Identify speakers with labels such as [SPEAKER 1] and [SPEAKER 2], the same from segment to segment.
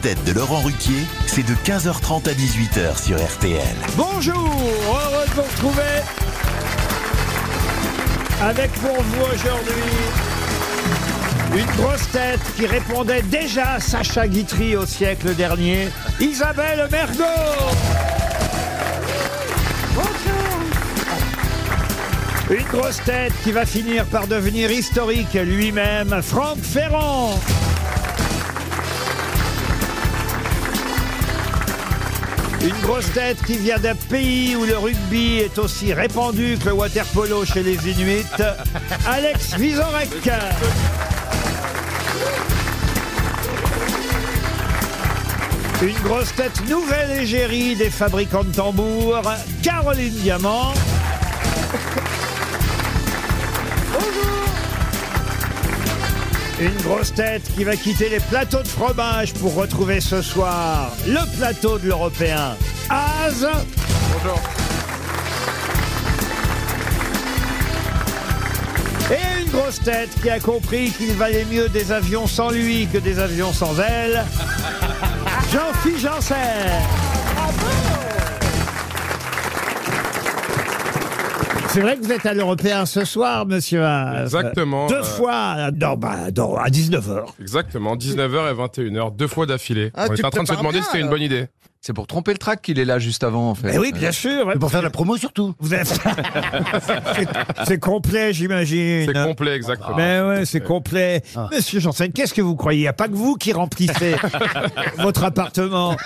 [SPEAKER 1] tête de Laurent Ruquier, c'est de 15h30 à 18h sur RTL.
[SPEAKER 2] Bonjour, heureux de vous retrouver avec pour vous aujourd'hui une grosse tête qui répondait déjà à Sacha Guitry au siècle dernier, Isabelle Mergot. Une grosse tête qui va finir par devenir historique lui-même, Franck Ferrand. Une grosse tête qui vient d'un pays où le rugby est aussi répandu que le water polo chez les Inuits, Alex Vizorek. Une grosse tête nouvelle égérie des fabricants de tambours, Caroline Diamant. Une grosse tête qui va quitter les plateaux de fromage pour retrouver ce soir le plateau de l'Européen, Az. Bonjour. Et une grosse tête qui a compris qu'il valait mieux des avions sans lui que des avions sans elle, Jean-Philippe Janssen. C'est vrai que vous êtes à l'Européen ce soir, monsieur Az.
[SPEAKER 3] Exactement,
[SPEAKER 2] Deux
[SPEAKER 3] euh,
[SPEAKER 2] fois, non, bah, non, à 19h.
[SPEAKER 3] Exactement, 19h et 21h, deux fois d'affilée.
[SPEAKER 4] Ah,
[SPEAKER 3] on
[SPEAKER 4] tu
[SPEAKER 3] était en train de se
[SPEAKER 4] prépares
[SPEAKER 3] demander
[SPEAKER 4] bien,
[SPEAKER 3] si c'était une
[SPEAKER 4] alors.
[SPEAKER 3] bonne idée.
[SPEAKER 5] C'est pour tromper le track qu'il est là juste avant, en fait.
[SPEAKER 2] Eh oui, bien sûr. ouais,
[SPEAKER 4] Bah Pour faire de la promo surtout.
[SPEAKER 2] Vous avez- C'est- c'est complet, j'imagine.
[SPEAKER 3] C'est complet, exactement.
[SPEAKER 2] Mais Ben ouais, c'est complet. Monsieur Janssen, qu'est-ce que vous croyez Il n'y a pas que vous qui remplissez votre appartement.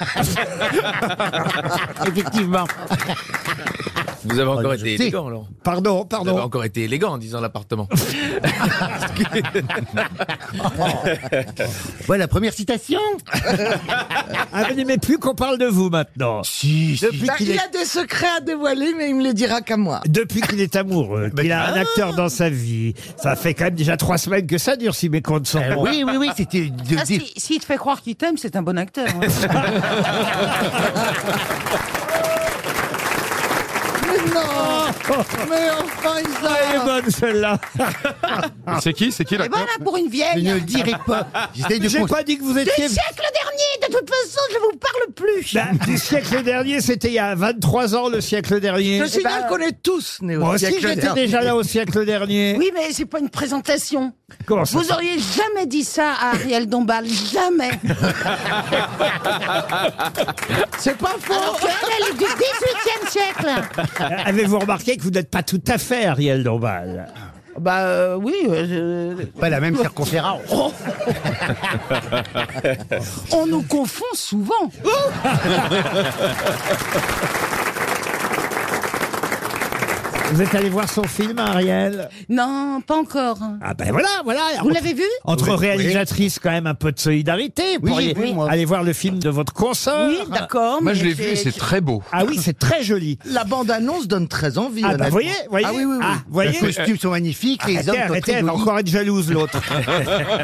[SPEAKER 6] Effectivement. Vous avez encore été
[SPEAKER 4] Ah, sais.
[SPEAKER 6] élégant, Laurent.
[SPEAKER 2] Pardon,
[SPEAKER 6] Vous avez
[SPEAKER 2] pardon.
[SPEAKER 6] encore été élégant en disant l'appartement.
[SPEAKER 4] Ouais, la première citation.
[SPEAKER 2] Ah, mais n'aimez plus qu'on parle de vous maintenant.
[SPEAKER 4] Depuis
[SPEAKER 7] Bah,
[SPEAKER 4] qu'il
[SPEAKER 7] il
[SPEAKER 4] est...
[SPEAKER 7] a des secrets à dévoiler, mais il me les dira qu'à moi.
[SPEAKER 2] Depuis qu'il est amoureux, qu'il a un
[SPEAKER 5] ah.
[SPEAKER 2] acteur dans sa vie, ça fait quand même déjà trois semaines que ça dure si mes comptes sont
[SPEAKER 5] Eh
[SPEAKER 2] bons.
[SPEAKER 4] Ah Oui, oui, oui, c'était de
[SPEAKER 8] Ah,
[SPEAKER 4] dire-
[SPEAKER 8] si, s'il te fait croire qu'il t'aime, c'est un bon acteur. hein.
[SPEAKER 7] Mais non Mais enfin,
[SPEAKER 8] Ah,
[SPEAKER 2] Elle est
[SPEAKER 7] Isa
[SPEAKER 2] bonne celle-là.
[SPEAKER 3] C'est qui C'est qui
[SPEAKER 8] Eh ben
[SPEAKER 3] l'acteur
[SPEAKER 8] là, pour une
[SPEAKER 4] Je
[SPEAKER 8] vieille.
[SPEAKER 4] ne le dirai pas. J'essaye de
[SPEAKER 2] J'ai
[SPEAKER 4] construire.
[SPEAKER 2] pas dit que vous étiez.
[SPEAKER 8] Du siècle dernier, de toute façon, je vous parle plus.
[SPEAKER 2] Bah, du siècle dernier, c'était il y a 23 ans, le siècle dernier. Eh ben,
[SPEAKER 7] Je signale qu'on est tous nés au
[SPEAKER 2] Moi aussi,
[SPEAKER 7] siècle
[SPEAKER 2] j'étais
[SPEAKER 7] dernier.
[SPEAKER 2] déjà là au siècle dernier.
[SPEAKER 8] Oui, mais c'est pas une présentation.
[SPEAKER 2] Comment ça
[SPEAKER 8] Vous auriez jamais dit ça à Ariel Dombal, jamais.
[SPEAKER 7] C'est pas faux
[SPEAKER 8] Alors que elle, elle est du 18e siècle.
[SPEAKER 2] Avez-vous remarqué que vous n'êtes pas tout à fait Ariel Dombal
[SPEAKER 8] Bah euh, oui, euh, je- Oh,
[SPEAKER 4] Pas la même circonférence.
[SPEAKER 8] on nous confond souvent.
[SPEAKER 2] Vous êtes allé voir son film, Ariel
[SPEAKER 8] Non, pas encore. hein.
[SPEAKER 2] Ah ben voilà, voilà
[SPEAKER 8] Vous
[SPEAKER 2] Entre-
[SPEAKER 8] l'avez vu
[SPEAKER 2] Entre
[SPEAKER 4] Oui.
[SPEAKER 2] réalisatrices, quand même, un peu de solidarité. Vous
[SPEAKER 4] Oui,
[SPEAKER 2] pourriez
[SPEAKER 4] oui, moi.
[SPEAKER 2] aller voir le film de votre consoeur.
[SPEAKER 8] Oui, d'accord.
[SPEAKER 5] Moi,
[SPEAKER 8] mais
[SPEAKER 5] je l'ai vu et c'est très beau.
[SPEAKER 2] Ah oui, c'est très joli.
[SPEAKER 7] La bande-annonce donne très envie.
[SPEAKER 2] Ah
[SPEAKER 7] honnêtement.
[SPEAKER 2] bah, vous voyez, voyez
[SPEAKER 7] Ah oui, oui, oui.
[SPEAKER 2] Ah, voyez
[SPEAKER 4] Les costumes sont magnifiques, les
[SPEAKER 2] Arrêtez,
[SPEAKER 4] hommes sont
[SPEAKER 2] arrêtez,
[SPEAKER 4] très
[SPEAKER 2] elle va
[SPEAKER 4] jolis.
[SPEAKER 2] encore être jalouse, l'autre.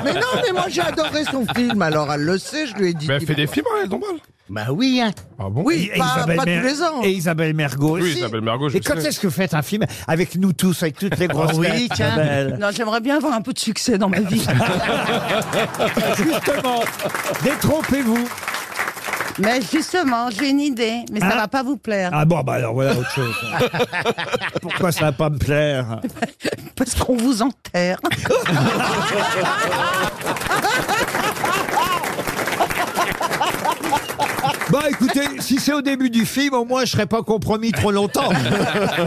[SPEAKER 7] Mais non, mais moi j'ai adoré son film, alors elle le sait, je lui ai dit.
[SPEAKER 3] Mais elle fait des films, elle, Dombal.
[SPEAKER 4] Bah oui, hein.
[SPEAKER 3] Ah bon
[SPEAKER 7] Oui,
[SPEAKER 2] Et
[SPEAKER 7] pas,
[SPEAKER 2] Isabelle
[SPEAKER 7] pas
[SPEAKER 2] Mer-
[SPEAKER 7] tous les ans.
[SPEAKER 2] Et Isabelle Mergot
[SPEAKER 3] Oui,
[SPEAKER 2] aussi.
[SPEAKER 3] Isabelle Mergo, je
[SPEAKER 2] Et quand
[SPEAKER 3] sais.
[SPEAKER 2] est-ce que vous faites un film avec nous tous, avec toutes les grosses
[SPEAKER 4] Oh oui,
[SPEAKER 2] têtes,
[SPEAKER 4] tiens.
[SPEAKER 2] Isabelle
[SPEAKER 8] Non, j'aimerais bien avoir un peu de succès dans ma vie.
[SPEAKER 2] Justement, détrompez-vous.
[SPEAKER 8] mais justement, j'ai une idée, mais ça
[SPEAKER 2] Hein
[SPEAKER 8] va pas vous plaire.
[SPEAKER 2] Ah bon, bah alors voilà autre chose. Pourquoi ça va pas me plaire
[SPEAKER 8] Parce qu'on vous enterre.
[SPEAKER 2] Bah écoutez, si c'est au début du film, au moins je serais pas compromis trop longtemps.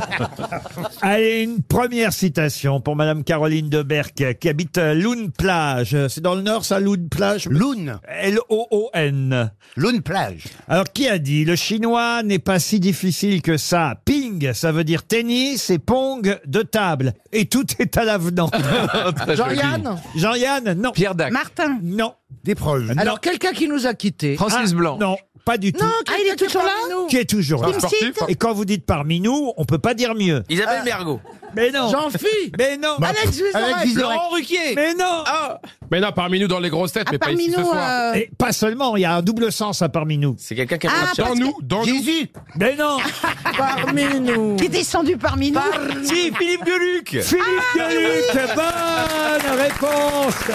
[SPEAKER 2] Allez, une première citation pour Madame Caroline Deberck qui habite euh, Loun Plage. C'est dans le nord, ça, Loun Plage
[SPEAKER 4] Lune.
[SPEAKER 2] L-O-O-N.
[SPEAKER 4] Lune plage.
[SPEAKER 2] Alors, qui a dit Le chinois n'est pas si difficile que ça. Ping, ça veut dire tennis et pong de table. Et tout est à l'avenant.
[SPEAKER 7] Jean-Yann
[SPEAKER 2] Jean-Yann, non.
[SPEAKER 5] Pierre Dac.
[SPEAKER 8] Martin.
[SPEAKER 2] Non.
[SPEAKER 4] Des proches.
[SPEAKER 7] Alors quelqu'un qui nous a quittés.
[SPEAKER 5] Francis
[SPEAKER 2] Ah,
[SPEAKER 5] Blanc.
[SPEAKER 2] Non, pas du tout.
[SPEAKER 7] Non,
[SPEAKER 8] Ah, il est
[SPEAKER 7] quelqu'un
[SPEAKER 8] toujours
[SPEAKER 7] parmi
[SPEAKER 8] là
[SPEAKER 7] nous.
[SPEAKER 2] Qui est toujours là.
[SPEAKER 3] Un sportif
[SPEAKER 2] Et quand vous dites parmi nous, on peut pas dire mieux.
[SPEAKER 8] Ah.
[SPEAKER 6] Isabelle Mergo.
[SPEAKER 2] Mais non.
[SPEAKER 7] Jean-Phi
[SPEAKER 2] Mais non.
[SPEAKER 7] Alex
[SPEAKER 4] Alex
[SPEAKER 7] Vizorek
[SPEAKER 4] Vizorek.
[SPEAKER 6] Laurent Ruquier. Ah.
[SPEAKER 2] Mais non.
[SPEAKER 3] Mais non, parmi nous dans les grosses têtes,
[SPEAKER 8] Ah,
[SPEAKER 3] mais pas
[SPEAKER 8] parmi
[SPEAKER 3] ici ce
[SPEAKER 8] nous.
[SPEAKER 3] soir.
[SPEAKER 8] euh,
[SPEAKER 2] Et pas seulement, il y a un double sens à parmi nous.
[SPEAKER 6] C'est quelqu'un qui a
[SPEAKER 8] Ah,
[SPEAKER 6] fait
[SPEAKER 3] Dans
[SPEAKER 8] parce
[SPEAKER 3] nous, dans nous.
[SPEAKER 4] Jésus.
[SPEAKER 2] Mais non.
[SPEAKER 7] parmi nous.
[SPEAKER 8] qui est descendu parmi nous. Ah
[SPEAKER 6] Si, Philippe Gueluc.
[SPEAKER 2] Philippe Gueluc, bonne réponse.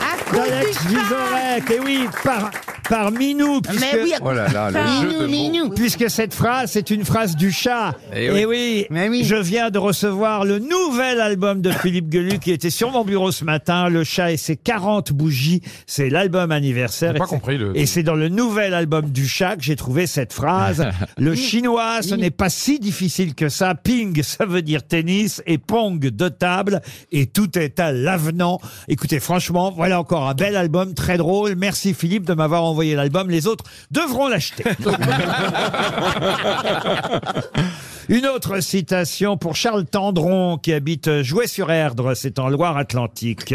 [SPEAKER 8] À cause
[SPEAKER 2] d'Alex Vizorek. Et Eh oui, par, par Minou. puisque-
[SPEAKER 8] Mais oui, à
[SPEAKER 5] Oh là là, le
[SPEAKER 8] Enfin,
[SPEAKER 5] jeu de mots.
[SPEAKER 2] Puisque cette phrase, c'est une phrase du chat.
[SPEAKER 6] Eh oui.
[SPEAKER 2] Eh oui,
[SPEAKER 7] Mais oui.
[SPEAKER 2] je viens de recevoir le nouvel album de Philippe Gueluc qui était sur mon bureau ce matin, Le chat et ses 40 bougies. C'est l'album anniversaire.
[SPEAKER 3] J'ai pas
[SPEAKER 2] Et c'est-
[SPEAKER 3] compris le-
[SPEAKER 2] Et c'est dans le nouvel album du chat que j'ai trouvé cette phrase. le chinois, ce n'est pas si difficile que ça. Ping, ça veut dire tennis et pong de table. Et tout est à l'avenant. Écoutez, franchement, voilà encore un bel album, très drôle. Merci Philippe de m'avoir envoyé l'album. Les autres devront l'acheter. Une autre citation pour Charles Tendron, qui habite Jouet-sur-Erdre, c'est en Loire-Atlantique,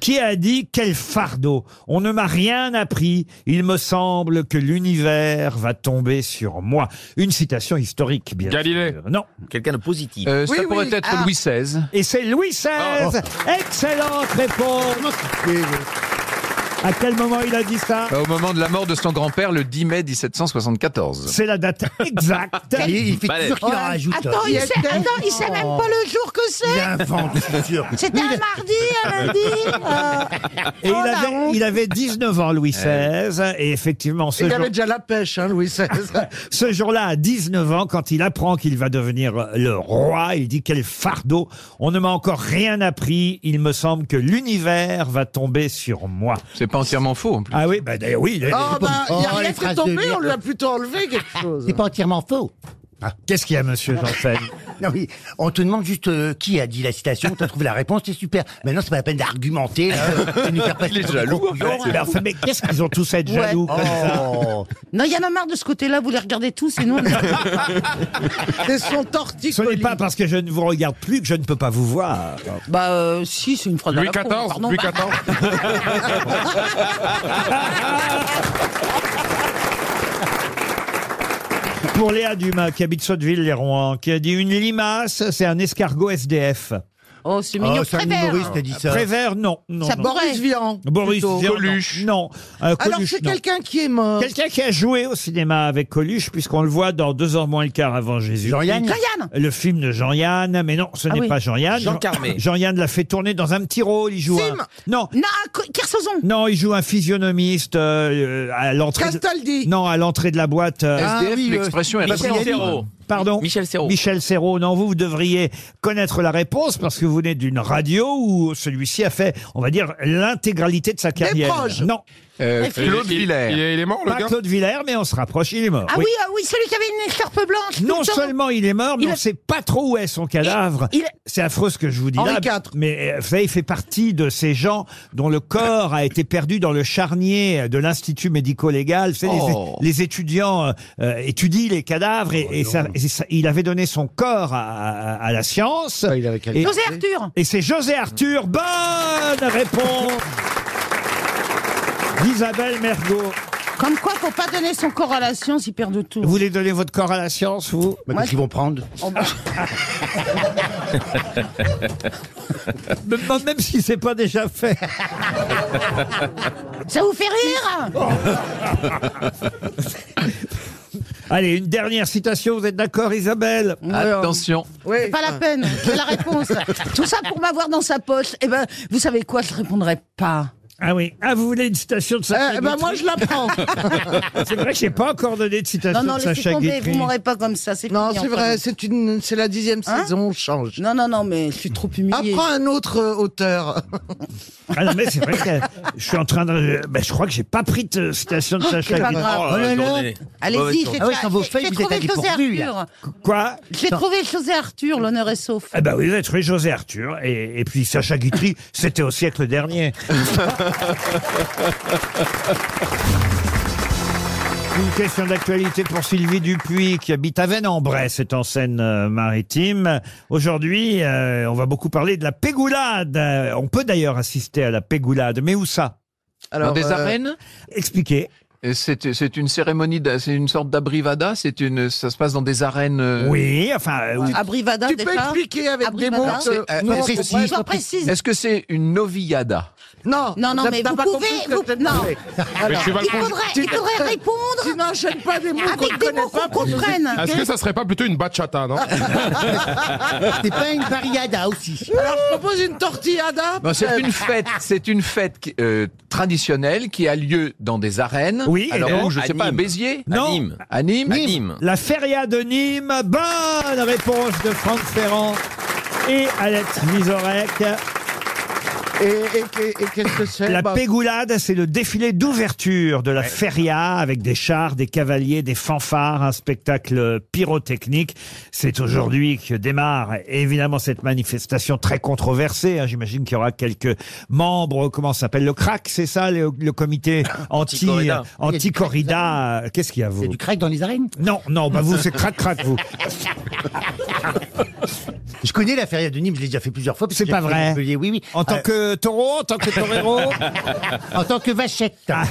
[SPEAKER 2] qui a dit « Quel fardeau On ne m'a rien appris. Il me semble que l'univers va tomber sur moi. » Une citation historique, bien
[SPEAKER 3] Galilée.
[SPEAKER 2] sûr. Non.
[SPEAKER 6] Quelqu'un de positif.
[SPEAKER 5] Euh, ça
[SPEAKER 7] Oui,
[SPEAKER 5] pourrait
[SPEAKER 7] oui,
[SPEAKER 5] être
[SPEAKER 7] ah.
[SPEAKER 5] Louis Oh. XVI.
[SPEAKER 2] Et c'est Louis XVI Excellente réponse À quel moment il a dit ça
[SPEAKER 5] Bah, au moment de la mort de son grand-père, le 10 mai 1774.
[SPEAKER 2] C'est la date exacte.
[SPEAKER 4] Il, il fait
[SPEAKER 6] Balèze.
[SPEAKER 4] sûr qu'il en rajoute.
[SPEAKER 8] Attends, il sait, attends, il sait même pas le jour que
[SPEAKER 4] Il
[SPEAKER 8] c'est.
[SPEAKER 4] invente, c'est sûr.
[SPEAKER 8] C'était un mardi, un lundi.
[SPEAKER 2] Et
[SPEAKER 7] Oh,
[SPEAKER 2] il avait, il avait 19 ans,
[SPEAKER 5] Eh
[SPEAKER 2] Louis XVI. Et effectivement, ce
[SPEAKER 7] Il
[SPEAKER 2] jour
[SPEAKER 7] avait déjà la pêche, hein, Louis XVI.
[SPEAKER 2] Ce jour-là, à 19 ans, quand il apprend qu'il va devenir euh, le roi, il dit quel fardeau, on ne m'a encore rien appris, il me semble que l'univers va tomber sur moi.
[SPEAKER 5] C'est pas entièrement faux en plus.
[SPEAKER 2] Ah oui, bah d'ailleurs, oui. il est-
[SPEAKER 7] Oh, ben, il n'y a
[SPEAKER 4] Oh,
[SPEAKER 7] rien
[SPEAKER 4] les
[SPEAKER 7] qui est
[SPEAKER 4] phrases de
[SPEAKER 7] tombé,
[SPEAKER 4] merde.
[SPEAKER 7] on lui a plutôt enlevé quelque chose.
[SPEAKER 4] C'est Ah, pas entièrement faux.
[SPEAKER 2] Ah, Qu'est-ce qu'il y a, monsieur Janssen
[SPEAKER 4] Non, oui. On te demande juste euh, qui a dit la citation, t'as trouvé la réponse, c'est super. Maintenant, c'est pas la peine d'argumenter. là, et nous faire passer
[SPEAKER 5] est
[SPEAKER 4] pour des
[SPEAKER 5] jaloux,
[SPEAKER 4] gros couillons,
[SPEAKER 2] Mais
[SPEAKER 4] là.
[SPEAKER 2] enfin, mais qu'est-ce qu'ils ont tous à être
[SPEAKER 8] Ouais.
[SPEAKER 2] jaloux comme ça
[SPEAKER 4] Oh.
[SPEAKER 8] Non, il y en a marre de ce côté-là, vous les regardez tous et nous. on-
[SPEAKER 7] C'est son torticolis.
[SPEAKER 2] Ce n'est pas parce que je ne vous regarde plus que je ne peux pas vous voir.
[SPEAKER 8] Bah, euh, si, c'est une phrase à
[SPEAKER 3] Louis
[SPEAKER 8] la con,
[SPEAKER 3] XIV,
[SPEAKER 8] pardon.
[SPEAKER 3] Louis XIV.
[SPEAKER 2] Pour Léa Dumas, qui habite Sotteville-les-Rouen, qui a dit une limace, c'est un escargot SDF.
[SPEAKER 8] Oh, c'est mignon.
[SPEAKER 4] Oh, c'est un
[SPEAKER 8] Prévert.
[SPEAKER 4] humoriste qui a dit ça.
[SPEAKER 2] Prévert, non. non,
[SPEAKER 8] Ça
[SPEAKER 2] non.
[SPEAKER 8] porte-
[SPEAKER 7] Boris Vian.
[SPEAKER 2] Boris
[SPEAKER 7] plutôt.
[SPEAKER 2] Vian, non. Non. Euh,
[SPEAKER 7] Alors,
[SPEAKER 2] Coluche,
[SPEAKER 7] c'est
[SPEAKER 2] non.
[SPEAKER 7] quelqu'un qui est
[SPEAKER 6] Euh,
[SPEAKER 7] mort.
[SPEAKER 2] Quelqu'un qui a joué au cinéma avec Coluche, puisqu'on le voit dans Deux heures moins le quart avant Jésus.
[SPEAKER 4] Jean-Yann
[SPEAKER 8] Jean-Yann
[SPEAKER 2] Le film de Jean-Yann, mais non, ce
[SPEAKER 8] Ah
[SPEAKER 2] n'est
[SPEAKER 8] oui.
[SPEAKER 2] pas Jean-Yann.
[SPEAKER 6] Jean Carmé.
[SPEAKER 2] Jean-Yann l'a fait tourner dans un petit rôle, il joue
[SPEAKER 7] Sim
[SPEAKER 2] un... Non,
[SPEAKER 8] Non, ah, K- Kersozon.
[SPEAKER 2] non, il joue un physionomiste euh, euh, à l'entrée... de-
[SPEAKER 7] Castaldi.
[SPEAKER 2] Non, à l'entrée de la boîte... euh,
[SPEAKER 5] SDF,
[SPEAKER 4] oui, le-
[SPEAKER 5] l'expression est
[SPEAKER 6] Michel
[SPEAKER 5] récente.
[SPEAKER 6] Serrault.
[SPEAKER 2] Pardon
[SPEAKER 6] Michel Serrault.
[SPEAKER 2] Michel Serrault, non, vous, vous devriez connaître la réponse parce que vous venez d'une radio où celui-ci a fait, on va dire, l'intégralité de sa carrière.
[SPEAKER 7] proches.
[SPEAKER 2] Non,
[SPEAKER 5] Euh, Claude
[SPEAKER 3] Il- il- Il,
[SPEAKER 5] Villers.
[SPEAKER 3] est- il est mort, le
[SPEAKER 2] pas
[SPEAKER 3] gars
[SPEAKER 2] Claude Villers, mais on se rapproche, il est mort.
[SPEAKER 8] Ah oui, ah oui, celui qui avait une écharpe blanche. tout
[SPEAKER 2] Non
[SPEAKER 8] le temps.
[SPEAKER 2] seulement il est mort, mais
[SPEAKER 8] Il
[SPEAKER 2] on
[SPEAKER 8] a-
[SPEAKER 2] ne sait pas trop où est son cadavre.
[SPEAKER 8] Il- il-
[SPEAKER 2] C'est affreux ce que je vous dis
[SPEAKER 7] Henri
[SPEAKER 2] là.
[SPEAKER 7] IV.
[SPEAKER 2] Mais euh, vous savez, il fait partie de ces gens dont le corps a été perdu dans le charnier de l'Institut médico-légal. Vous savez, les-
[SPEAKER 5] Oh.
[SPEAKER 2] les, étudiants euh, euh, étudient les cadavres
[SPEAKER 3] Oh
[SPEAKER 2] et, et ça- et ça- il avait donné son corps à, à- à la science.
[SPEAKER 3] Ah,
[SPEAKER 7] il avait
[SPEAKER 2] et
[SPEAKER 8] José Arthur.
[SPEAKER 2] et c'est José Arthur. Bonne réponse d'Isabelle Mergot.
[SPEAKER 8] Comme quoi, faut pas donner son corps à la science, il perd de tout. Oh,
[SPEAKER 2] Vous voulez donner votre corps à la science, vous
[SPEAKER 4] Bah, Qu'est-ce qu'ils vont prendre
[SPEAKER 8] bah.
[SPEAKER 2] Me demande même si c'est pas déjà fait.
[SPEAKER 8] Ça vous fait rire
[SPEAKER 2] Allez, une dernière citation, vous êtes d'accord Isabelle
[SPEAKER 4] hein.
[SPEAKER 5] Attention.
[SPEAKER 7] Oui.
[SPEAKER 8] Pas la peine, c'est la réponse. Tout ça pour m'avoir dans sa poche. Eh ben, vous savez quoi, je répondrai pas. bah,
[SPEAKER 2] Ah oui, ah vous voulez une citation de Sacha
[SPEAKER 7] Eh ben, moi, je la prends.
[SPEAKER 2] Guitry C'est vrai que j'ai pas encore donné de citation
[SPEAKER 8] Non, non,
[SPEAKER 2] de
[SPEAKER 8] laissez
[SPEAKER 2] Sacha
[SPEAKER 8] tomber, vous
[SPEAKER 2] Guitry.
[SPEAKER 8] m'aurez pas comme ça, c'est
[SPEAKER 7] Non,
[SPEAKER 8] fini,
[SPEAKER 7] c'est
[SPEAKER 8] enfin.
[SPEAKER 7] vrai, c'est une, c'est la dixième
[SPEAKER 8] Hein
[SPEAKER 7] saison, on change.
[SPEAKER 8] Non, non, non, mais je suis trop humilié.
[SPEAKER 7] Apprends un autre euh, auteur.
[SPEAKER 2] Ah non, mais c'est vrai que je suis en train de... Ben, je crois que j'ai pas pris de citation de Sacha
[SPEAKER 8] pas
[SPEAKER 2] Guitry.
[SPEAKER 8] grave.
[SPEAKER 6] Oh là là,
[SPEAKER 4] Oh là
[SPEAKER 6] journée.
[SPEAKER 8] Allez-y, j'ai
[SPEAKER 4] Ah ouais,
[SPEAKER 8] j'ai-
[SPEAKER 4] sans vos
[SPEAKER 8] j'ai
[SPEAKER 4] feuilles, vous êtes
[SPEAKER 8] trouvé
[SPEAKER 4] allé
[SPEAKER 8] José
[SPEAKER 4] pourvu, là.
[SPEAKER 8] Arthur.
[SPEAKER 2] Quoi
[SPEAKER 8] J'ai trouvé José Arthur, l'honneur est sauf.
[SPEAKER 2] Ah ben oui, vous avez trouvé José Arthur. Et, et puis Sacha Guitry, c'était au siècle dernier. Une question d'actualité pour Sylvie Dupuis qui habite Avennes-en-Bray, c'est en Seine-Maritime. Aujourd'hui, euh, on va beaucoup parler de la pégoulade. Euh, On peut d'ailleurs assister à la pégoulade, mais où ça
[SPEAKER 5] Dans
[SPEAKER 7] Alors,
[SPEAKER 5] des
[SPEAKER 7] euh,
[SPEAKER 5] arènes
[SPEAKER 2] Expliquez.
[SPEAKER 5] Et C'est c'est une cérémonie, d'a- c'est une sorte d'abrivada. C'est une, ça se passe dans des arènes. euh,
[SPEAKER 2] Oui, enfin, euh, oui.
[SPEAKER 8] Abrivada,
[SPEAKER 7] Tu peux
[SPEAKER 8] déjà
[SPEAKER 7] expliquer avec des mots
[SPEAKER 8] Abrivada.
[SPEAKER 7] que...
[SPEAKER 5] C'est- euh,
[SPEAKER 7] nous, on
[SPEAKER 5] c'est-
[SPEAKER 7] comprend-
[SPEAKER 8] Sois précise.
[SPEAKER 5] Est-ce que c'est une novillada
[SPEAKER 7] Non,
[SPEAKER 8] Non, non,
[SPEAKER 7] t'as-
[SPEAKER 8] mais
[SPEAKER 7] t'as
[SPEAKER 8] vous
[SPEAKER 7] pas compris
[SPEAKER 8] pouvez-
[SPEAKER 7] ce que
[SPEAKER 8] vous-
[SPEAKER 7] je te
[SPEAKER 8] non.
[SPEAKER 7] disais.
[SPEAKER 3] Mais
[SPEAKER 7] Alors,
[SPEAKER 3] Cheval
[SPEAKER 8] Il
[SPEAKER 3] Rouge-
[SPEAKER 8] faudrait, il faudrait
[SPEAKER 7] Tu
[SPEAKER 8] répondre
[SPEAKER 7] n'enchaînes pas des mots qu'on
[SPEAKER 8] avec des
[SPEAKER 7] connaît
[SPEAKER 8] mots
[SPEAKER 7] pas.
[SPEAKER 8] hein, qu'on comprenne.
[SPEAKER 3] Est-ce que ça serait pas plutôt une bachata, non
[SPEAKER 4] C'est pas une variada aussi.
[SPEAKER 7] Alors, je propose une tortillada.
[SPEAKER 5] Non,
[SPEAKER 2] Bah,
[SPEAKER 5] Ben, c'est une fête. C'est une fête qui- euh, traditionnelle qui a lieu dans des arènes.
[SPEAKER 2] Oui, et
[SPEAKER 5] Alors
[SPEAKER 2] donc,
[SPEAKER 5] où, je
[SPEAKER 6] à
[SPEAKER 5] sais pas,
[SPEAKER 6] Nîmes.
[SPEAKER 5] Béziers,
[SPEAKER 2] Non.
[SPEAKER 6] À Nîmes.
[SPEAKER 5] à Nîmes.
[SPEAKER 6] À Nîmes.
[SPEAKER 2] La feria de Nîmes, bonne réponse de Franck Ferrand et Alex Vizorek.
[SPEAKER 7] Et, et- et- et qu'est-ce que c'est
[SPEAKER 2] La
[SPEAKER 7] bah,
[SPEAKER 2] Pégoulade, c'est le défilé d'ouverture de la feria avec des chars, des cavaliers, des fanfares, un spectacle pyrotechnique. C'est aujourd'hui que démarre évidemment cette manifestation très controversée. hein. J'imagine qu'il y aura quelques membres, comment ça s'appelle le CRAC, c'est ça, le, le comité anti
[SPEAKER 6] Anti-corrida.
[SPEAKER 2] anti corrida. Qu'est-ce qu'il y a vous
[SPEAKER 4] C'est du crack dans les arènes.
[SPEAKER 2] Non, non, bah vous c'est crac crac vous.
[SPEAKER 4] Je connais la feria de Nîmes, je l'ai déjà fait plusieurs fois. parce
[SPEAKER 2] C'est
[SPEAKER 4] que j'ai
[SPEAKER 2] pas
[SPEAKER 4] fait
[SPEAKER 2] vrai.
[SPEAKER 4] Montpellier, Oui, oui.
[SPEAKER 2] En tant
[SPEAKER 4] Euh,
[SPEAKER 2] que taureau, en tant que torero.
[SPEAKER 4] en tant que vachette.
[SPEAKER 2] Ah.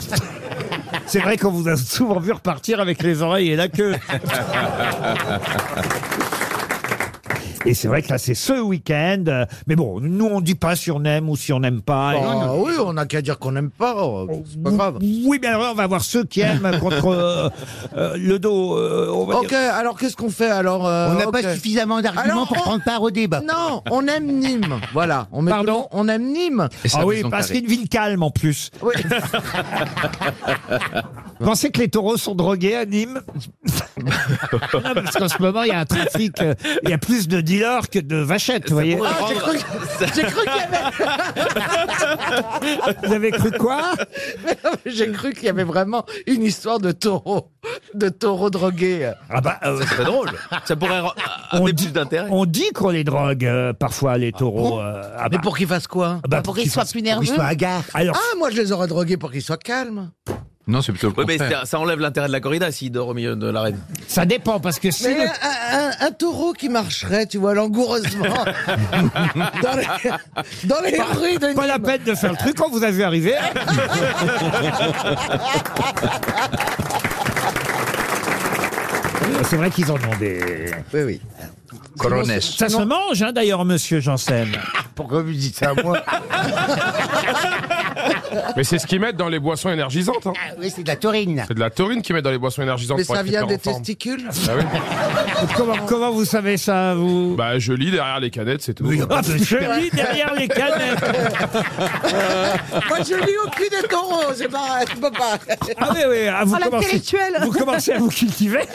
[SPEAKER 2] C'est vrai qu'on vous a souvent vu repartir avec les oreilles et la queue. Et c'est vrai que là, c'est ce week-end. euh, Mais bon, nous, on dit pas si on aime ou si on n'aime pas. Et-
[SPEAKER 7] bah, oui, on n'a qu'à dire qu'on n'aime pas. oh, C'est pas grave.
[SPEAKER 2] Oui, mais alors, on va voir ceux qui aiment contre euh, euh, le dos. euh, on va
[SPEAKER 7] Ok,
[SPEAKER 2] dire.
[SPEAKER 7] alors qu'est-ce qu'on fait alors euh,
[SPEAKER 4] On n'a
[SPEAKER 7] ok.
[SPEAKER 4] pas suffisamment d'arguments
[SPEAKER 7] Alors,
[SPEAKER 4] pour
[SPEAKER 7] on-
[SPEAKER 4] prendre part au débat.
[SPEAKER 7] Non, on aime Nîmes. Voilà. On met
[SPEAKER 2] Pardon
[SPEAKER 7] tout le monde- On aime Nîmes.
[SPEAKER 5] Et ça,
[SPEAKER 2] Ah oui,
[SPEAKER 5] ils ont
[SPEAKER 2] parce
[SPEAKER 5] carré.
[SPEAKER 2] qu'une ville calme en plus.
[SPEAKER 7] Oui.
[SPEAKER 2] Vous Pensez que les taureaux sont drogués à Nîmes Non, Parce qu'en ce moment, il y a un trafic. euh, Il y a plus de dealers que de vachettes, vous voyez.
[SPEAKER 7] Ah, j'ai cru, j'ai cru qu'il y avait-
[SPEAKER 2] Vous avez cru quoi
[SPEAKER 7] j'ai cru qu'il y avait vraiment une histoire de taureau, de taureau drogué.
[SPEAKER 2] Ah bah, euh,
[SPEAKER 6] C'est drôle. Ça pourrait ra-
[SPEAKER 2] On
[SPEAKER 6] amener
[SPEAKER 2] dit-
[SPEAKER 6] plus d'intérêt.
[SPEAKER 2] on dit qu'on les drogue euh, parfois, les taureaux. euh, ah bah,
[SPEAKER 7] Mais pour qu'il fasse quoi
[SPEAKER 2] ah bah,
[SPEAKER 8] pour
[SPEAKER 2] pour
[SPEAKER 8] qu'ils
[SPEAKER 2] qu'ils
[SPEAKER 8] soient
[SPEAKER 2] fassent-
[SPEAKER 8] plus
[SPEAKER 4] Oui,
[SPEAKER 8] nerveux.
[SPEAKER 4] soit hagard.
[SPEAKER 2] Alors,
[SPEAKER 7] Ah, moi je les aurais drogués pour qu'ils soient calmes.
[SPEAKER 5] Non, c'est plutôt le
[SPEAKER 6] Ouais, mais
[SPEAKER 5] contraire.
[SPEAKER 6] c'est- ça enlève l'intérêt de la corrida s'il dort au milieu de l'arène.
[SPEAKER 2] ça dépend, parce que si...
[SPEAKER 7] Mais
[SPEAKER 2] le-
[SPEAKER 7] un, un- un- un taureau qui marcherait, tu vois, langoureusement dans les, dans les rues de
[SPEAKER 2] Pas la
[SPEAKER 7] Nîmes.
[SPEAKER 2] peine de faire le truc quand vous avez arrivé. C'est vrai qu'ils en ont des...
[SPEAKER 7] Oui, oui.
[SPEAKER 5] Corones.
[SPEAKER 2] Ça se mange, hein, d'ailleurs, monsieur Janssen.
[SPEAKER 4] Pourquoi vous dites ça à moi
[SPEAKER 3] Mais c'est ce qu'ils mettent dans les boissons énergisantes. hein.
[SPEAKER 4] Ah Oui, c'est de la taurine.
[SPEAKER 3] C'est de la taurine qu'ils mettent dans les boissons énergisantes.
[SPEAKER 7] Mais
[SPEAKER 3] pour
[SPEAKER 7] ça
[SPEAKER 3] être
[SPEAKER 7] vient
[SPEAKER 3] hyper
[SPEAKER 7] des
[SPEAKER 3] en forme.
[SPEAKER 7] testicules
[SPEAKER 3] Ah oui.
[SPEAKER 2] Comment, comment vous savez ça, vous
[SPEAKER 3] Bah, je lis derrière les canettes, c'est tout.
[SPEAKER 2] Ah, Je lis derrière les canettes.
[SPEAKER 7] Moi je lis au cul des taureaux, c'est pas, je peux pas.
[SPEAKER 2] Ah oui, oui. ah, vous,
[SPEAKER 8] Oh,
[SPEAKER 2] commencez,
[SPEAKER 8] l'intellectuel.
[SPEAKER 2] vous commencez à vous cultiver.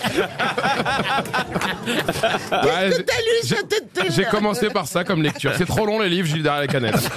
[SPEAKER 3] Ouais,
[SPEAKER 7] que t'as lu,
[SPEAKER 3] j'ai-
[SPEAKER 7] ça t'étonne
[SPEAKER 3] J'ai commencé par ça comme lecture. C'est trop long les livres, je lis derrière les canettes.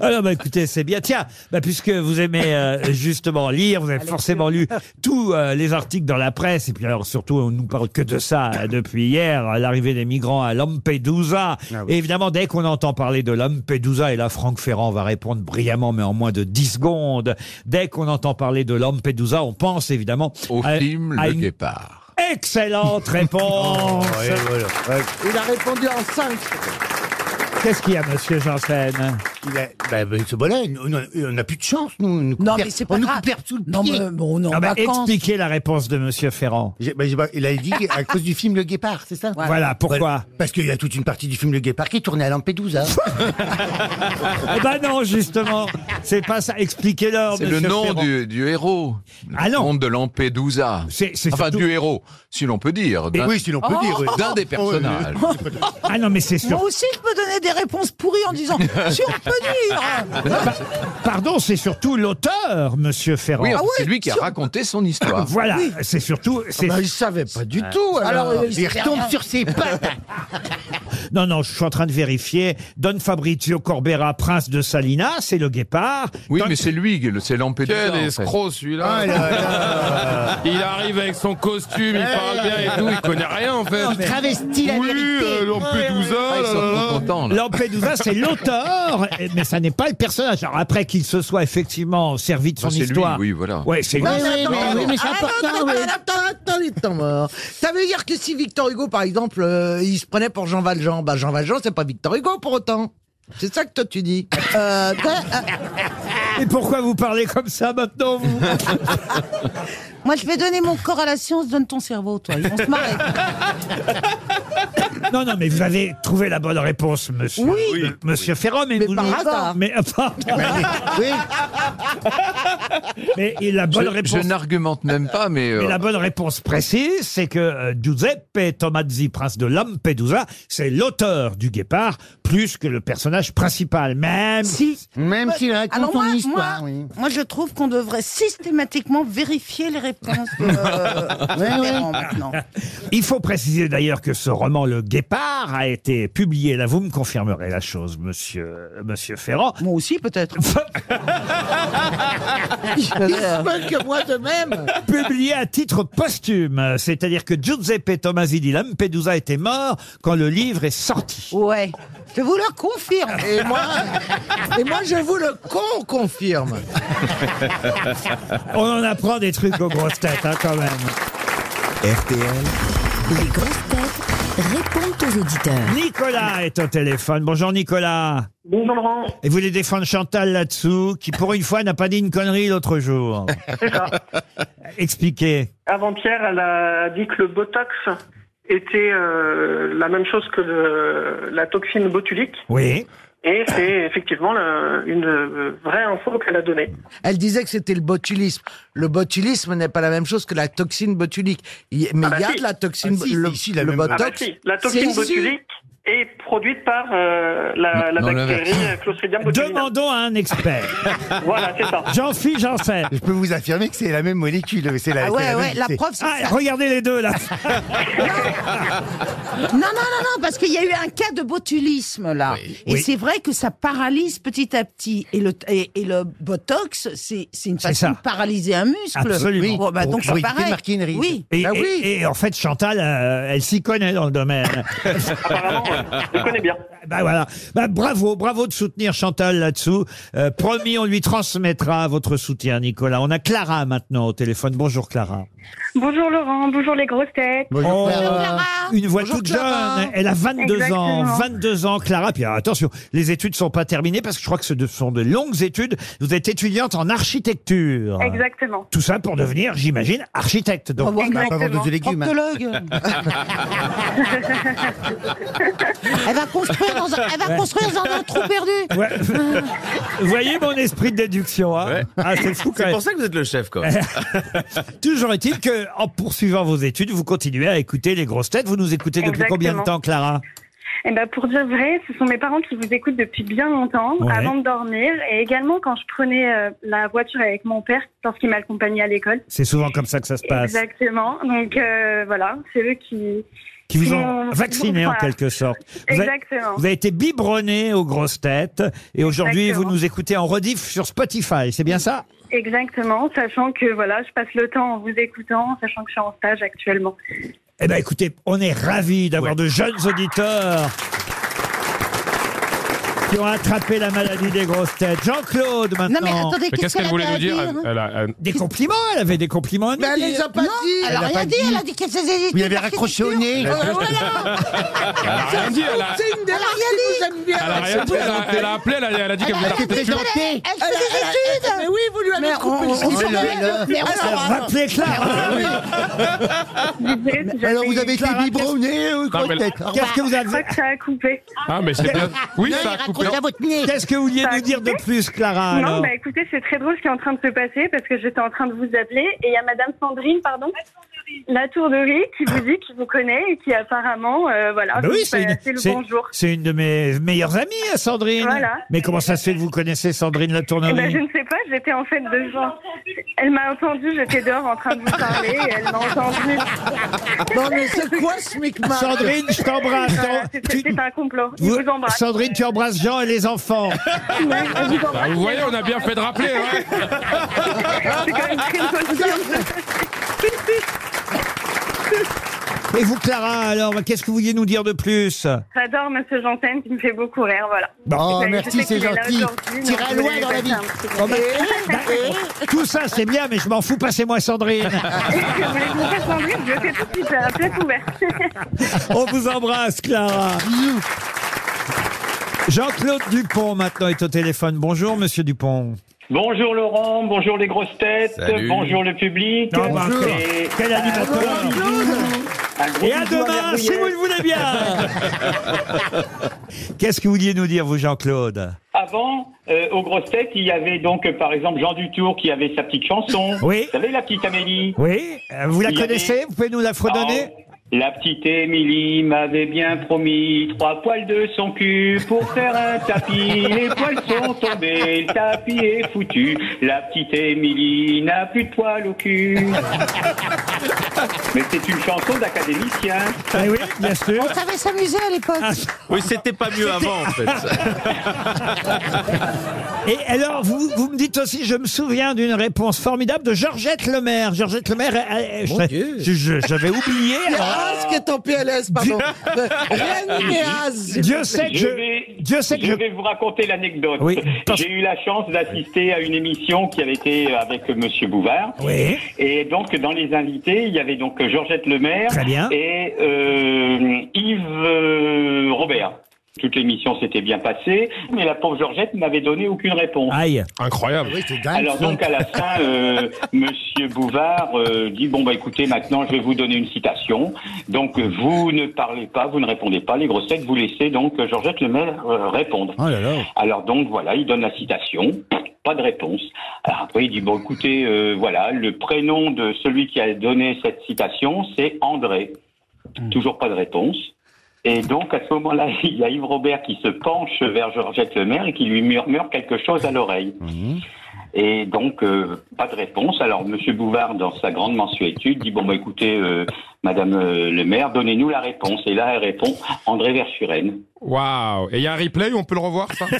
[SPEAKER 2] Alors, bah, écoutez, c'est bien. Tiens, bah, puisque vous aimez euh, justement lire, vous avez forcément lu tous euh, les articles dans la presse, et puis alors surtout, on nous parle que de ça euh, depuis hier, euh, l'arrivée des migrants à Lampedusa.
[SPEAKER 4] Ah
[SPEAKER 2] Et évidemment, dès qu'on entend parler de Lampedusa, et là, Franck Ferrand va répondre brillamment, mais en moins de 10 secondes, dès qu'on entend parler de Lampedusa, on pense évidemment
[SPEAKER 5] Au
[SPEAKER 2] à,
[SPEAKER 5] film
[SPEAKER 2] à
[SPEAKER 5] Le
[SPEAKER 2] une Oh,
[SPEAKER 5] Guépard.
[SPEAKER 2] excellente
[SPEAKER 4] Oh,
[SPEAKER 2] réponse.
[SPEAKER 3] Oh,
[SPEAKER 7] Il a répondu en 5.
[SPEAKER 2] Qu'est-ce qu'il y a, monsieur Janssen
[SPEAKER 4] Il a- Bah, bah, c'est voilà, nous- nous- on n'a plus de chance, nous. on nous
[SPEAKER 8] Non,
[SPEAKER 4] coupe-
[SPEAKER 8] mais c'est pas
[SPEAKER 4] on nous
[SPEAKER 8] grave.
[SPEAKER 4] coupe l'herbe sous le
[SPEAKER 8] Non,
[SPEAKER 4] pied.
[SPEAKER 8] mais bon, non,
[SPEAKER 2] Ah bah,
[SPEAKER 8] vacances.
[SPEAKER 2] Expliquez la réponse de monsieur Ferrand.
[SPEAKER 4] J'ai- bah, j'ai pas- il a dit à cause du film Le Guépard, c'est ça
[SPEAKER 2] Voilà, pourquoi
[SPEAKER 4] Parce qu'il y a toute une partie du film Le Guépard qui est tournée à Lampedusa.
[SPEAKER 2] Eh ben non, justement, c'est pas ça. Expliquez-leur.
[SPEAKER 5] C'est le
[SPEAKER 2] monsieur
[SPEAKER 5] nom
[SPEAKER 2] Ferrand.
[SPEAKER 5] du, du héros.
[SPEAKER 2] Ah non.
[SPEAKER 5] Le nom de Lampedusa.
[SPEAKER 2] C'est- c'est
[SPEAKER 5] enfin,
[SPEAKER 2] surtout-
[SPEAKER 5] du héros, si l'on peut dire. D'un
[SPEAKER 4] oui, si l'on peut dire. oui.
[SPEAKER 5] d'un des personnages.
[SPEAKER 2] Oh, Ah non, mais c'est
[SPEAKER 8] Moi
[SPEAKER 2] sur.
[SPEAKER 8] aussi, je peux donner des réponses pourries en disant si on peut dire.
[SPEAKER 2] Ah, bah, Pardon, c'est surtout l'auteur, Monsieur Ferrand.
[SPEAKER 5] Oui, enfin,
[SPEAKER 8] Ah ouais,
[SPEAKER 5] c'est lui qui a
[SPEAKER 8] sur-
[SPEAKER 5] raconté son histoire.
[SPEAKER 2] Voilà, c'est surtout. c'est- Ah.
[SPEAKER 7] Bah, il savait pas du tout alors.
[SPEAKER 8] Alors, euh,
[SPEAKER 4] Il retombe sur ses pattes.
[SPEAKER 2] Non, non, je suis en train de vérifier. Don Fabrizio Corbera, prince de Salina, c'est le guépard.
[SPEAKER 5] Oui,
[SPEAKER 2] Don-
[SPEAKER 5] mais c'est lui, c'est Lampedusa.
[SPEAKER 3] Quel
[SPEAKER 5] en fait.
[SPEAKER 3] escroc celui-là Il arrive avec son costume,
[SPEAKER 2] Eh
[SPEAKER 3] il parle bien et tout, il connaît rien en fait.
[SPEAKER 4] Il travestit la
[SPEAKER 3] Oui,
[SPEAKER 4] vérité.
[SPEAKER 3] euh, Lampedusa,
[SPEAKER 5] Ah, ils
[SPEAKER 3] là,
[SPEAKER 5] sont
[SPEAKER 3] là,
[SPEAKER 5] trop
[SPEAKER 3] là.
[SPEAKER 5] contents, là.
[SPEAKER 2] Lampedusa, c'est l'auteur, et- mais ça n'est pas le personnage. Alors après qu'il se soit effectivement servi de son
[SPEAKER 5] Ah, c'est lui,
[SPEAKER 2] histoire.
[SPEAKER 5] oui, voilà.
[SPEAKER 2] Ouais, c'est
[SPEAKER 7] Oui,
[SPEAKER 2] lui.
[SPEAKER 7] oui,
[SPEAKER 4] mais
[SPEAKER 7] oui,
[SPEAKER 4] attends,
[SPEAKER 7] oui, mais c'est
[SPEAKER 4] attends,
[SPEAKER 7] important. oui. Ça veut dire que si Victor Hugo, par exemple, euh, il se prenait pour Jean Valjean, bah Jean Valjean, c'est pas Victor Hugo pour autant. C'est ça que toi tu dis. Euh, t'as- ah,
[SPEAKER 2] Et pourquoi vous parlez comme ça maintenant, vous
[SPEAKER 8] Moi, je vais donner mon corps à la science, donne ton cerveau, toi. Ils vont se marrer.
[SPEAKER 2] Non, non, mais vous avez trouvé la bonne réponse, monsieur.
[SPEAKER 8] Oui.
[SPEAKER 2] M- Monsieur Ferrand, mais,
[SPEAKER 7] Mais
[SPEAKER 2] vous
[SPEAKER 7] par
[SPEAKER 2] nous-
[SPEAKER 7] hasard.
[SPEAKER 2] Mais,
[SPEAKER 7] oui,
[SPEAKER 2] mais la bonne
[SPEAKER 5] Je,
[SPEAKER 2] réponse.
[SPEAKER 5] je n'argumente même pas, mais. euh,
[SPEAKER 2] Mais la bonne réponse précise, c'est que euh, Giuseppe Tomazzi, prince de Lampedusa, c'est l'auteur du guépard, plus que le personnage principal. Même si.
[SPEAKER 9] Même s'il
[SPEAKER 8] Alors
[SPEAKER 9] raconte
[SPEAKER 8] moi,
[SPEAKER 9] son
[SPEAKER 8] moi,
[SPEAKER 9] histoire, oui.
[SPEAKER 8] moi, je trouve qu'on devrait systématiquement vérifier les réponses de, euh, différents maintenant.
[SPEAKER 2] Il faut préciser d'ailleurs que ce roman, Le Guépard, a été publié. Là, vous me confirmerez la chose, monsieur, monsieur Ferrand.
[SPEAKER 8] Moi aussi, peut-être.
[SPEAKER 7] il se moque que moi de même.
[SPEAKER 2] publié à titre posthume. C'est-à-dire que Giuseppe Tomasi di Lampedusa était mort quand le livre est sorti.
[SPEAKER 8] Ouais. Je vous le confirme.
[SPEAKER 7] Et moi, et moi je vous le con confirme.
[SPEAKER 2] On
[SPEAKER 8] Oh,
[SPEAKER 2] en apprend des trucs aux grosses têtes, hein, quand même.
[SPEAKER 10] RTL,
[SPEAKER 11] Les grosses têtes répondent aux auditeurs.
[SPEAKER 2] Nicolas est au téléphone. Bonjour Nicolas.
[SPEAKER 12] Bonjour Laurent,
[SPEAKER 2] Et vous voulez défendre Chantal là-dessous, qui pour une fois n'a pas dit une connerie l'autre jour.
[SPEAKER 12] c'est ça.
[SPEAKER 2] Expliquez.
[SPEAKER 12] Avant-hier, elle a dit que le Botox était euh, la même chose que le- la toxine botulique.
[SPEAKER 2] Oui.
[SPEAKER 12] Et c'est effectivement la- une euh, vraie info qu'elle a donnée.
[SPEAKER 7] Elle disait que c'était le botulisme. Le botulisme n'est pas la même chose que la toxine botulique. Il- Mais
[SPEAKER 12] Ah bah
[SPEAKER 7] il y a
[SPEAKER 12] si.
[SPEAKER 7] de la toxine,
[SPEAKER 9] Ah si,
[SPEAKER 7] le,
[SPEAKER 9] si, si, la
[SPEAKER 7] le
[SPEAKER 9] même- Ah bah
[SPEAKER 12] Ah bah
[SPEAKER 7] botox.
[SPEAKER 12] si, la toxine
[SPEAKER 7] c'est issu.
[SPEAKER 12] botulique est produite par euh, la, la
[SPEAKER 5] Non, non,
[SPEAKER 12] bactérie Clostridium botulinum.
[SPEAKER 2] Demandons à un expert.
[SPEAKER 12] Voilà, c'est ça.
[SPEAKER 2] Jean-Philippe Janssen.
[SPEAKER 9] Je peux vous affirmer que c'est la même molécule. C'est la,
[SPEAKER 8] Ah
[SPEAKER 9] c'est
[SPEAKER 8] ouais,
[SPEAKER 9] la même-
[SPEAKER 8] ouais, la
[SPEAKER 9] c'est-
[SPEAKER 8] preuve, c'est ça.
[SPEAKER 2] Ah, regardez les deux là.
[SPEAKER 8] Non, non, non, non, parce qu'il y a eu un cas de botulisme, là. Et
[SPEAKER 2] Oui.
[SPEAKER 8] c'est vrai que ça paralyse petit à petit. Et le, et, et le Botox, c'est c'est une façon
[SPEAKER 2] ça.
[SPEAKER 8] de paralyser un muscle.
[SPEAKER 2] Absolument.
[SPEAKER 8] Oui. Bon, bah, donc,
[SPEAKER 9] Pour
[SPEAKER 8] c'est
[SPEAKER 9] éviter
[SPEAKER 8] pareil.
[SPEAKER 9] Marquinerie.
[SPEAKER 8] Oui.
[SPEAKER 2] Et,
[SPEAKER 7] Ah
[SPEAKER 2] et-
[SPEAKER 7] oui.
[SPEAKER 2] et en fait, Chantal, euh, elle s'y connaît dans le domaine.
[SPEAKER 12] Apparemment, ouais, je connais bien.
[SPEAKER 2] Bah voilà. Bah bravo, bravo de soutenir Chantal là-dessous. Euh, promis, on lui transmettra votre soutien, Nicolas. On a Clara maintenant au téléphone. Bonjour Clara.
[SPEAKER 12] Bonjour Laurent, bonjour les grosses têtes.
[SPEAKER 9] Bonjour,
[SPEAKER 2] Oh,
[SPEAKER 9] Clara.
[SPEAKER 2] Une voix
[SPEAKER 7] Bonjour,
[SPEAKER 2] toute
[SPEAKER 7] Clara.
[SPEAKER 2] jeune. Elle a 22 ans.
[SPEAKER 12] Exactement.
[SPEAKER 2] 22 ans, Clara. Puis alors, attention, les études sont pas terminées parce que je crois que ce de- sont de longues études. Vous êtes étudiante en architecture.
[SPEAKER 12] Exactement.
[SPEAKER 2] Tout ça pour devenir, j'imagine, architecte. Donc,
[SPEAKER 9] On va pas vendre de légumes. hein.
[SPEAKER 8] Proctologue. elle va construire dans un, elle va construire dans un trou perdu.
[SPEAKER 2] Ouais. Vous voyez mon esprit de déduction, hein
[SPEAKER 13] Ouais.
[SPEAKER 2] Ah, c'est fou quand
[SPEAKER 13] C'est
[SPEAKER 2] même.
[SPEAKER 13] pour ça que vous êtes le chef, quoi.
[SPEAKER 2] Toujours est-il que, en poursuivant vos études, vous continuez à écouter les grosses têtes. Vous nous écoutez depuis
[SPEAKER 12] Exactement.
[SPEAKER 2] combien de temps, Clara
[SPEAKER 12] Et ben pour dire vrai, ce sont mes parents qui vous écoutent depuis bien longtemps,
[SPEAKER 2] Ouais.
[SPEAKER 12] avant de dormir, et également quand je prenais euh, la voiture avec mon père lorsqu'il m'accompagnait à l'école.
[SPEAKER 2] C'est souvent comme ça que ça se passe.
[SPEAKER 12] Exactement. Donc euh, voilà, c'est eux qui.
[SPEAKER 2] Qui vous ont
[SPEAKER 12] Mon-
[SPEAKER 2] vacciné en
[SPEAKER 12] Voilà.
[SPEAKER 2] quelque sorte. Vous avez,
[SPEAKER 12] Exactement.
[SPEAKER 2] vous avez été biberonné aux grosses têtes et aujourd'hui vous
[SPEAKER 12] Exactement.
[SPEAKER 2] nous écoutez en rediff sur Spotify, c'est bien ça
[SPEAKER 12] Exactement, sachant que voilà, je passe le temps en vous écoutant, sachant que je suis en stage actuellement.
[SPEAKER 2] Eh ben écoutez, on est ravis d'avoir de jeunes auditeurs qui ont attrapé la maladie des grosses têtes. Jean-Claude maintenant.
[SPEAKER 8] Non, mais attendez, qu'est-ce qu'elle avait à
[SPEAKER 2] Des compliments, elle avait des compliments à nous
[SPEAKER 7] Mais elle
[SPEAKER 2] dire.
[SPEAKER 7] les a pas
[SPEAKER 8] Non,
[SPEAKER 7] dit.
[SPEAKER 8] elle a rien dit, elle a dit qu'elle faisait des
[SPEAKER 9] Vous
[SPEAKER 8] études
[SPEAKER 9] avez raccroché au
[SPEAKER 8] d'architecture.
[SPEAKER 9] nez.
[SPEAKER 7] Euh, voilà.
[SPEAKER 3] Elle a rien dit, elle a,
[SPEAKER 7] C'est une des
[SPEAKER 8] Elle a
[SPEAKER 7] marques
[SPEAKER 8] rien
[SPEAKER 7] qui nous aime bien.
[SPEAKER 3] elle a rien dit, elle a, elle a appelé, elle a, elle a dit qu'elle
[SPEAKER 8] Elle
[SPEAKER 3] voulait
[SPEAKER 8] a-
[SPEAKER 9] C'est
[SPEAKER 3] architecture.
[SPEAKER 9] présenté.
[SPEAKER 8] Elle fait des études
[SPEAKER 7] Mais oui, vous lui avez
[SPEAKER 8] Mais
[SPEAKER 7] coupé
[SPEAKER 8] on-
[SPEAKER 7] le
[SPEAKER 8] on-
[SPEAKER 7] citron.
[SPEAKER 8] on- Mais on-
[SPEAKER 7] Alors, alors,
[SPEAKER 2] Rappelez Clara.
[SPEAKER 6] hein.
[SPEAKER 12] Je dirais si j'avais
[SPEAKER 9] Alors vous
[SPEAKER 12] eu-
[SPEAKER 9] avez été
[SPEAKER 2] Clara,
[SPEAKER 9] biberonné
[SPEAKER 6] euh,
[SPEAKER 9] ou
[SPEAKER 3] Non, mais là-
[SPEAKER 9] peut-être
[SPEAKER 2] Qu'est-ce que vous
[SPEAKER 12] Bah, Je crois
[SPEAKER 2] avez
[SPEAKER 12] que ça a coupé.
[SPEAKER 3] Ah, mais c'est bien. Oui, ça a coupé.
[SPEAKER 9] Racontez à votre nez.
[SPEAKER 2] Qu'est-ce que vous vouliez
[SPEAKER 12] Ça a
[SPEAKER 2] nous dire de
[SPEAKER 12] coupé
[SPEAKER 2] plus, Clara Ah, alors
[SPEAKER 12] Non, bah écoutez, c'est très drôle ce qui est en train de se passer parce que j'étais en train de vous appeler et il y a Madame Sandrine, pardon, la tour de riz qui vous dit qu'il vous connaît et qui apparemment, euh, voilà,
[SPEAKER 2] Ah bah
[SPEAKER 12] vous
[SPEAKER 2] oui,
[SPEAKER 12] dit
[SPEAKER 2] c'est une,
[SPEAKER 12] passer le
[SPEAKER 2] c'est-
[SPEAKER 12] bonjour.
[SPEAKER 2] c'est une de mes meilleures amies, hein, Sandrine.
[SPEAKER 12] Voilà.
[SPEAKER 2] Mais comment ça se fait que vous connaissez Sandrine La
[SPEAKER 12] Eh ben,
[SPEAKER 2] Tournerie
[SPEAKER 12] je ne sais pas, j'étais en fait devant. Elle m'a entendu, j'étais dehors en train de vous parler et elle m'a entendu.
[SPEAKER 7] Non, mais c'est quoi ce micmac
[SPEAKER 2] Sandrine, je t'embrasse.
[SPEAKER 12] Voilà,
[SPEAKER 2] Sand-
[SPEAKER 12] c'est-
[SPEAKER 2] tu-
[SPEAKER 12] C'était un complot. Je
[SPEAKER 2] vous-
[SPEAKER 12] vous embrasse.
[SPEAKER 2] Sandrine, tu embrasses Jean et les enfants.
[SPEAKER 12] Je vous embrasse.
[SPEAKER 3] Bah, vous voyez, on a bien fait de rappeler. Hein.
[SPEAKER 12] C'est quand même très drôle.
[SPEAKER 2] Et vous, Clara, alors, bah, qu'est-ce que vous vouliez nous dire de plus
[SPEAKER 12] J'adore Monsieur Janssen qui me fait beaucoup rire, voilà.
[SPEAKER 9] Oh,
[SPEAKER 12] Je sais
[SPEAKER 9] merci,
[SPEAKER 12] qu'il
[SPEAKER 9] c'est
[SPEAKER 12] est là
[SPEAKER 9] gentil.
[SPEAKER 12] aujourd'hui,
[SPEAKER 9] Tirez
[SPEAKER 12] donc
[SPEAKER 9] à
[SPEAKER 12] je
[SPEAKER 9] loin
[SPEAKER 12] voulais
[SPEAKER 9] dans la
[SPEAKER 12] lui
[SPEAKER 9] vie.
[SPEAKER 12] passer un petit
[SPEAKER 2] Oh, bah, bah, Tout ça, c'est bien, mais je m'en fous. Passez-moi Sandrine.
[SPEAKER 12] Je voulais vous faire sourire, je le fais tout de suite à la plaque ouverte.
[SPEAKER 2] On vous embrasse, Clara. Jean-Claude Dupont maintenant est au téléphone. Bonjour, monsieur Dupont.
[SPEAKER 14] Bonjour Laurent, bonjour les grosses têtes,
[SPEAKER 2] Salut.
[SPEAKER 14] bonjour le public.
[SPEAKER 2] Non, bah, quel- quel animateur. Et à demain, si vous le voulez bien. Qu'est-ce que vous vouliez nous dire, vous, Jean-Claude
[SPEAKER 14] Avant, euh, aux grosses têtes, il y avait donc euh, par exemple Jean Dutour qui avait sa petite chanson.
[SPEAKER 2] Oui.
[SPEAKER 14] Vous savez la petite Amélie
[SPEAKER 2] Oui, euh, vous la
[SPEAKER 14] Il y avait-
[SPEAKER 2] connaissez Vous pouvez nous la fredonner
[SPEAKER 14] Ah, La petite Émilie m'avait bien promis trois poils de son cul pour faire un tapis. Les poils sont tombés, le tapis est foutu. La petite Émilie n'a plus de poils au cul. Mais c'est une chanson d'académicien.
[SPEAKER 2] Eh oui, bien sûr.
[SPEAKER 8] On savait s'amuser à l'époque.
[SPEAKER 6] Oui, c'était pas mieux avant, en fait.
[SPEAKER 2] Et alors, vous, vous me dites aussi, je me souviens d'une réponse formidable de Georgette Lemaire. Georgette Lemaire, elle- elle-
[SPEAKER 7] Mon
[SPEAKER 2] je- je- je- j'avais oublié. alors.
[SPEAKER 7] Ah, ce qui est en PLS, pardon. Bah, Rien n'est as.
[SPEAKER 2] Dieu sait que je,
[SPEAKER 14] vais,
[SPEAKER 2] Dieu sait que
[SPEAKER 14] je
[SPEAKER 2] je-
[SPEAKER 14] vais vous raconter l'anecdote.
[SPEAKER 2] Oui, parce-
[SPEAKER 14] J'ai eu la chance d'assister à une émission qui avait été avec Monsieur Bouvard.
[SPEAKER 2] Oui.
[SPEAKER 14] Et donc, dans les invités, il y avait donc Georgette Lemaire
[SPEAKER 2] Très bien.
[SPEAKER 14] et euh, Yves euh, Robert. Toute l'émission s'était bien passée, mais la pauvre Georgette n'avait donné aucune réponse.
[SPEAKER 2] Aïe.
[SPEAKER 3] Incroyable.
[SPEAKER 4] Oui, c'est dingue.
[SPEAKER 14] Alors donc à la fin, euh, Monsieur Bouvard euh, dit bon bah écoutez maintenant je vais vous donner une citation. Donc euh, vous ne parlez pas, vous ne répondez pas, les grosses têtes vous laissez donc euh, Georgette Lemaire euh, répondre.
[SPEAKER 15] Ah
[SPEAKER 4] Oh là là.
[SPEAKER 14] Alors donc voilà, il donne la citation, pas de réponse. Alors après il dit bon écoutez euh, voilà le prénom de celui qui a donné cette citation c'est André. Toujours pas de réponse. Et donc à ce moment-là, il y a Yves Robert qui se penche vers Georgette Lemaire et qui lui murmure quelque chose à l'oreille. Et donc, euh, pas de réponse. Alors, Monsieur Bouvard, dans sa grande mensuétude, dit, bon, bah, écoutez, euh, Madame euh, le maire, donnez-nous la réponse. Et là, elle répond, André Verschuren.
[SPEAKER 3] Waouh. Et il y a un replay, on peut le revoir, ça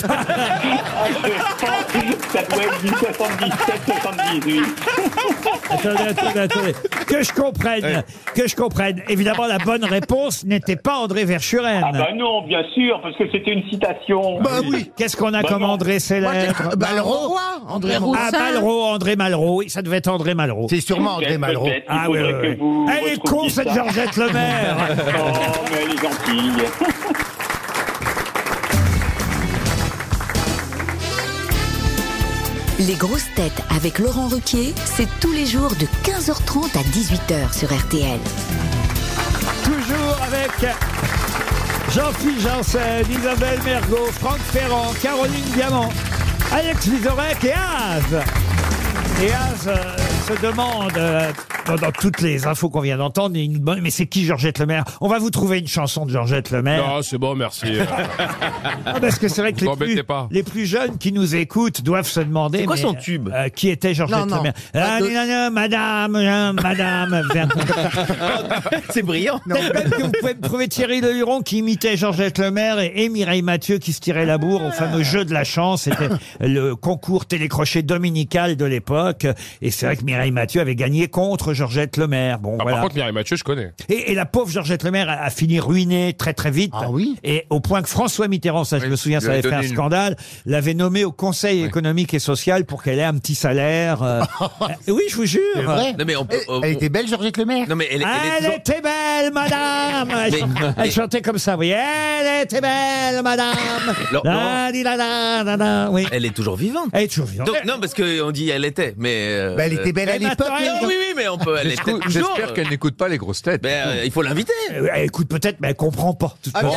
[SPEAKER 14] Ça doit être du 77-78.
[SPEAKER 2] Attendez, attendez, attendez. Que je comprenne, que je comprenne. Évidemment, la bonne réponse n'était pas André Verschuren.
[SPEAKER 14] Ah bah non, bien sûr, parce que c'était une citation.
[SPEAKER 7] Bah oui.
[SPEAKER 2] Qu'est-ce qu'on a
[SPEAKER 14] Bah
[SPEAKER 2] comme
[SPEAKER 14] non.
[SPEAKER 2] André célèbre Bah,
[SPEAKER 7] Malraux. bah, André Roux.
[SPEAKER 2] Ah, Malraux, André Malraux. Oui, ça devait être André Malraux.
[SPEAKER 4] C'est sûrement André
[SPEAKER 14] Peut-être,
[SPEAKER 4] Malraux.
[SPEAKER 14] peut-être, il
[SPEAKER 2] Ah oui,
[SPEAKER 14] faudrait
[SPEAKER 2] oui,
[SPEAKER 14] que
[SPEAKER 2] oui.
[SPEAKER 14] vous
[SPEAKER 2] Elle est
[SPEAKER 14] retrouviez
[SPEAKER 2] con, cette
[SPEAKER 14] ça.
[SPEAKER 2] Georgette Lemaire.
[SPEAKER 14] Oh, mais elle est gentille.
[SPEAKER 16] Les grosses têtes avec Laurent Ruquier, c'est tous les jours de 15h30 à 18h sur RTL.
[SPEAKER 2] Toujours avec Jean-Philippe Janssen, Isabelle Mergot, Franck Ferrand, Caroline Diamant, Alex Vizorek et Az. Et Az euh, se demande, euh, pendant toutes les infos qu'on vient d'entendre, il nous demande, mais c'est qui Georgette Lemaire On va vous trouver une chanson de Georgette Lemaire.
[SPEAKER 3] Non, c'est bon, merci.
[SPEAKER 2] Ah, parce que c'est vrai que les
[SPEAKER 3] Vous embêtez
[SPEAKER 2] plus,
[SPEAKER 3] pas.
[SPEAKER 2] les plus jeunes qui nous écoutent doivent se demander.
[SPEAKER 6] C'est quoi
[SPEAKER 2] mais,
[SPEAKER 6] son tube
[SPEAKER 2] euh, Qui était Georgette
[SPEAKER 7] Non, non.
[SPEAKER 2] Lemaire
[SPEAKER 7] Pas de-
[SPEAKER 2] Ah, non, non, Madame, euh, Madame. vous êtes-
[SPEAKER 6] C'est brillant.
[SPEAKER 2] Peut-être même que vous pouvez me trouver Thierry Le Huron qui imitait Georgette Lemaire et, et Mireille Mathieu qui se tirait la bourre au fameux jeu de la chance. C'était le concours télécrochet dominical de l'époque. Et c'est vrai que Mireille Mathieu avait gagné contre Georgette Lemaire. Bon,
[SPEAKER 3] Ah,
[SPEAKER 2] voilà.
[SPEAKER 3] Par contre, Mireille Mathieu, je connais.
[SPEAKER 2] Et, et la pauvre Georgette Lemaire a, a fini ruinée très très vite.
[SPEAKER 4] Ah oui
[SPEAKER 2] Et au point que François Mitterrand, ça je
[SPEAKER 5] Oui,
[SPEAKER 2] me souviens,
[SPEAKER 5] lui
[SPEAKER 2] ça
[SPEAKER 5] avait
[SPEAKER 2] avait fait un
[SPEAKER 5] donné une-
[SPEAKER 2] scandale, l'avait nommée au Conseil économique et social pour qu'elle ait un petit salaire. euh. Euh, oui, je vous jure.
[SPEAKER 4] C'est vrai
[SPEAKER 6] Non, mais on peut-
[SPEAKER 4] Elle-
[SPEAKER 6] on-
[SPEAKER 4] Elle était belle, Georgette Lemaire
[SPEAKER 6] Non, mais elle, elle est
[SPEAKER 2] Elle
[SPEAKER 6] toujours-
[SPEAKER 2] était belle, madame Elle,
[SPEAKER 6] Mais-
[SPEAKER 2] chan- elle
[SPEAKER 6] mais-
[SPEAKER 2] chantait comme ça, vous voyez. Elle était belle, madame
[SPEAKER 6] Laurent-
[SPEAKER 2] La di la la la la, oui.
[SPEAKER 6] elle est toujours vivante.
[SPEAKER 2] Elle est toujours vivante.
[SPEAKER 6] Donc, non, parce qu'on dit elle était, mais. euh,
[SPEAKER 4] Bah, Elle était belle à
[SPEAKER 2] Elle m'a
[SPEAKER 4] l'époque.
[SPEAKER 2] trahi.
[SPEAKER 6] Non, oui, oui, mais on peut. Elle est peut-être
[SPEAKER 5] J'espère
[SPEAKER 6] toujours.
[SPEAKER 5] j'espère qu'elle n'écoute pas les grosses têtes.
[SPEAKER 6] Ben, euh, il faut l'inviter.
[SPEAKER 2] Euh, Elle écoute peut-être, mais elle comprend pas. tout de
[SPEAKER 7] Ah,
[SPEAKER 2] même.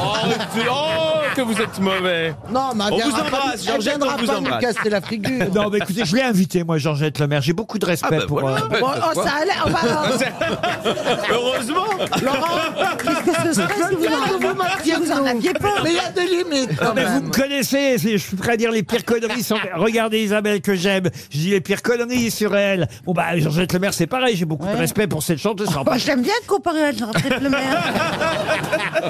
[SPEAKER 7] mais-
[SPEAKER 6] Oh, que vous êtes mauvais.
[SPEAKER 7] Non, mais elle
[SPEAKER 6] On vous
[SPEAKER 7] viendra pas-
[SPEAKER 6] embrasse,
[SPEAKER 7] elle
[SPEAKER 6] Georgette,
[SPEAKER 7] viendra
[SPEAKER 6] on vous
[SPEAKER 7] pas nous
[SPEAKER 6] embrasse.
[SPEAKER 7] casser la figure.
[SPEAKER 2] Non, mais écoutez, je l'ai invitée, moi, Georgette Lemaire. J'ai beaucoup de respect
[SPEAKER 6] Ah, bah,
[SPEAKER 2] pour...
[SPEAKER 6] voilà.
[SPEAKER 2] euh,
[SPEAKER 8] Bon, oh, ça allait. oh, bah,
[SPEAKER 6] Heureusement.
[SPEAKER 7] Laurent,
[SPEAKER 8] Qu'est-ce que ce serait si vous en- vous
[SPEAKER 7] mentir,
[SPEAKER 8] vous en aviez pas
[SPEAKER 7] mais il y a des limites quand
[SPEAKER 2] Mais vous me
[SPEAKER 7] même.
[SPEAKER 2] connaissez, c'est- je suis prêt à dire les pires conneries sur... Regardez Isabelle que j'aime, je dis les pires conneries sur elle. Bon bah, Georgette Lemaire, c'est pareil, j'ai beaucoup de
[SPEAKER 8] Ouais. Oh,
[SPEAKER 2] respect pour cette chanteuse. ça en
[SPEAKER 8] Moi,
[SPEAKER 2] passe.
[SPEAKER 8] j'aime bien comparer à Jean-Pierre Lemaire.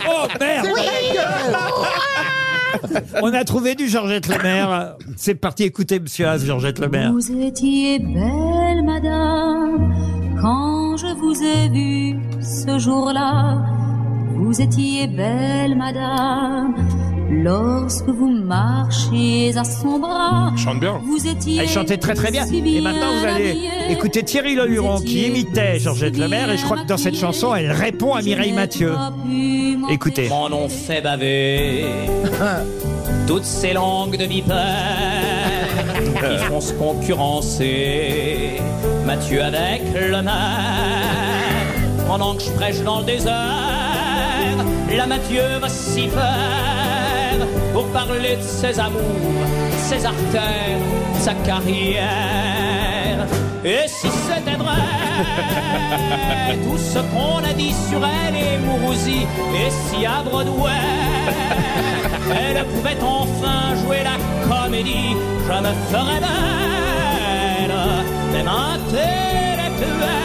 [SPEAKER 2] oh merde
[SPEAKER 7] C'est vrai
[SPEAKER 6] Ah,
[SPEAKER 7] qu'elle-
[SPEAKER 8] Oh,
[SPEAKER 2] On a trouvé du Georgette Lemaire. C'est parti, écoutez, monsieur As, Georgette Lemaire.
[SPEAKER 16] Vous étiez belle, madame, quand je vous ai vue ce jour-là. Vous étiez belle, madame, lorsque vous marchiez à son bras.
[SPEAKER 3] Chante bien.
[SPEAKER 16] Vous étiez.
[SPEAKER 2] Elle chantait très très bien. Et maintenant, vous allez écouter Thierry Le Luron qui imitait Georgette Lemaire. Et je crois que dans cette chanson, elle répond à Mireille Mathieu. Écoutez.
[SPEAKER 17] M'en ont fait baver. Toutes ces langues de vipères
[SPEAKER 14] Euh.
[SPEAKER 17] qui font se concurrencer. Mathieu avec le maire, pendant que je prêche dans le désert. La Mathieu va s'y faire pour parler de ses amours, ses artères, sa carrière. Et si c'était vrai, tout ce qu'on a dit sur elle et Mourouzi, et si à Broadway, elle pouvait enfin jouer la comédie. Je me ferais belle, même intellectuelle.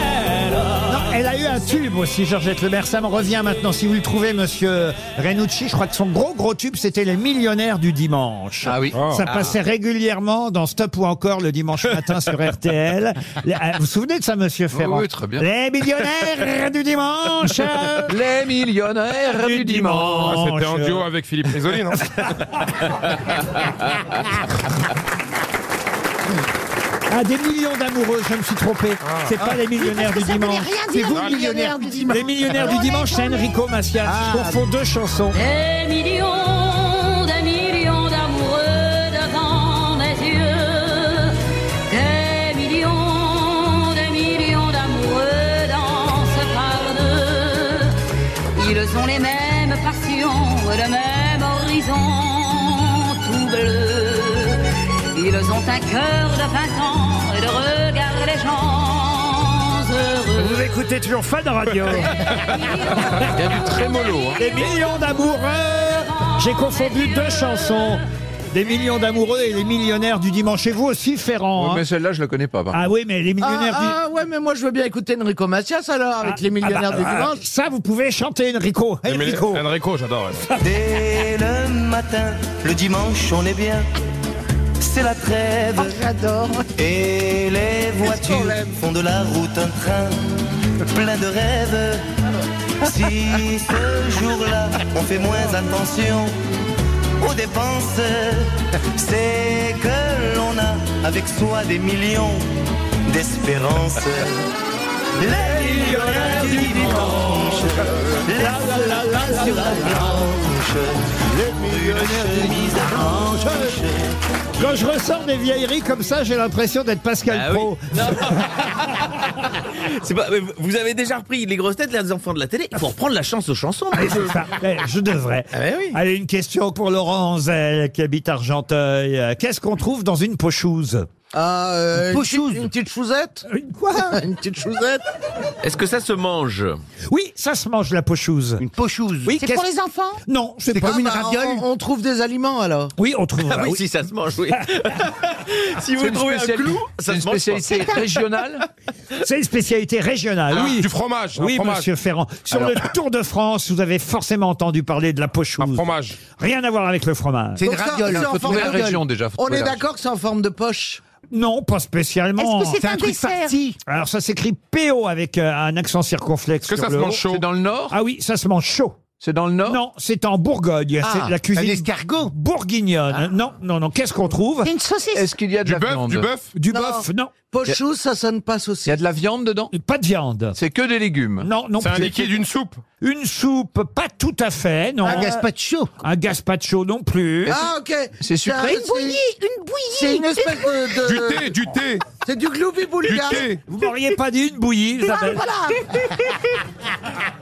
[SPEAKER 2] Non, elle a eu un tube aussi, Georgette Lemaire. Ça me revient maintenant. Si vous le trouvez, monsieur Renucci, je crois que son gros gros tube, c'était Les Millionnaires du Dimanche.
[SPEAKER 5] Ah oui.
[SPEAKER 2] Ça
[SPEAKER 5] Ah.
[SPEAKER 2] passait régulièrement dans Stop ou encore le dimanche matin sur RTL. Les- euh, Vous vous souvenez de ça, monsieur Ferrand
[SPEAKER 5] oui, très bien.
[SPEAKER 2] Les Millionnaires du Dimanche Euh,
[SPEAKER 5] Les millionnaires du dimanche.
[SPEAKER 3] Ah, C'était en duo avec Philippe Risoli, non
[SPEAKER 2] Ah, des millions d'amoureux, je me suis trompé.
[SPEAKER 5] Ah.
[SPEAKER 2] C'est pas les millionnaires
[SPEAKER 8] Oui, parce que
[SPEAKER 2] du
[SPEAKER 8] ça
[SPEAKER 2] dimanche.
[SPEAKER 8] voulait rien
[SPEAKER 2] C'est
[SPEAKER 8] dire,
[SPEAKER 2] vous,
[SPEAKER 8] les millionnaires
[SPEAKER 2] millionnaires du
[SPEAKER 8] du
[SPEAKER 2] dimanche. Les millionnaires du
[SPEAKER 8] dimanche.
[SPEAKER 2] dimanche, c'est Enrico Macias. Je confonds deux chansons.
[SPEAKER 8] Eh
[SPEAKER 16] Des millions, des millions d'amoureux devant mes yeux. Des millions, des millions d'amoureux dansent par deux. Ils ont les mêmes passions, le même horizon tout bleu. Ils ont un cœur de 20 ans et le regard des gens heureux.
[SPEAKER 2] Vous écoutez toujours Fun Radio.
[SPEAKER 5] Il y a du trémolo. hein.
[SPEAKER 2] Des millions d'amoureux. J'ai confondu deux chansons. Des millions d'amoureux et les millionnaires du dimanche. Et vous aussi, Ferrand.
[SPEAKER 5] Oui,
[SPEAKER 2] hein.
[SPEAKER 5] mais celle-là, je ne la connais pas. par
[SPEAKER 2] Ah
[SPEAKER 5] contre.
[SPEAKER 2] oui, mais les millionnaires du...
[SPEAKER 7] Ah, ah, ouais, mais moi je veux bien écouter Enrico Macias alors avec les millionnaires
[SPEAKER 2] Ah,
[SPEAKER 7] du
[SPEAKER 2] bah, ah,
[SPEAKER 7] dimanche.
[SPEAKER 2] Ça, vous pouvez chanter Enrico.
[SPEAKER 3] Les mille-
[SPEAKER 2] Enrico.
[SPEAKER 3] Enrico, j'adore. elle.
[SPEAKER 18] Dès le matin, le dimanche, on est bien. C'est la trêve.
[SPEAKER 7] J'adore.
[SPEAKER 18] Et les voitures font de la route un train plein de rêves. Si ce jour-là, on fait moins attention aux dépenses, c'est que l'on a avec soi des millions d'espérances. Les millionnaires du dimanche, la la la la sur la planche, les millionnaires de mise à blanche.
[SPEAKER 2] Quand je ressors des vieilleries comme ça, j'ai l'impression d'être Pascal Pro.
[SPEAKER 6] C'est pas- mais vous- vous avez déjà repris les grosses têtes, les enfants de la télé. Il faut reprendre la chance aux chansons.
[SPEAKER 2] Ah, c'est ça. Eh, Je devrais. Allez, une question pour Laurent Anzel, qui habite Argenteuil. Euh, Qu'est-ce qu'on trouve dans une pochouse
[SPEAKER 7] Ah, euh, une,
[SPEAKER 2] Pochouse. Euh,
[SPEAKER 7] petite, une petite chousette
[SPEAKER 2] Une quoi
[SPEAKER 7] Une petite chousette
[SPEAKER 6] Est-ce que ça se mange
[SPEAKER 2] Oui, ça se mange la pochouse.
[SPEAKER 4] Une pochouse.
[SPEAKER 2] Oui,
[SPEAKER 8] C'est
[SPEAKER 2] qu'est-ce-
[SPEAKER 8] pour les enfants
[SPEAKER 2] Non, c'est pas
[SPEAKER 7] Ah, bah, on, on trouve des aliments alors.
[SPEAKER 2] Oui, on trouve.
[SPEAKER 6] Ah oui,
[SPEAKER 2] oui.
[SPEAKER 6] si ça se mange, oui. si
[SPEAKER 5] C'est
[SPEAKER 6] vous
[SPEAKER 5] une
[SPEAKER 6] trouvez un
[SPEAKER 5] spécialité-
[SPEAKER 6] clou,
[SPEAKER 5] c'est
[SPEAKER 6] ça
[SPEAKER 5] une
[SPEAKER 6] se mange. pas.
[SPEAKER 5] spécialité régionale.
[SPEAKER 2] C'est une spécialité régionale.
[SPEAKER 3] Ah,
[SPEAKER 2] oui.
[SPEAKER 3] Du fromage. un
[SPEAKER 2] Oui,
[SPEAKER 3] fromage.
[SPEAKER 2] monsieur Ferrand. Sur le Tour de France, vous avez forcément entendu parler de la
[SPEAKER 3] Un
[SPEAKER 2] pochouse.
[SPEAKER 3] fromage.
[SPEAKER 2] Rien à voir avec le fromage.
[SPEAKER 4] C'est une
[SPEAKER 7] Donc ça,
[SPEAKER 4] radiole.
[SPEAKER 7] c'est en
[SPEAKER 4] faut
[SPEAKER 7] forme
[SPEAKER 4] trouver
[SPEAKER 7] de
[SPEAKER 5] la
[SPEAKER 7] gueule.
[SPEAKER 5] région, déjà, hein, faut
[SPEAKER 7] On
[SPEAKER 5] trouver
[SPEAKER 7] est
[SPEAKER 5] la
[SPEAKER 7] d'accord que c'est en forme de poche.
[SPEAKER 2] Non, pas spécialement.
[SPEAKER 8] Est-ce que c'est un, dessert
[SPEAKER 4] parti.
[SPEAKER 2] Alors ça s'écrit PO avec euh, un accent circonflexe.
[SPEAKER 3] Est-ce que
[SPEAKER 2] sur
[SPEAKER 3] ça se
[SPEAKER 2] le
[SPEAKER 3] mange
[SPEAKER 2] haut.
[SPEAKER 3] chaud
[SPEAKER 5] C'est dans le nord
[SPEAKER 2] Ah oui, ça se mange chaud.
[SPEAKER 5] C'est dans le nord
[SPEAKER 2] Non, c'est en Bourgogne. c'est la
[SPEAKER 4] Un
[SPEAKER 2] cuisine
[SPEAKER 4] escargot.
[SPEAKER 2] bourguignonne. Non, non, non. Qu'est-ce qu'on trouve
[SPEAKER 8] C'est une saucisse
[SPEAKER 5] Est-ce qu'il y a de
[SPEAKER 3] Du
[SPEAKER 5] la
[SPEAKER 3] bœuf
[SPEAKER 5] viande
[SPEAKER 3] Du bœuf
[SPEAKER 2] Du
[SPEAKER 7] Non.
[SPEAKER 2] bœuf Non,
[SPEAKER 7] Pochou, ça sonne pas
[SPEAKER 5] Il y
[SPEAKER 7] saucisse.
[SPEAKER 5] a de la viande dedans
[SPEAKER 2] pas de viande.
[SPEAKER 5] C'est que des légumes.
[SPEAKER 2] Non, non.
[SPEAKER 3] C'est un
[SPEAKER 2] plus.
[SPEAKER 3] liquide, une soupe.
[SPEAKER 2] Une soupe, pas tout à fait. Non.
[SPEAKER 4] Un gazpacho.
[SPEAKER 2] Un gazpacho non plus.
[SPEAKER 7] Ah, ok.
[SPEAKER 5] C'est sucré
[SPEAKER 7] un-
[SPEAKER 8] Une bouillie, une bouillie
[SPEAKER 7] C'est une espèce de.
[SPEAKER 3] Du
[SPEAKER 7] de-
[SPEAKER 3] thé, du thé,
[SPEAKER 7] C'est du gloubi
[SPEAKER 3] du
[SPEAKER 7] boulga.
[SPEAKER 3] thé.
[SPEAKER 2] Vous m'auriez pas dit une bouillie,
[SPEAKER 8] Ah,
[SPEAKER 2] Isabelle.
[SPEAKER 8] voilà.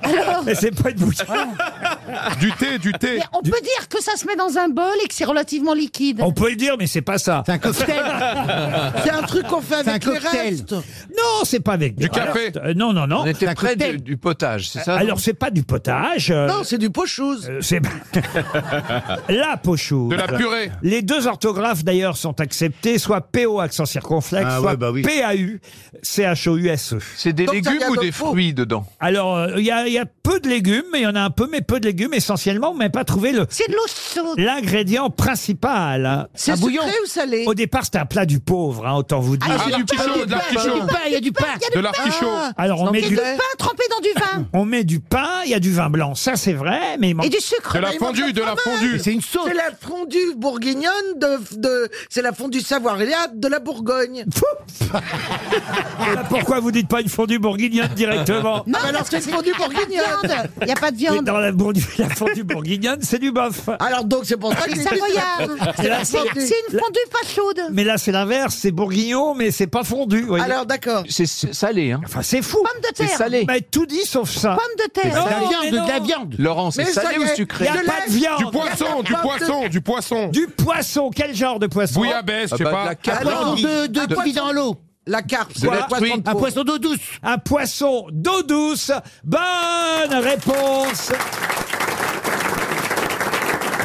[SPEAKER 2] Mais c'est pas une bouillie.
[SPEAKER 3] Du thé, du thé.
[SPEAKER 8] Mais on peut dire que ça se met dans un bol et que c'est relativement liquide.
[SPEAKER 2] On peut le dire, mais c'est pas ça.
[SPEAKER 4] C'est un cocktail.
[SPEAKER 7] C'est un truc qu'on fait
[SPEAKER 4] C'est
[SPEAKER 7] avec
[SPEAKER 4] un
[SPEAKER 7] les
[SPEAKER 4] cocktail.
[SPEAKER 7] restes.
[SPEAKER 2] Non, c'est pas avec
[SPEAKER 3] Du
[SPEAKER 2] des
[SPEAKER 3] café.
[SPEAKER 2] restes. Euh, Non, non, non.
[SPEAKER 5] On était
[SPEAKER 4] un
[SPEAKER 5] près
[SPEAKER 4] cocktail.
[SPEAKER 5] du, du potage, c'est ça
[SPEAKER 2] Alors c'est pas du potage. euh,
[SPEAKER 7] Non, c'est du pochouse.
[SPEAKER 2] euh, c'est la pochou.
[SPEAKER 3] De la purée.
[SPEAKER 2] Les deux orthographes d'ailleurs sont acceptées, soit PO accent circonflexe,
[SPEAKER 4] Ah
[SPEAKER 2] soit
[SPEAKER 4] ouais, bah oui.
[SPEAKER 2] PAU CHOUSE.
[SPEAKER 5] C'est des
[SPEAKER 7] Donc, ça
[SPEAKER 5] légumes
[SPEAKER 7] vient
[SPEAKER 5] ou
[SPEAKER 7] de
[SPEAKER 5] des
[SPEAKER 7] faux.
[SPEAKER 5] fruits dedans
[SPEAKER 2] E. Alors euh, il y, a, il y a peu de légumes, mais il y en a un peu, mais peu de légumes essentiellement, mais pas trouvé le
[SPEAKER 8] C'est de l'eau chaude.
[SPEAKER 2] l'ingrédient principal. hein.
[SPEAKER 7] C'est sucré ou salé
[SPEAKER 2] Au départ, c'était un plat du pauvre, hein, autant vous dire.
[SPEAKER 3] Ah, du petit chaud, de l'artichaut.
[SPEAKER 4] Il y a du pain.
[SPEAKER 3] De l'artichaut.
[SPEAKER 2] Alors on met
[SPEAKER 8] Il y a du
[SPEAKER 2] du,
[SPEAKER 8] pain trempé dans du vin
[SPEAKER 2] on met du pain, il y a du vin blanc, ça c'est vrai, mais il manque
[SPEAKER 8] et du sucre.
[SPEAKER 3] De la
[SPEAKER 8] Il manque
[SPEAKER 3] fondue, de la fondue.
[SPEAKER 4] C'est une sauce.
[SPEAKER 7] C'est la fondue bourguignonne de, de c'est la fondue savoyarde de la Bourgogne.
[SPEAKER 2] Pourquoi vous dites pas une fondue bourguignonne directement
[SPEAKER 8] Non,
[SPEAKER 7] alors
[SPEAKER 8] parce que
[SPEAKER 7] c'est fondue bourguignonne.
[SPEAKER 8] Il n'y a pas de
[SPEAKER 2] Mais dans la, bourg- la fondue bourguignonne, c'est du bœuf.
[SPEAKER 7] Alors donc c'est pour
[SPEAKER 8] C'est savoyard.
[SPEAKER 2] Mais là,
[SPEAKER 8] C'est
[SPEAKER 2] c'est-
[SPEAKER 8] c'est une fondue pas chaude.
[SPEAKER 2] mais là, c'est l'inverse, c'est bourguignon, mais c'est pas fondu. vous voyez.
[SPEAKER 7] Alors, d'accord.
[SPEAKER 5] C'est c'est salé, hein.
[SPEAKER 2] Enfin, c'est fou.
[SPEAKER 8] Pomme de terre.
[SPEAKER 5] C'est salé.
[SPEAKER 2] Mais tout dit sauf ça.
[SPEAKER 8] Pomme de terre.
[SPEAKER 2] C'est
[SPEAKER 8] Non,
[SPEAKER 2] salé.
[SPEAKER 8] mais non.
[SPEAKER 4] viande.
[SPEAKER 5] Laurent, c'est
[SPEAKER 8] Mais ça
[SPEAKER 5] salé
[SPEAKER 8] y
[SPEAKER 5] ou
[SPEAKER 8] est,
[SPEAKER 5] sucré
[SPEAKER 2] Il n'y a pas de viande.
[SPEAKER 3] Du poisson, du poisson, du poisson.
[SPEAKER 2] Du poisson. Quel genre de poisson
[SPEAKER 3] Bouillabaisse, je sais
[SPEAKER 5] Ah bah, de
[SPEAKER 3] pas.
[SPEAKER 5] la carpe.
[SPEAKER 4] Alors, de, de,
[SPEAKER 5] De-
[SPEAKER 4] cuit dans l'eau.
[SPEAKER 7] La carpe,
[SPEAKER 5] De la truite.
[SPEAKER 7] poisson de
[SPEAKER 4] Un
[SPEAKER 7] peau.
[SPEAKER 4] poisson d'eau douce.
[SPEAKER 2] Un poisson d'eau douce. Bonne réponse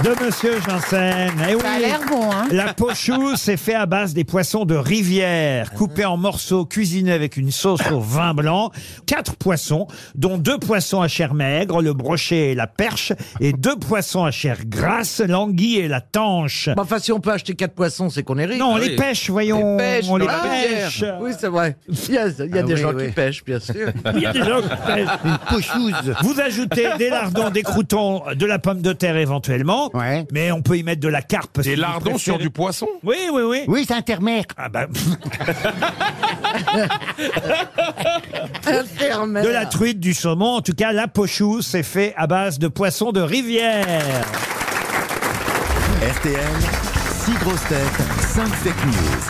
[SPEAKER 2] de Monsieur Janssen. Eh oui.
[SPEAKER 8] Ça a l'air bon, hein.
[SPEAKER 2] La pochou, c'est fait à base des poissons de rivière, coupés en morceaux, cuisinés avec une sauce au vin blanc. Quatre poissons, dont deux poissons à chair maigre, le brochet et la perche, et deux poissons à chair grasse, l'anguille et la tanche.
[SPEAKER 7] Bah, Enfin, si on peut acheter quatre poissons, c'est qu'on est riche.
[SPEAKER 2] Non, on
[SPEAKER 6] Ah
[SPEAKER 2] les
[SPEAKER 6] oui.
[SPEAKER 2] pêche, voyons.
[SPEAKER 5] pêche
[SPEAKER 2] on les
[SPEAKER 5] dans la
[SPEAKER 2] pêche.
[SPEAKER 7] Ah, Oui, c'est vrai. Il y a, il y a des gens qui pêchent, bien sûr.
[SPEAKER 2] Il y a des gens qui pêchent.
[SPEAKER 4] Pochouse.
[SPEAKER 2] Vous ajoutez des lardons, des croutons, de la pomme de terre éventuellement.
[SPEAKER 4] Ouais.
[SPEAKER 2] Mais on peut y mettre de la carpe. si
[SPEAKER 3] Des
[SPEAKER 2] vous
[SPEAKER 3] lardons
[SPEAKER 2] préférez.
[SPEAKER 3] sur du poisson.
[SPEAKER 2] Oui, oui, oui.
[SPEAKER 4] Oui, c'est intermère.
[SPEAKER 2] Ah bah,
[SPEAKER 7] Intermère.
[SPEAKER 2] de la truite, du saumon. En tout cas, la pochou, c'est fait à base de poissons de rivière.
[SPEAKER 1] RTL, 6 grosses têtes, 5 fake news.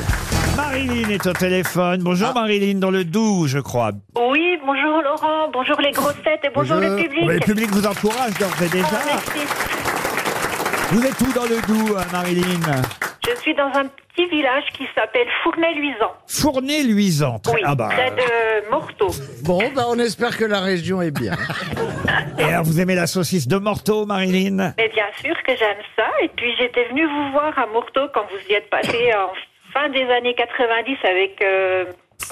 [SPEAKER 2] Marilyn est au téléphone. Bonjour Marilyn, dans le Doubs, je crois.
[SPEAKER 19] Oui, bonjour Laurent, bonjour les grossettes et bonjour, le public.
[SPEAKER 2] Le public vous encourage d'ores et déjà.
[SPEAKER 19] Ah, merci.
[SPEAKER 2] Vous êtes où dans le Doubs, euh, Marilyn
[SPEAKER 19] Je suis dans un petit village qui s'appelle Fournay-Luisan.
[SPEAKER 2] Fournay-Luisant. Très-
[SPEAKER 19] Oui,
[SPEAKER 2] Ah bah,
[SPEAKER 19] près de Morteau.
[SPEAKER 7] Bon, bah, on espère que la région est bien.
[SPEAKER 2] Et alors, vous aimez la saucisse de Morteau, Marilyn
[SPEAKER 19] Mais bien sûr que j'aime ça. Et puis j'étais venue vous voir à Morteau quand vous y êtes passé en fin des années 90 avec euh,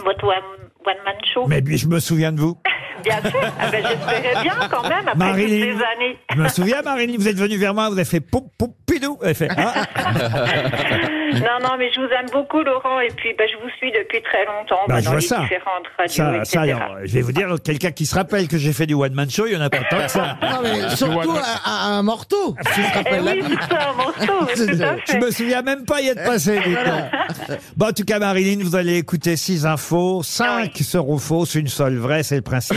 [SPEAKER 19] votre one, one man show.
[SPEAKER 2] Mais oui, je me souviens de vous.
[SPEAKER 19] Bien sûr. Ah ben, j'espérais bien quand même après
[SPEAKER 2] Marilyn.
[SPEAKER 19] toutes ces années.
[SPEAKER 2] Je me souviens, Marilyn, vous êtes venue vers moi, vous avez fait poup, poup, pidou. Vous avez fait, ah, ah.
[SPEAKER 19] Non, non, mais je vous aime beaucoup, Laurent. Et puis, bah, je vous suis depuis très longtemps
[SPEAKER 2] Bah,
[SPEAKER 19] bah,
[SPEAKER 2] je
[SPEAKER 19] dans
[SPEAKER 2] vois
[SPEAKER 19] les
[SPEAKER 2] ça.
[SPEAKER 19] différentes radios,
[SPEAKER 2] ça,
[SPEAKER 19] etc.
[SPEAKER 2] ça, alors, je vais vous dire, quelqu'un qui se rappelle que j'ai fait du one-man show, il y en a pas tant que ça.
[SPEAKER 7] Non, mais surtout à, à- à un morteau. Tu te
[SPEAKER 19] Eh
[SPEAKER 7] rappelles la-
[SPEAKER 19] oui, c'est ça, Morteau, Oh, tout à
[SPEAKER 2] Je
[SPEAKER 19] fait.
[SPEAKER 2] me souviens même pas y être passé. dites donc. Bon, en tout cas, Marilyn, vous allez écouter six infos. Cinq seront fausses, une seule vraie, c'est le principe.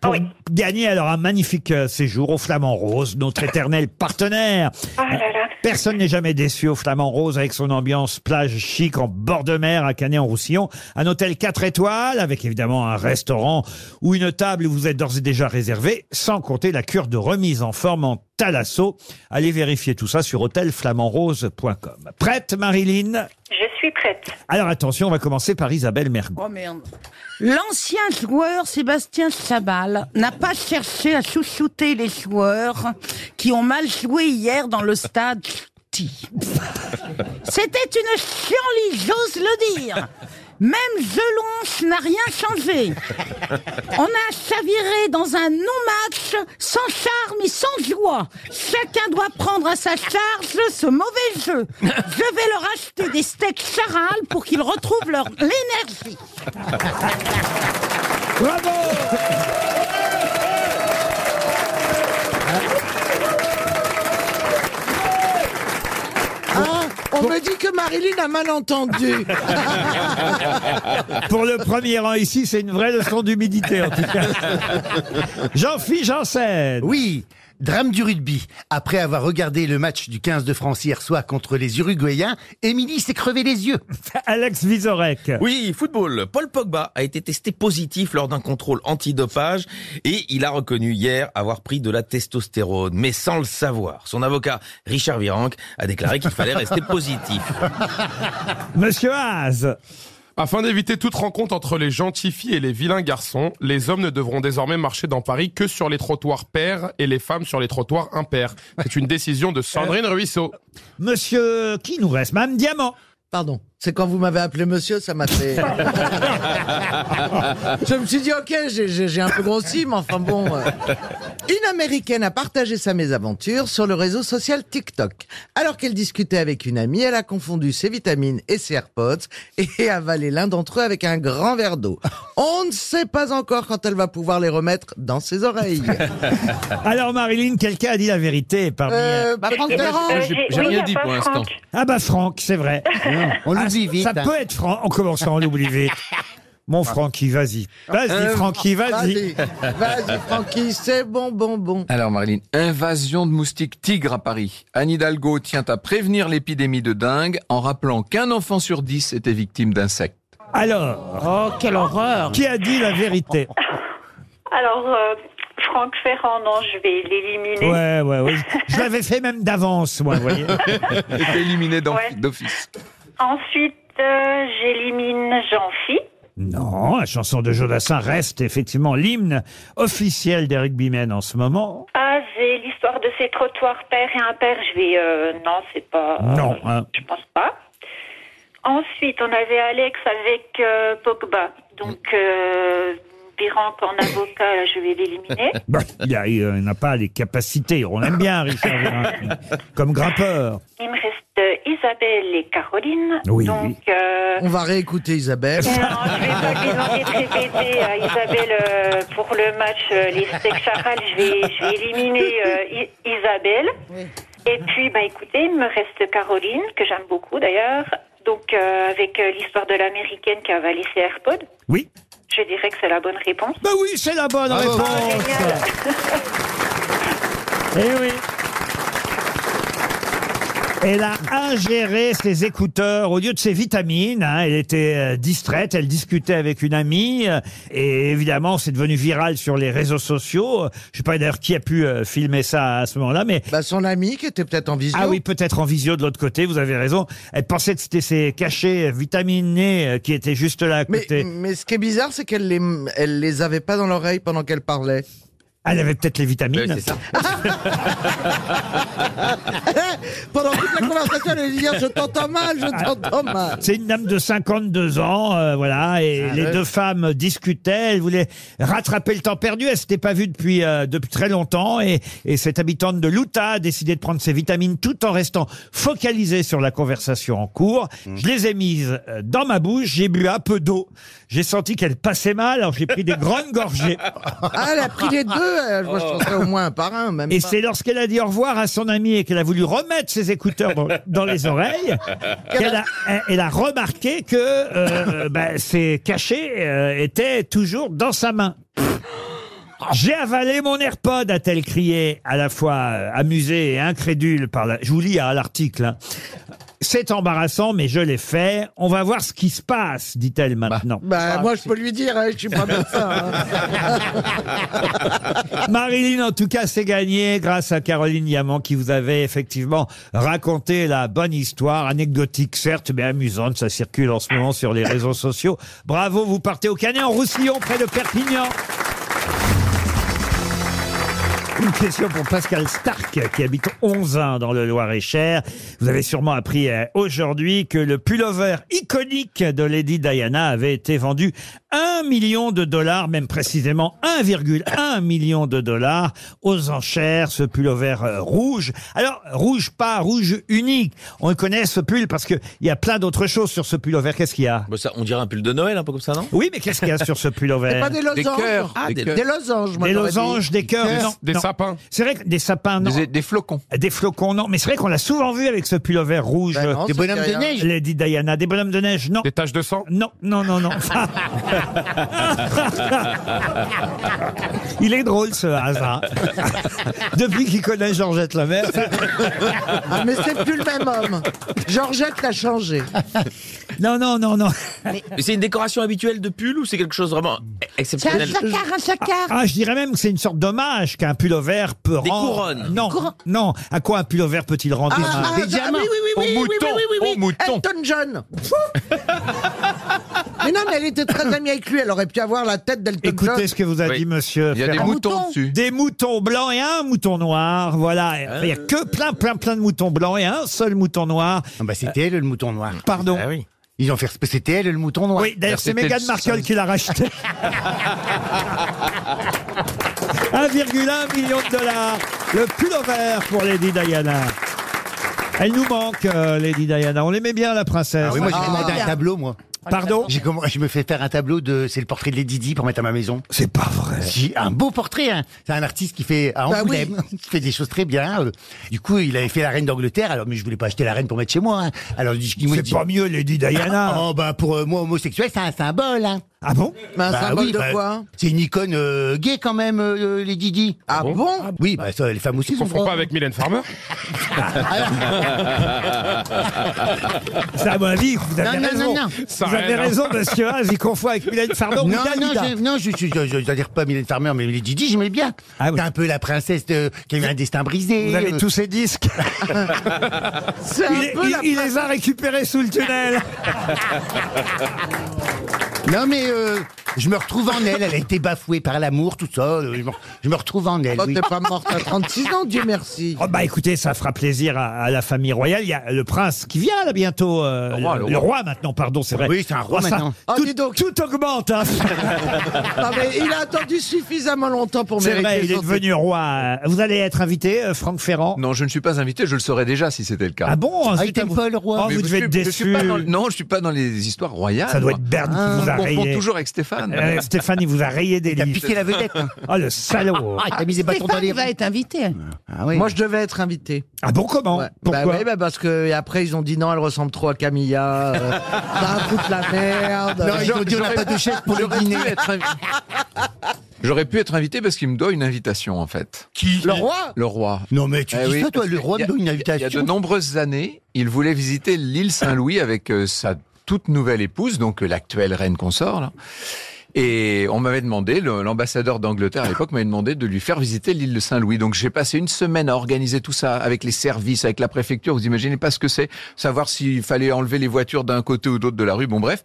[SPEAKER 2] Pour
[SPEAKER 19] Ah oui.
[SPEAKER 2] gagner alors un magnifique euh, séjour au Flamand Rose, notre éternel partenaire.
[SPEAKER 19] Ah là là.
[SPEAKER 2] Personne n'est jamais déçu au Flamand Rose avec son ambiance plage chic en bord de mer à Canet-en-Roussillon. Un hôtel 4 étoiles avec évidemment un restaurant ou une table où vous êtes d'ores et déjà réservé, sans compter la cure de remise en forme en Talasso. Allez vérifier tout ça sur hôtelflamandrose.com. Prête, Marilyn
[SPEAKER 19] Je suis prête.
[SPEAKER 2] Alors attention, on va commencer par Isabelle Mergo.
[SPEAKER 8] Oh merde. L'ancien joueur Sébastien Chabal n'a pas cherché à chouchouter les joueurs qui ont mal joué hier dans le stade Ch'ti. C'était une chienlit, j'ose le dire. Même Jelonche n'a rien changé. On a chaviré dans un non-match sans charme et sans joie. Chacun doit prendre à sa charge ce mauvais jeu. Je vais leur acheter des steaks charal pour qu'ils retrouvent leur l'énergie.
[SPEAKER 2] Bravo
[SPEAKER 7] Hein on me dit que Marilyn a mal entendu.
[SPEAKER 2] Pour le premier rang ici, c'est une vraie leçon d'humidité en tout cas. Jean-Philippe Janssen.
[SPEAKER 4] Oui, drame du rugby. Après avoir regardé le match du 15 de France hier soir contre les Uruguayens, Émilie s'est crevé les yeux.
[SPEAKER 2] Alex Vizorek.
[SPEAKER 6] Oui, football. Paul Pogba a été testé positif lors d'un contrôle antidopage et il a reconnu hier avoir pris de la testostérone, mais sans le savoir. Son avocat, Richard Virenque, a déclaré qu'il fallait rester positif.
[SPEAKER 2] Monsieur Haas.
[SPEAKER 3] Afin d'éviter toute rencontre entre les gentilles filles et les vilains garçons, les hommes ne devront désormais marcher dans Paris que sur les trottoirs pairs et les femmes sur les trottoirs impairs. C'est une décision de Sandrine Ruisseau.
[SPEAKER 2] Monsieur, qui nous reste Mme Diamant.
[SPEAKER 7] Pardon. C'est quand vous m'avez appelé monsieur, ça m'a fait. Je me suis dit, ok, j'ai- j'ai j'ai un peu grossi, mais enfin bon. euh. Une américaine a partagé sa mésaventure sur le réseau social TikTok. Alors qu'elle discutait avec une amie, elle a confondu ses vitamines et ses AirPods et avalé l'un d'entre eux avec un grand verre d'eau. On ne sait pas encore quand elle va pouvoir les remettre dans ses oreilles.
[SPEAKER 2] Alors, Marilyn, quelqu'un a dit la vérité parmi.
[SPEAKER 7] Euh,
[SPEAKER 19] Euh, j'ai-
[SPEAKER 3] Eh ben, j'ai
[SPEAKER 19] oui, y
[SPEAKER 3] rien
[SPEAKER 19] a
[SPEAKER 3] dit
[SPEAKER 19] pas
[SPEAKER 3] pour
[SPEAKER 19] Franck.
[SPEAKER 3] l'instant.
[SPEAKER 2] Ah, bah, Franck, c'est vrai.
[SPEAKER 4] On
[SPEAKER 2] Ah,
[SPEAKER 4] l'oublie vite.
[SPEAKER 2] Ça peut être Franck. On commence à en l'oublier vite. Mon Francky, vas-y. Vas-y,
[SPEAKER 7] Euh,
[SPEAKER 2] Francky, vas-y.
[SPEAKER 7] Vas-y, vas-y, Francky, c'est bon, bon, bon.
[SPEAKER 5] Alors Marilyn, invasion de moustiques tigres à Paris. Anne Hidalgo tient à prévenir l'épidémie de dingue en rappelant qu'un enfant sur dix était victime d'insectes.
[SPEAKER 2] Alors. Oh, quelle horreur. Qui a dit la vérité
[SPEAKER 19] Alors, euh, Franck Ferrand, non, je vais l'éliminer.
[SPEAKER 2] Ouais, ouais, ouais. Je l'avais fait même d'avance, moi, vous voyez.
[SPEAKER 5] Était éliminé d'en-
[SPEAKER 19] Ouais.
[SPEAKER 5] d'office.
[SPEAKER 19] Ensuite, euh, j'élimine Jean-Phi.
[SPEAKER 2] Non, la chanson de Jodassin reste effectivement l'hymne officiel d'Eric Bimène en ce moment.
[SPEAKER 19] Ah, j'ai l'histoire de ces trottoirs père et impair. Je vais. euh, non, c'est pas.
[SPEAKER 2] Non. hein.
[SPEAKER 19] Je pense pas. Ensuite, on avait Alex avec euh, Pogba. Donc, euh, Birank en avocat, là, je vais l'éliminer.
[SPEAKER 2] Bah, il a- il euh, n'a pas les capacités. On l'aime bien, Richard Virenque, comme grimpeur.
[SPEAKER 19] Il me reste euh, Isabelle et Caroline.
[SPEAKER 2] Oui.
[SPEAKER 19] Donc, euh,
[SPEAKER 7] On va réécouter Isabelle.
[SPEAKER 19] je vais pas lui demander de répéter à Isabelle euh, pour le match euh, les steaks Charal. Je vais, je vais éliminer euh, I- Isabelle. Et puis, bah, écoutez, il me reste Caroline, que j'aime beaucoup d'ailleurs. Donc, euh, avec euh, l'histoire de l'américaine qui a avalé ses AirPods.
[SPEAKER 2] Oui.
[SPEAKER 19] Je dirais que c'est la bonne réponse.
[SPEAKER 2] Bah oui, c'est la bonne réponse. Eh oui. Elle a ingéré ses écouteurs au lieu de ses vitamines. hein. Elle était euh, distraite, elle discutait avec une amie. euh, et évidemment, c'est devenu viral sur les réseaux sociaux. Euh, Je sais pas d'ailleurs qui a pu euh, filmer ça à ce moment-là, mais...
[SPEAKER 7] Bah, son ami qui était peut-être en visio.
[SPEAKER 2] Ah oui, peut-être en visio de l'autre côté, vous avez raison. Elle pensait que c'était ses cachets euh, vitaminées euh, qui étaient juste là à
[SPEAKER 7] Mais,
[SPEAKER 2] côté.
[SPEAKER 7] mais ce qui est bizarre, c'est qu'elle les, elle les avait pas dans l'oreille pendant qu'elle parlait.
[SPEAKER 2] Elle avait peut-être les vitamines.
[SPEAKER 7] pendant toute la conversation, elle lui dit Je t'entends mal, je t'entends mal.
[SPEAKER 2] Ah.
[SPEAKER 7] Ah
[SPEAKER 2] C'est une dame de 52 ans, euh, voilà, et les
[SPEAKER 7] ouais.
[SPEAKER 2] deux femmes discutaient, elles voulaient rattraper le temps perdu, elles s'étaient pas vues depuis, euh, depuis très longtemps, et, et cette habitante de l'Utah a décidé de prendre ses vitamines tout en restant focalisée sur la conversation en cours.
[SPEAKER 7] Mm.
[SPEAKER 2] Je les ai mises euh, dans ma bouche, j'ai bu un peu d'eau, j'ai senti qu'elle passait mal, alors j'ai pris des grandes gorgées.
[SPEAKER 7] Ah, elle a pris les deux. euh, Moi, je pensais au moins un par un. Même
[SPEAKER 2] Et
[SPEAKER 7] pas.
[SPEAKER 2] c'est lorsqu'elle a dit au revoir à son ami et qu'elle a voulu remettre ses écouteurs dans, dans les oreilles, qu'elle a, elle a remarqué que euh, bah, ses cachets euh, étaient toujours dans sa main. J'ai avalé mon AirPod, a-t-elle crié, à la fois euh, amusée et incrédule par la... Je vous lis à l'article. hein. C'est embarrassant, mais je l'ai fait. On va voir ce qui se passe, dit-elle maintenant.
[SPEAKER 7] Bah, moi, je peux lui dire, hein, je suis pas médecin. hein.
[SPEAKER 2] Marilyn, en tout cas, c'est gagné grâce à Caroline Diamant qui vous avait effectivement raconté la bonne histoire, anecdotique certes, mais amusante. Ça circule en ce moment sur les réseaux sociaux. Bravo, vous partez au Canet en Roussillon, près de Perpignan. Une question pour Pascal Stark, qui habite 11 dans le Loir-et-Cher. Vous avez sûrement appris euh, aujourd'hui que le pullover iconique de Lady Diana avait été vendu 1 million de dollars, même précisément 1,1 million de dollars aux enchères, ce pullover euh, rouge. Alors, rouge pas, rouge unique. On connaît ce pull parce qu'il y a plein d'autres choses sur ce pullover. Qu'est-ce qu'il y a
[SPEAKER 6] Bon, ça, on dirait un pull de Noël, un peu comme ça, non
[SPEAKER 2] Oui, mais qu'est-ce qu'il y a sur ce pullover
[SPEAKER 7] C'est pas des losanges.
[SPEAKER 5] cœurs,
[SPEAKER 7] Ah,
[SPEAKER 5] des
[SPEAKER 7] des,
[SPEAKER 5] cœurs.
[SPEAKER 7] des losanges, moi,
[SPEAKER 2] des
[SPEAKER 7] j'aurais
[SPEAKER 2] losanges,
[SPEAKER 7] dit.
[SPEAKER 2] des cœurs,
[SPEAKER 3] Des-
[SPEAKER 2] non,
[SPEAKER 3] des
[SPEAKER 2] non.
[SPEAKER 3] sapins.
[SPEAKER 2] C'est vrai que des sapins, non.
[SPEAKER 5] Des, des flocons.
[SPEAKER 2] Des flocons, non. Mais c'est vrai qu'on l'a souvent vu avec ce pullover rouge.
[SPEAKER 7] Bah non,
[SPEAKER 2] des
[SPEAKER 7] ça me dit rien.
[SPEAKER 2] Lady Diana. Des bonhommes de neige, non.
[SPEAKER 3] Des taches de sang
[SPEAKER 2] Non, non, non, non. Il est drôle ce hasard. Depuis qu'il connaît Georgette la mère.
[SPEAKER 7] Ah, Mais c'est plus le même homme. Georgette l'a changé.
[SPEAKER 2] Non, non, non, non.
[SPEAKER 6] Mais c'est une décoration habituelle de pull ou c'est quelque chose vraiment
[SPEAKER 8] C'est un
[SPEAKER 6] exceptionnel
[SPEAKER 8] jacquard, un jacquard.
[SPEAKER 2] Ah, je dirais même que c'est une sorte d'hommage qu'un pullover peut
[SPEAKER 6] Des
[SPEAKER 2] rendre.
[SPEAKER 6] couronnes.
[SPEAKER 2] Non, non. À quoi un pullover peut-il rendre hommage
[SPEAKER 7] Ah, bah, oui, oui, oui, oui, oui, oui, oui, oui, oui.
[SPEAKER 5] Au mouton.
[SPEAKER 7] Elton John. mais non, mais elle était très amie avec lui. Elle aurait pu avoir la tête d'Elton John.
[SPEAKER 2] Écoutez ce que vous a
[SPEAKER 5] Oui.
[SPEAKER 2] dit Monsieur
[SPEAKER 5] Il y a des
[SPEAKER 2] Ferrand.
[SPEAKER 5] moutons
[SPEAKER 8] mouton.
[SPEAKER 5] dessus.
[SPEAKER 2] Des moutons blancs et un mouton noir, voilà. Il n'y a que plein, plein, plein de moutons blancs et un seul mouton noir.
[SPEAKER 4] Ah bah, c'était elle, le mouton noir.
[SPEAKER 2] Pardon.
[SPEAKER 6] Ah oui.
[SPEAKER 4] Ils ont fait. C'était elle, le mouton noir.
[SPEAKER 2] Oui, d'ailleurs, c'est
[SPEAKER 5] C'était
[SPEAKER 2] Meghan
[SPEAKER 5] le
[SPEAKER 2] Markle qui l'a racheté. 1,1 million de dollars. Le pullover pour Lady Diana. Elle nous manque, euh, Lady Diana. On l'aimait bien, la princesse.
[SPEAKER 4] Ah oui, moi j'ai
[SPEAKER 7] Ah.
[SPEAKER 4] commandé un tableau, moi.
[SPEAKER 2] Pardon
[SPEAKER 4] J'ai commandé- je me fais faire un tableau de. C'est le portrait de Lady Di pour mettre à ma maison.
[SPEAKER 2] C'est pas vrai.
[SPEAKER 4] J'ai un beau portrait. Hein. C'est un artiste qui fait à
[SPEAKER 7] Bah
[SPEAKER 4] Angoulême, qui fait des choses très bien. Euh, Du coup, il avait fait la reine d'Angleterre. Alors, mais je voulais pas acheter la reine pour mettre chez moi. Hein. Alors, je dis, moi, je
[SPEAKER 2] C'est
[SPEAKER 4] dis-
[SPEAKER 2] pas mieux, Lady Diana.
[SPEAKER 4] Oh bah pour euh, moi homosexuel, c'est un symbole. Hein.
[SPEAKER 2] Ah bon
[SPEAKER 7] Mais un symbole de quoi
[SPEAKER 4] C'est une icône euh, gay quand même, euh, euh, les Didi. Ah
[SPEAKER 7] bon
[SPEAKER 4] Oui, bah, ça, les femmes aussi
[SPEAKER 3] Tu
[SPEAKER 4] sont Ah,
[SPEAKER 3] confonds pas avec Mylène Farmer
[SPEAKER 2] Ça, à mon avis, vous avez
[SPEAKER 4] Non, non,
[SPEAKER 2] raison.
[SPEAKER 4] non, non.
[SPEAKER 2] Vous avez raison, monsieur Haas, il confond avec Mylène Farmer
[SPEAKER 4] non,
[SPEAKER 2] ou
[SPEAKER 4] non,
[SPEAKER 2] Dalida.
[SPEAKER 4] j'ai- non, je suis, je, je, j'adhère pas à Mylène Farmer, mais les Didi, j'aimais bien. T'es un peu la princesse de- qui a eu un destin brisé.
[SPEAKER 2] Ah Vous avez
[SPEAKER 4] euh.
[SPEAKER 2] tous ces disques.
[SPEAKER 4] C'est un
[SPEAKER 2] il, est-
[SPEAKER 4] peu
[SPEAKER 2] il-
[SPEAKER 4] la
[SPEAKER 2] il les a récupérés sous le tunnel.
[SPEAKER 4] Non, mais euh, je me retrouve en elle. Elle a été bafouée par l'amour, tout ça. euh, Je me, je me retrouve en elle.
[SPEAKER 7] Oh,
[SPEAKER 4] oui.
[SPEAKER 7] t'es pas morte à 36 ans, Dieu merci.
[SPEAKER 2] Oh bah écoutez, ça fera plaisir à, à la famille royale. Il y a le prince qui vient là bientôt. euh, le,
[SPEAKER 4] roi,
[SPEAKER 2] le
[SPEAKER 4] le
[SPEAKER 2] roi,
[SPEAKER 4] roi.
[SPEAKER 2] maintenant, pardon, c'est vrai.
[SPEAKER 4] Oui, c'est un roi
[SPEAKER 2] Oh, ça,
[SPEAKER 4] maintenant.
[SPEAKER 2] tout, tout augmente. hein.
[SPEAKER 7] Non, mais il a attendu suffisamment longtemps pour
[SPEAKER 2] c'est
[SPEAKER 7] mériter
[SPEAKER 2] vrai, il est
[SPEAKER 7] son
[SPEAKER 2] devenu roi. Vous allez être invité, euh, Franck Ferrand
[SPEAKER 5] Non, je ne suis pas invité, je le saurais déjà si c'était le cas.
[SPEAKER 2] Ah bon
[SPEAKER 5] Ah,
[SPEAKER 2] zut,
[SPEAKER 5] il t'aime
[SPEAKER 2] vous-
[SPEAKER 5] pas, le roi
[SPEAKER 2] Oh,
[SPEAKER 5] Mais
[SPEAKER 2] vous
[SPEAKER 5] je
[SPEAKER 2] devez
[SPEAKER 5] suis-
[SPEAKER 2] être
[SPEAKER 5] je suis
[SPEAKER 2] déçu.
[SPEAKER 5] pas dans le- Non, je suis pas dans les histoires royales.
[SPEAKER 2] Ça doit
[SPEAKER 5] moi.
[SPEAKER 2] être Bern qui vous a
[SPEAKER 5] je confonds
[SPEAKER 2] rayé.
[SPEAKER 5] toujours avec Stéphane.
[SPEAKER 2] Euh, Stéphane, il vous a rayé des
[SPEAKER 5] Il a
[SPEAKER 2] livres.
[SPEAKER 5] piqué la vedette, hein.
[SPEAKER 2] Oh, le salaud.
[SPEAKER 4] Ah, il t'a mis des bâtons dans les
[SPEAKER 8] Stéphane va être invité.
[SPEAKER 7] Moi, je devais être invité.
[SPEAKER 2] Ah bon, comment
[SPEAKER 7] Bah Ah, ouais, bah parce que et après ils ont dit non, elle ressemble trop à Camilla. euh, ça fout de la merde.
[SPEAKER 4] Non, ils ont dit, on n'a pas de chef pour le dîner.
[SPEAKER 5] J'aurais pu être invité parce qu'il me doit une invitation, en fait.
[SPEAKER 4] Qui Le roi
[SPEAKER 5] Le roi.
[SPEAKER 4] Non, mais tu
[SPEAKER 5] Eh
[SPEAKER 4] dis
[SPEAKER 5] oui,
[SPEAKER 4] ça, toi,
[SPEAKER 5] parce
[SPEAKER 4] le
[SPEAKER 5] que
[SPEAKER 4] roi
[SPEAKER 5] il y
[SPEAKER 4] me
[SPEAKER 5] a-
[SPEAKER 4] donne une
[SPEAKER 5] Il y a de
[SPEAKER 4] invitation.
[SPEAKER 5] nombreuses années, il voulait visiter l'île Saint-Louis avec euh, sa toute nouvelle épouse, donc euh, l'actuelle reine consort. là. Et on m'avait demandé, le- l'ambassadeur d'Angleterre à l'époque m'avait demandé de lui faire visiter l'île de Saint-Louis. Donc j'ai passé une semaine à organiser tout ça avec les services, avec la préfecture. Vous imaginez pas ce que c'est, savoir s'il fallait enlever les voitures d'un côté ou d'autre de la rue. Bon bref.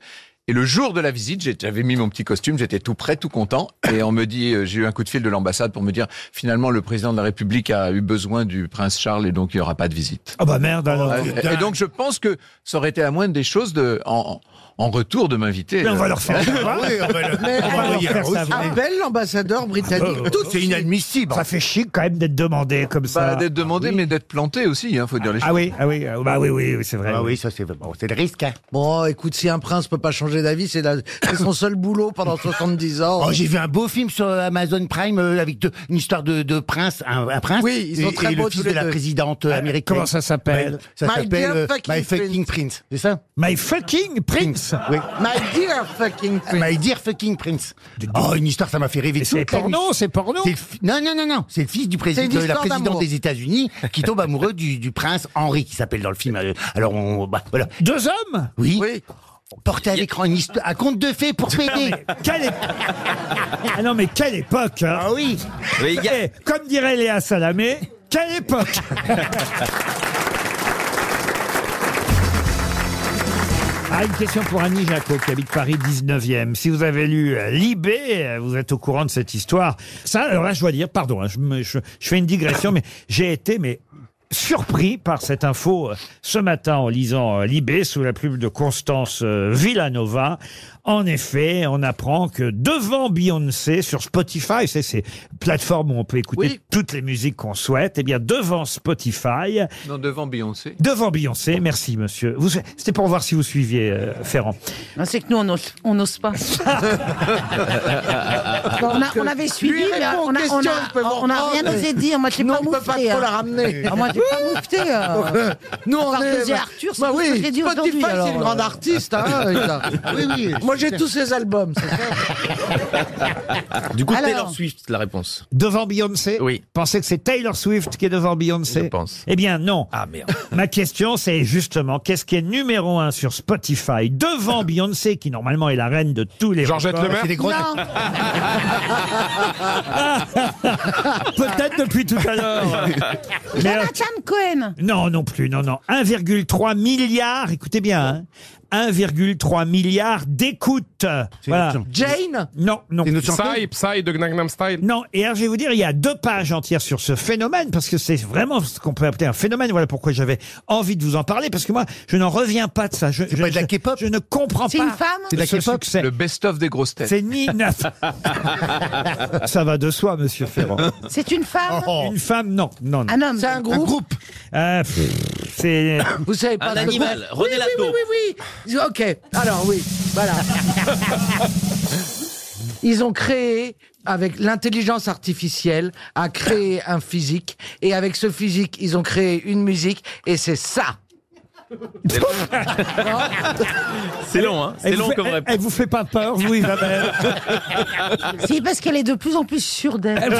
[SPEAKER 5] Et le jour de la visite, j'ai- j'avais mis mon petit costume, j'étais tout prêt, tout content. Et on me dit, euh, j'ai eu un coup de fil de l'ambassade pour me dire, finalement, le président de la République a eu besoin du prince Charles et donc il n'y aura pas de visite. Euh,
[SPEAKER 2] Ah bah merde alors.
[SPEAKER 5] et, et donc je pense que ça aurait été la moindre des choses de, en, en retour de m'inviter. euh, Ah.
[SPEAKER 2] Mais on va leur faire savoir.
[SPEAKER 5] Oui, on va leur-
[SPEAKER 7] Mais
[SPEAKER 5] on va
[SPEAKER 7] alors,
[SPEAKER 5] leur faire
[SPEAKER 7] appelle
[SPEAKER 5] savoir.
[SPEAKER 7] l'ambassadeur britannique.
[SPEAKER 2] Euh,
[SPEAKER 7] tout de
[SPEAKER 2] c'est
[SPEAKER 7] suite.
[SPEAKER 2] inadmissible. Ça fait chic quand même d'être demandé comme ça.
[SPEAKER 5] Bah, d'être demandé, mais d'être planté aussi, il faut dire les
[SPEAKER 2] Ah
[SPEAKER 5] choses.
[SPEAKER 2] oui, ah oui, ah bah oui, oui, oui, c'est vrai.
[SPEAKER 4] Ah oui, ça, c'est bon, c'est le risque. hein.
[SPEAKER 7] Bon, écoute, si un prince peut pas changer d'avis, c'est la- c'est son seul boulot pendant 70 ans.
[SPEAKER 4] Oh, j'ai vu un beau film sur euh, Amazon Prime euh, avec deux- une histoire de, de prince, un, un prince
[SPEAKER 7] Oui, ils sont
[SPEAKER 4] et,
[SPEAKER 7] très
[SPEAKER 4] et le
[SPEAKER 7] beaux
[SPEAKER 4] fils
[SPEAKER 7] tous
[SPEAKER 4] de
[SPEAKER 7] les
[SPEAKER 4] la
[SPEAKER 7] deux. Ah,
[SPEAKER 4] présidente euh, américaine.
[SPEAKER 2] Comment ça s'appelle
[SPEAKER 4] Ouais, Ça
[SPEAKER 7] My
[SPEAKER 4] s'appelle
[SPEAKER 7] dear
[SPEAKER 4] euh,
[SPEAKER 7] fucking
[SPEAKER 4] My Fucking Prince, c'est ça
[SPEAKER 2] My fucking prince.
[SPEAKER 4] Oui.
[SPEAKER 7] My dear fucking prince.
[SPEAKER 4] My dear fucking prince. Oh, une histoire, ça m'a fait rêver.
[SPEAKER 2] Mais c'est
[SPEAKER 4] toute la
[SPEAKER 2] porno,
[SPEAKER 4] nuit.
[SPEAKER 2] c'est porno.
[SPEAKER 4] C'est le fi- Non, non, non, non. C'est le fils du
[SPEAKER 7] une
[SPEAKER 4] président, de la
[SPEAKER 7] histoire
[SPEAKER 4] présidente
[SPEAKER 7] d'amour.
[SPEAKER 4] des États-Unis qui tombe amoureux du, du prince Henri, qui s'appelle dans le film. euh, Alors, on, bah, voilà.
[SPEAKER 2] Deux hommes
[SPEAKER 4] Oui. Porter à l'écran une histo- un conte de fées pour
[SPEAKER 2] Non,
[SPEAKER 4] pédé.
[SPEAKER 2] mais quelle é- Ah non, mais quelle époque hein.
[SPEAKER 4] Ah oui.
[SPEAKER 6] Mais il y a-
[SPEAKER 2] Eh, Comme dirait Léa Salamé, quelle époque Ah, une question pour Annie Jacot qui habite Paris 19e. Si vous avez lu euh, Libé, euh, vous êtes au courant de cette histoire. Ça, alors là, je dois dire, pardon, hein, je, me- je- je fais une digression, mais j'ai été mais surpris par cette info euh, ce matin en lisant euh, Libé sous la plume de Constance euh, Villanova. En effet, on apprend que devant Beyoncé sur Spotify, c'est ces plateformes où on peut écouter
[SPEAKER 7] Oui.
[SPEAKER 2] toutes les musiques qu'on souhaite, et bien devant Spotify,
[SPEAKER 5] Non, devant Beyoncé.
[SPEAKER 2] devant Beyoncé, merci monsieur. Vous- C'était pour voir si vous suiviez euh, Ferrand.
[SPEAKER 8] Non, C'est que nous, on n'ose- on n'ose pas. on, a- on avait suivi,
[SPEAKER 7] Lui
[SPEAKER 8] mais
[SPEAKER 7] répond aux
[SPEAKER 8] on n'a on
[SPEAKER 7] questions, vous pouvez
[SPEAKER 8] a-
[SPEAKER 7] vous
[SPEAKER 8] on a rien
[SPEAKER 7] reprendre.
[SPEAKER 8] osé dire. Moi, je n'ai
[SPEAKER 7] Non,
[SPEAKER 8] pas
[SPEAKER 7] on peut pas
[SPEAKER 8] moufté.
[SPEAKER 7] trop
[SPEAKER 8] hein.
[SPEAKER 7] la ramener.
[SPEAKER 8] Ah, Moi, j'ai pas moufté. euh.
[SPEAKER 7] Nous, on
[SPEAKER 8] Par
[SPEAKER 7] est.
[SPEAKER 8] José Arthur, c'est
[SPEAKER 7] bah
[SPEAKER 8] tout ce que
[SPEAKER 7] oui,
[SPEAKER 8] j'ai dit aujourd'hui,
[SPEAKER 7] Spotify,
[SPEAKER 8] alors,
[SPEAKER 7] c'est une grande
[SPEAKER 8] euh.
[SPEAKER 7] artiste. Hein, Isa.
[SPEAKER 4] Oui, oui.
[SPEAKER 7] Moi, j'ai tous ses albums. c'est ça
[SPEAKER 6] Du coup,
[SPEAKER 8] Alors.
[SPEAKER 6] Taylor Swift, la réponse.
[SPEAKER 2] Devant Beyoncé
[SPEAKER 6] Oui.
[SPEAKER 2] Pensez que c'est Taylor Swift qui est devant Beyoncé
[SPEAKER 6] Je pense.
[SPEAKER 2] Eh bien non.
[SPEAKER 6] Ah merde.
[SPEAKER 2] Ma question, c'est justement, qu'est-ce qui est numéro un sur Spotify devant Beyoncé, qui normalement est la reine de tous les
[SPEAKER 3] Georgette
[SPEAKER 2] records
[SPEAKER 3] Lemaire
[SPEAKER 4] C'est des grosses.
[SPEAKER 8] Non,
[SPEAKER 2] Peut-être depuis tout à l'heure. Mais, euh,
[SPEAKER 8] Jonathan Cohen.
[SPEAKER 2] non, non plus, non, non. 1,3 milliard, écoutez bien, hein, 1,3 milliard d'écoutes. Voilà.
[SPEAKER 4] énorme.
[SPEAKER 7] Jane
[SPEAKER 2] Non, non.
[SPEAKER 4] C'est une autre chanteuse.
[SPEAKER 3] Psy, Psy de Gangnam Style.
[SPEAKER 2] Non, et alors je vais vous dire, il y a deux pages entières sur ce phénomène, parce que c'est vraiment ce qu'on peut appeler un phénomène. Voilà pourquoi j'avais envie de vous en parler, parce que moi, je n'en reviens pas de ça. Je, je-
[SPEAKER 4] pas de la
[SPEAKER 2] je-
[SPEAKER 4] K-pop
[SPEAKER 2] Je ne comprends
[SPEAKER 8] C'est
[SPEAKER 2] pas.
[SPEAKER 8] une femme
[SPEAKER 2] C'est de la
[SPEAKER 4] Ce
[SPEAKER 2] K-pop.
[SPEAKER 4] succès.
[SPEAKER 5] Le best-of des grosses têtes.
[SPEAKER 2] C'est ni neuf. ça va de soi, monsieur Ferrand. Oh.
[SPEAKER 8] C'est une femme.
[SPEAKER 2] Une femme, non, non, non.
[SPEAKER 8] Un homme.
[SPEAKER 7] C'est un groupe.
[SPEAKER 2] Euh, pff, c'est
[SPEAKER 7] Vous savez pas
[SPEAKER 6] Un
[SPEAKER 7] ce que-
[SPEAKER 6] animal,
[SPEAKER 7] Oui,
[SPEAKER 6] René
[SPEAKER 7] Ah, oui,
[SPEAKER 6] Latour.
[SPEAKER 7] Oui, oui, oui, oui. Ok, alors oui, voilà. Ils ont créé, avec l'intelligence artificielle, a créé un physique. Et avec ce physique, ils ont créé une musique. Et c'est ça.
[SPEAKER 6] C'est long, hein C'est
[SPEAKER 2] Elle vous
[SPEAKER 6] long
[SPEAKER 2] fait-
[SPEAKER 6] comme
[SPEAKER 2] elle-
[SPEAKER 6] réponse.
[SPEAKER 2] Elle vous fait pas peur, vous, Isabelle
[SPEAKER 8] C'est parce qu'elle est de plus en plus sûre d'elle.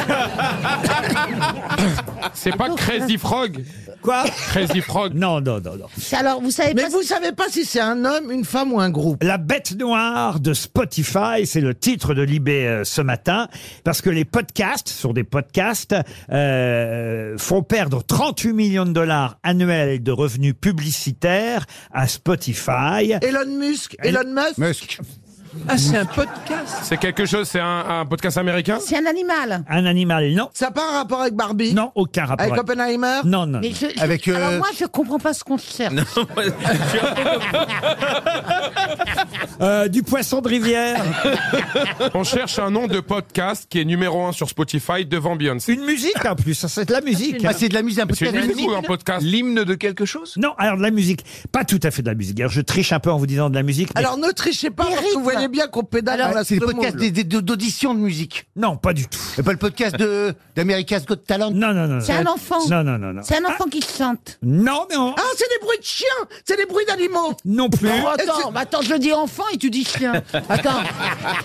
[SPEAKER 3] C'est pas Crazy Frog
[SPEAKER 2] Quoi
[SPEAKER 3] Crazy Frog
[SPEAKER 2] Non, non, non, non.
[SPEAKER 7] Alors, vous savez Mais vous savez pas si c'est un homme, une femme ou un groupe.
[SPEAKER 2] La bête noire de Spotify, c'est le titre de Libé euh, ce matin, parce que les podcasts, sur des podcasts, euh, font perdre 38 millions de dollars annuels de revenus publicitaires à Spotify.
[SPEAKER 7] Elon Musk, Elon Musk.
[SPEAKER 2] Ah, c'est un
[SPEAKER 7] podcast.
[SPEAKER 3] C'est quelque chose, c'est un, un podcast américain
[SPEAKER 8] C'est un animal.
[SPEAKER 2] Un animal, non.
[SPEAKER 7] Ça n'a pas un rapport avec Barbie
[SPEAKER 2] Non, aucun rapport.
[SPEAKER 7] Avec Oppenheimer
[SPEAKER 2] Non, non.
[SPEAKER 8] Mais je- je- Alors moi, je comprends pas ce qu'on cherche.
[SPEAKER 2] Euh, du poisson de rivière.
[SPEAKER 3] On cherche un nom de podcast qui est numéro un sur Spotify devant Beyoncé.
[SPEAKER 2] Une musique en plus, ça, c'est de la musique.
[SPEAKER 3] Ah, c'est de la musique, un
[SPEAKER 2] peu
[SPEAKER 3] C'est une podcast. musique ou un podcast
[SPEAKER 2] L'hymne de quelque chose Non, alors de la musique. Pas tout à fait de la musique. Alors je triche un peu en vous disant de la musique. mais-
[SPEAKER 7] Alors ne trichez pas, parce que vous voyez bien qu'on pédale dans la
[SPEAKER 4] c'est le
[SPEAKER 7] semoule.
[SPEAKER 4] podcast des- des- d'audition de musique.
[SPEAKER 2] Non, pas du tout.
[SPEAKER 4] C'est pas le podcast de- d'America's Got Talent.
[SPEAKER 2] Non, non, non.
[SPEAKER 8] C'est un enfant.
[SPEAKER 2] Non, non, non, non.
[SPEAKER 8] C'est un enfant qui chante.
[SPEAKER 2] Non, mais on...
[SPEAKER 7] Ah, c'est des bruits de chiens C'est des bruits d'animaux
[SPEAKER 2] Non plus.
[SPEAKER 8] Oh, attends, bah attends, je dis enfant et tu dis chien. Attends,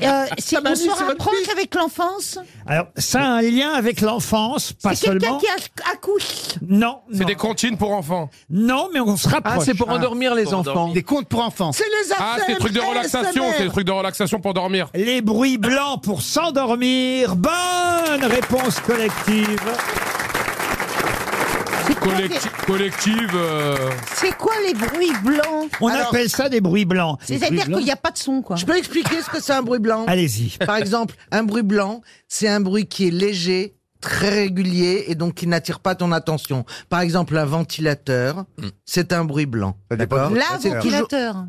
[SPEAKER 8] euh, si
[SPEAKER 7] Ça m'a
[SPEAKER 8] on
[SPEAKER 7] mis
[SPEAKER 8] se
[SPEAKER 7] sur votre
[SPEAKER 8] rapproche avec l'enfance,
[SPEAKER 2] Alors, ça a un lien avec l'enfance, pas
[SPEAKER 8] c'est quelqu'un
[SPEAKER 2] seulement.
[SPEAKER 8] qui a- accouche.
[SPEAKER 2] Non,
[SPEAKER 3] C'est des comptines pour enfants.
[SPEAKER 2] non, mais on se rapproche.
[SPEAKER 4] Ah,
[SPEAKER 2] Ah.
[SPEAKER 4] Pour endormir. Des contes pour enfants.
[SPEAKER 7] C'est les
[SPEAKER 3] Ah, c'est des trucs de relaxation, c'est des trucs de relaxation pour dormir.
[SPEAKER 2] Les bruits blancs pour s'endormir. Bonne réponse collective.
[SPEAKER 3] Collecti- collective. euh,
[SPEAKER 8] C'est quoi les bruits blancs
[SPEAKER 2] On
[SPEAKER 7] Alors-
[SPEAKER 2] appelle ça des bruits blancs.
[SPEAKER 7] Ah,
[SPEAKER 8] C'est-à-dire qu'il n'y a pas de son, quoi.
[SPEAKER 7] Je peux expliquer ce que c'est un bruit blanc
[SPEAKER 2] Allez-y.
[SPEAKER 7] Par exemple, un bruit blanc, c'est un bruit qui est léger, très régulier et donc qui n'attire pas ton attention. Par exemple, un ventilateur,
[SPEAKER 6] Hmm.
[SPEAKER 7] c'est un bruit blanc. D'accord
[SPEAKER 8] Là,
[SPEAKER 7] C'est toujours-
[SPEAKER 8] ventilateur.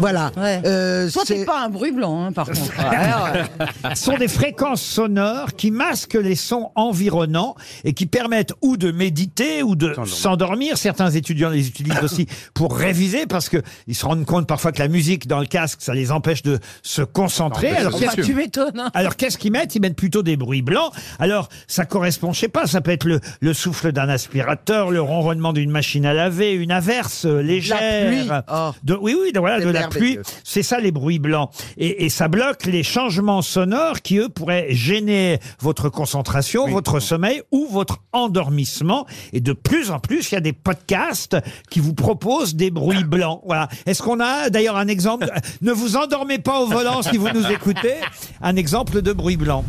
[SPEAKER 7] Voilà.
[SPEAKER 8] Ouais.
[SPEAKER 7] Euh,
[SPEAKER 8] Toi,
[SPEAKER 7] c'est-
[SPEAKER 8] t'es pas un bruit blanc, hein, par contre.
[SPEAKER 2] Ah, Ce sont des fréquences sonores qui masquent les sons environnants et qui permettent ou de méditer ou de s'endormir. Certains étudiants les utilisent aussi pour réviser parce que ils se rendent compte parfois que la musique dans le casque, ça les empêche de se concentrer.
[SPEAKER 4] Empêche
[SPEAKER 2] Alors,
[SPEAKER 4] de
[SPEAKER 2] qu'est-ce
[SPEAKER 4] se
[SPEAKER 2] que-
[SPEAKER 8] tu m'étonnes. hein.
[SPEAKER 2] alors qu'est-ce qu'ils mettent Ils mettent plutôt des bruits blancs. Alors ça correspond, je sais pas, ça peut être le, le souffle d'un aspirateur, le ronronnement d'une machine à laver, une averse euh, légère.
[SPEAKER 7] pluie. Oh.
[SPEAKER 2] De, oui, oui, de, voilà,
[SPEAKER 7] C'est
[SPEAKER 2] de la
[SPEAKER 7] merveilleux.
[SPEAKER 2] pluie. C'est ça les bruits blancs. Et, et ça bloque les changements sonores qui, eux, pourraient gêner votre concentration, votre sommeil ou votre endormissement. Et de plus en plus, il y a des podcasts qui vous proposent des bruits blancs. Voilà. Est-ce qu'on a d'ailleurs un exemple Ne vous endormez pas au volant si vous nous écoutez. Un exemple de bruit blanc.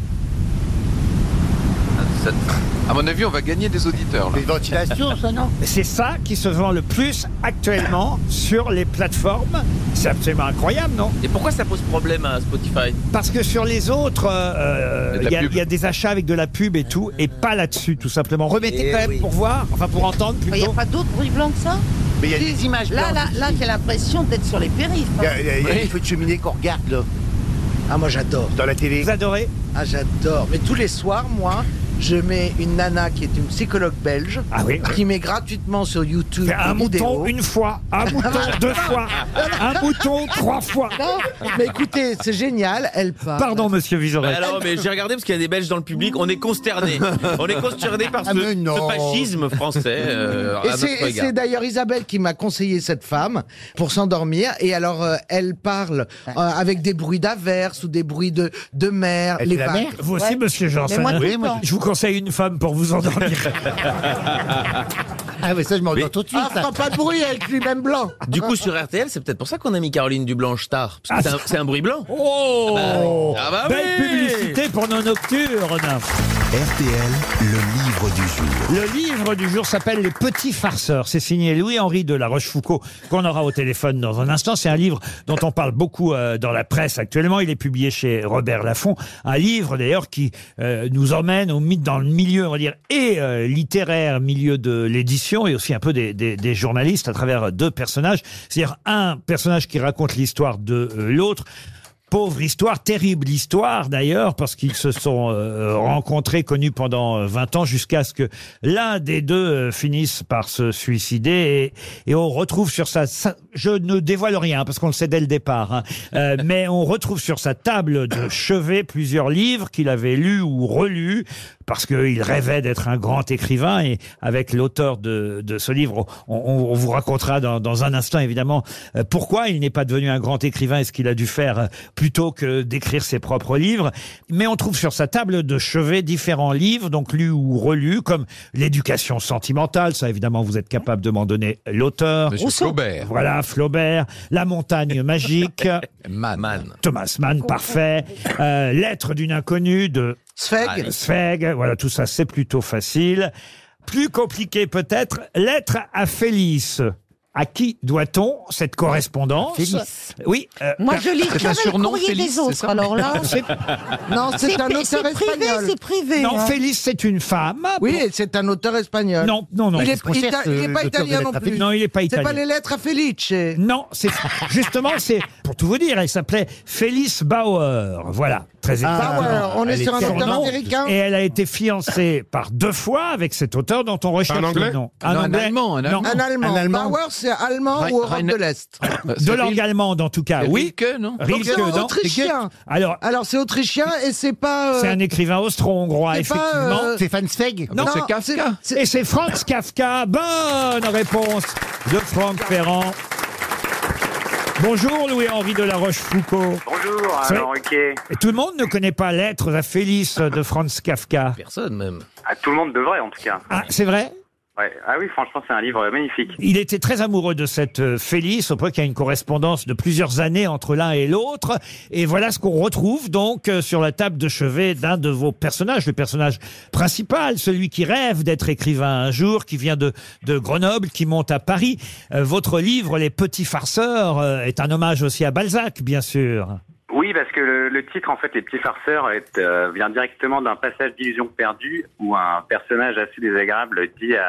[SPEAKER 5] Ça- À mon avis, on va gagner des auditeurs. là.
[SPEAKER 4] Les ventilations, ça, non
[SPEAKER 2] C'est ça qui se vend le plus actuellement sur les plateformes. C'est absolument incroyable, non
[SPEAKER 6] Et pourquoi ça pose problème à Spotify
[SPEAKER 2] Parce que sur les autres, euh,
[SPEAKER 5] Il y a de la
[SPEAKER 2] il y, a-
[SPEAKER 5] pub.
[SPEAKER 2] il y a des achats avec de la pub et tout, et pas là-dessus, tout simplement. Remettez
[SPEAKER 6] Eh
[SPEAKER 2] quand même
[SPEAKER 6] oui.
[SPEAKER 2] pour voir, enfin pour entendre
[SPEAKER 8] Il n'y a
[SPEAKER 2] plutôt.
[SPEAKER 8] pas d'autres bruits blancs que ça
[SPEAKER 4] Mais il y a des images.
[SPEAKER 8] Là, là, là, j'ai l'impression d'être sur les périphes.
[SPEAKER 4] Il
[SPEAKER 8] hein.
[SPEAKER 4] y a, il y a- il y a
[SPEAKER 5] Oui.
[SPEAKER 4] des feux de cheminée qu'on regarde, là,
[SPEAKER 7] Ah, moi j'adore.
[SPEAKER 4] dans la télé.
[SPEAKER 2] Vous adorez
[SPEAKER 7] Ah, j'adore. Mais tous les soirs, moi, je mets une nana qui est une psychologue belge
[SPEAKER 2] Ah oui.
[SPEAKER 7] qui met gratuitement sur YouTube des
[SPEAKER 2] Un mouton
[SPEAKER 7] vidéos.
[SPEAKER 2] une fois, un mouton deux fois, un mouton trois fois.
[SPEAKER 7] Non, mais écoutez, c'est génial, elle parle.
[SPEAKER 2] Pardon, monsieur
[SPEAKER 6] Bah
[SPEAKER 2] Vizorek.
[SPEAKER 6] alors, mais j'ai regardé parce qu'il y a des Belges dans le public, on est consternés. On est consternés par ce,
[SPEAKER 4] Ah, mais
[SPEAKER 6] ce
[SPEAKER 4] non.
[SPEAKER 6] fascisme français euh,
[SPEAKER 7] Et
[SPEAKER 6] à
[SPEAKER 7] c'est-
[SPEAKER 6] notre
[SPEAKER 7] et c'est
[SPEAKER 6] égard.
[SPEAKER 7] d'ailleurs Isabelle qui m'a conseillé cette femme pour s'endormir. Et alors, euh, elle parle
[SPEAKER 4] Ah.
[SPEAKER 7] euh, avec des bruits d'averse ou des bruits de, de mer.
[SPEAKER 4] Elle fait la
[SPEAKER 7] vagues.
[SPEAKER 4] mer
[SPEAKER 2] Vous aussi, monsieur
[SPEAKER 8] Mais
[SPEAKER 2] Janssen.
[SPEAKER 8] moi, tout
[SPEAKER 4] Oui,
[SPEAKER 8] le
[SPEAKER 4] moi,
[SPEAKER 8] temps.
[SPEAKER 2] Je vous conseille une femme pour vous endormir.
[SPEAKER 4] Ah, mais ça, je m'endors tout de suite.
[SPEAKER 7] Ah,
[SPEAKER 4] ça.
[SPEAKER 7] fera pas de bruit avec lui-même blanc.
[SPEAKER 6] Du coup, sur RTL, c'est peut-être pour ça qu'on a mis Caroline Dublanche tard. Parce que c'est un- c'est un, bruit blanc.
[SPEAKER 2] Oh
[SPEAKER 6] Ah bah oui.
[SPEAKER 2] Belle publicité pour nos nocturnes.
[SPEAKER 1] RTL, le livre du jour.
[SPEAKER 2] Le livre du jour s'appelle Les Petits Farceurs. C'est signé Louis-Henri de La Rochefoucauld, qu'on aura au téléphone dans un instant. C'est un livre dont on parle beaucoup euh, dans la presse actuellement. Il est publié chez Robert Laffont. Un livre, d'ailleurs, qui euh, nous emmène au mythe dans le milieu, on va dire, et euh, littéraire, milieu de l'édition, et aussi un peu des, des- des journalistes à travers deux personnages. C'est-à-dire un personnage qui raconte l'histoire de euh, l'autre. Pauvre histoire, terrible histoire d'ailleurs, parce qu'ils se sont euh, rencontrés, connus pendant euh, 20 ans, jusqu'à ce que l'un des deux euh, finisse par se suicider. Et, et on retrouve sur sa... sa- je ne dévoile rien, parce qu'on le sait dès le départ, hein. Euh, mais on retrouve sur sa table de chevet plusieurs livres qu'il avait lus ou relus, parce qu'il rêvait d'être un grand écrivain. Et avec l'auteur de, de ce livre, on, on- on vous racontera dans, dans un instant, évidemment, euh, pourquoi il n'est pas devenu un grand écrivain et ce qu'il a dû faire euh, plutôt que d'écrire ses propres livres. Mais on trouve sur sa table de chevet différents livres, donc lus ou relus, comme L'éducation sentimentale. Ça, évidemment, vous êtes capable de m'en donner l'auteur.
[SPEAKER 5] Monsieur Rousseau. Flaubert.
[SPEAKER 2] Voilà, Flaubert. La montagne magique.
[SPEAKER 5] Man.
[SPEAKER 2] Thomas Mann, parfait. Euh, Lettre d'une inconnue de
[SPEAKER 7] Zweig.
[SPEAKER 2] Zweig, Ah, voilà, tout ça c'est plutôt facile. Plus compliqué peut-être, Lettre à Félix. À qui doit-on cette correspondance
[SPEAKER 7] Félix.
[SPEAKER 2] Oui. euh,
[SPEAKER 9] Moi,
[SPEAKER 2] car-
[SPEAKER 9] je lis jamais le courrier des autres, alors là.
[SPEAKER 2] C'est-
[SPEAKER 7] Non, c'est
[SPEAKER 9] C'est
[SPEAKER 7] un
[SPEAKER 9] pri-
[SPEAKER 7] auteur
[SPEAKER 9] c'est privé,
[SPEAKER 7] espagnol.
[SPEAKER 9] c'est privé,
[SPEAKER 2] Non, hein. Félix, c'est une femme.
[SPEAKER 7] Oui, et c'est un auteur espagnol.
[SPEAKER 2] Non, non, non.
[SPEAKER 7] Il
[SPEAKER 2] Qu'est-ce qu'on
[SPEAKER 7] n'est
[SPEAKER 2] cherche, euh,
[SPEAKER 7] pas
[SPEAKER 2] l'auteur des
[SPEAKER 7] italien non
[SPEAKER 2] lettres à
[SPEAKER 7] plus.
[SPEAKER 2] Félix Non, il est pas
[SPEAKER 7] C'est
[SPEAKER 2] italien.
[SPEAKER 7] pas les lettres à Felice.
[SPEAKER 2] Non, c'est justement, c'est pour tout vous dire, elle s'appelait Félix Bauer. Voilà, très
[SPEAKER 7] Ah,
[SPEAKER 2] exactement.
[SPEAKER 7] Bauer, on est
[SPEAKER 2] Elle
[SPEAKER 7] sur un
[SPEAKER 2] était-
[SPEAKER 7] auteur
[SPEAKER 2] son nom,
[SPEAKER 7] américain.
[SPEAKER 2] Et elle a été fiancée par deux fois avec cet auteur dont on recherche
[SPEAKER 5] Un Anglais
[SPEAKER 2] le nom.
[SPEAKER 5] Non, un Allemand, un
[SPEAKER 2] non.
[SPEAKER 7] Un
[SPEAKER 5] Allemand.
[SPEAKER 7] Allemand. Bauer, c'est allemand
[SPEAKER 2] Rein-
[SPEAKER 7] ou Europe
[SPEAKER 2] Rein-
[SPEAKER 7] de l'Est.
[SPEAKER 2] De langue allemande, en tout cas,
[SPEAKER 5] C'est
[SPEAKER 2] oui.
[SPEAKER 5] Rilke, non
[SPEAKER 7] Donc
[SPEAKER 2] Rilke,
[SPEAKER 7] c'est
[SPEAKER 2] non.
[SPEAKER 7] autrichien.
[SPEAKER 2] Alors,
[SPEAKER 7] Alors c'est autrichien et c'est pas. euh,
[SPEAKER 2] c'est un écrivain austro-hongrois,
[SPEAKER 7] c'est pas,
[SPEAKER 2] effectivement.
[SPEAKER 7] euh,
[SPEAKER 2] Stéphane Zweig Non,
[SPEAKER 7] Non,
[SPEAKER 2] c'est Kafka. Et c'est Franz Kafka. Bonne réponse de Franck Ferrand. Bonjour Louis-Henri de la Rochefoucauld.
[SPEAKER 20] Bonjour,
[SPEAKER 2] C'est-
[SPEAKER 20] alors ok.
[SPEAKER 2] Et tout le monde ne connaît pas Lettres à Félix de Franz Kafka.
[SPEAKER 6] Personne même.
[SPEAKER 20] Ah, tout le monde devrait en tout cas.
[SPEAKER 2] Ah, c'est vrai
[SPEAKER 20] Ouais. Ah oui, franchement, c'est un livre magnifique.
[SPEAKER 2] Il était très amoureux de cette euh, Félix, au point qu'il y a une correspondance de plusieurs années entre l'un et l'autre. Et voilà ce qu'on retrouve donc euh, sur la table de chevet d'un de vos personnages, le personnage principal, celui qui rêve d'être écrivain un jour, qui vient de, de Grenoble, qui monte à Paris. Euh, votre livre, Les Petits Farceurs, euh, est un hommage aussi à Balzac, bien sûr.
[SPEAKER 20] Oui, parce que le, le titre, en fait, Les Petits Farceurs, est, euh, vient directement d'un passage d'Illusion perdue où un personnage assez désagréable dit à,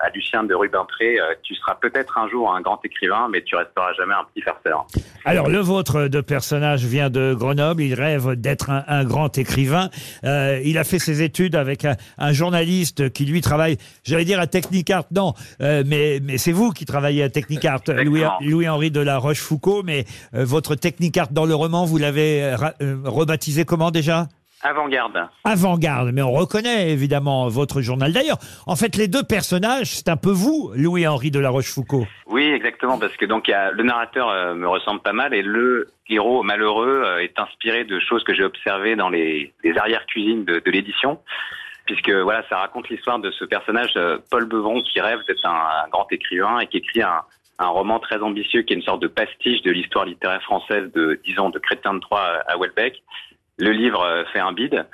[SPEAKER 20] à Lucien de Rubempré euh, Tu seras peut-être un jour un grand écrivain, mais tu resteras jamais un petit farceur.
[SPEAKER 2] Alors, le vôtre de personnage vient de Grenoble. Il rêve d'être un, un grand écrivain. Euh, il a fait ses études avec un, un journaliste qui, lui, travaille, j'allais dire à Technicart. Non, euh, mais, mais c'est vous qui travaillez à Technicart, Louis- Louis-Henri de la Rochefoucauld. Mais euh, votre Technicart dans le roman, vous l'avez euh, ra- euh, rebaptisé comment déjà
[SPEAKER 20] Avant-garde.
[SPEAKER 2] avant-garde, mais on reconnaît évidemment votre journal. D'ailleurs, en fait, les deux personnages, c'est un peu vous, Louis-Henri de la Rochefoucauld.
[SPEAKER 20] Oui, exactement, parce que donc il y a- le narrateur euh, me ressemble pas mal et le héros malheureux euh, est inspiré de choses que j'ai observées dans les, les arrières-cuisines de, de l'édition, puisque voilà, ça raconte l'histoire de ce personnage euh, Paul Beuvron qui rêve d'être un, un grand écrivain et qui écrit un, un roman très ambitieux qui est une sorte de pastiche de l'histoire littéraire française de disons de Chrétien de Troyes euh, à Welbeck. Le livre euh, fait un bide.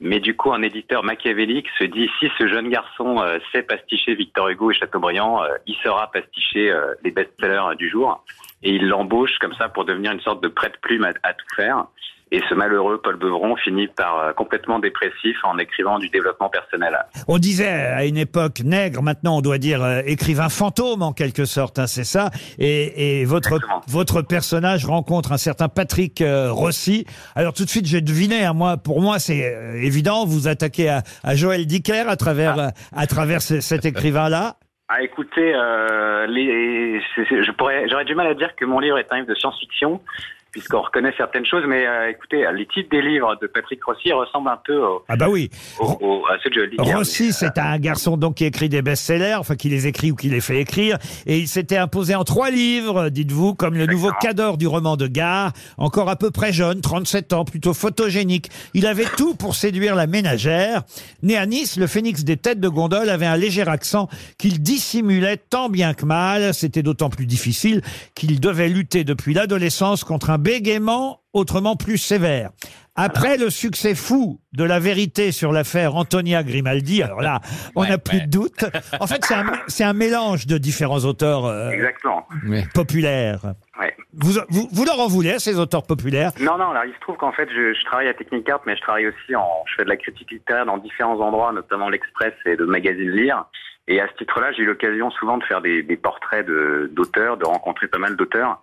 [SPEAKER 20] Mais du coup, un éditeur machiavélique se dit si ce jeune garçon euh, sait pasticher Victor Hugo et Chateaubriand, euh, il saura pasticher euh, les best-sellers euh, du jour. Et il l'embauche comme ça pour devenir une sorte de prête-plume à, à tout faire. Et ce malheureux Paul Beuvron finit par euh, complètement dépressif en écrivant du développement personnel.
[SPEAKER 2] On disait à une époque nègre, maintenant on doit dire euh, écrivain fantôme en quelque sorte, hein, c'est ça. Et, et votre, votre personnage rencontre un certain Patrick euh, Rossi. Alors tout de suite, j'ai deviné, hein, moi, pour moi c'est euh, évident, vous attaquez à, à Joël Dicker à travers, euh, à travers ce- cet écrivain-là.
[SPEAKER 20] Ah, écoutez, euh, les, c'est- c'est- je pourrais, j'aurais du mal à dire que mon livre est un livre de science-fiction, puisqu'on reconnaît certaines choses, mais euh, écoutez, les titres des livres de Patrick Rossi ressemblent un peu au,
[SPEAKER 2] Ah bah oui.
[SPEAKER 20] au- au- à ceux de Joël Dicker.
[SPEAKER 2] Rossi, c'est un garçon donc qui écrit des best-sellers, enfin qui les écrit ou qui les fait écrire, et il s'était imposé en trois livres, dites-vous, comme le nouveau cador du roman de Gare, encore à peu près jeune, 37 ans, plutôt photogénique. Il avait tout pour séduire la ménagère. Né à Nice, le phénix des têtes de gondole avait un léger accent qu'il dissimulait tant bien que mal. C'était d'autant plus difficile qu'il devait lutter depuis l'adolescence contre un bégaiement autrement plus sévère. Après le succès fou de la vérité sur l'affaire Antonia Grimaldi, alors là, on n'a plus de doute. En fait, c'est un, c'est un mélange de différents auteurs euh,
[SPEAKER 20] Exactement.
[SPEAKER 2] populaires.
[SPEAKER 20] Ouais.
[SPEAKER 2] Vous, vous, vous leur en voulez à ces auteurs populaires
[SPEAKER 20] Non, non, alors il se trouve qu'en fait, je, je travaille à Technicart, mais je travaille aussi en, je fais de la critique littéraire dans différents endroits, notamment l'Express et le magazine Lire. Et à ce titre-là, j'ai eu l'occasion souvent de faire des, des portraits de- d'auteurs, de, rencontrer pas mal d'auteurs.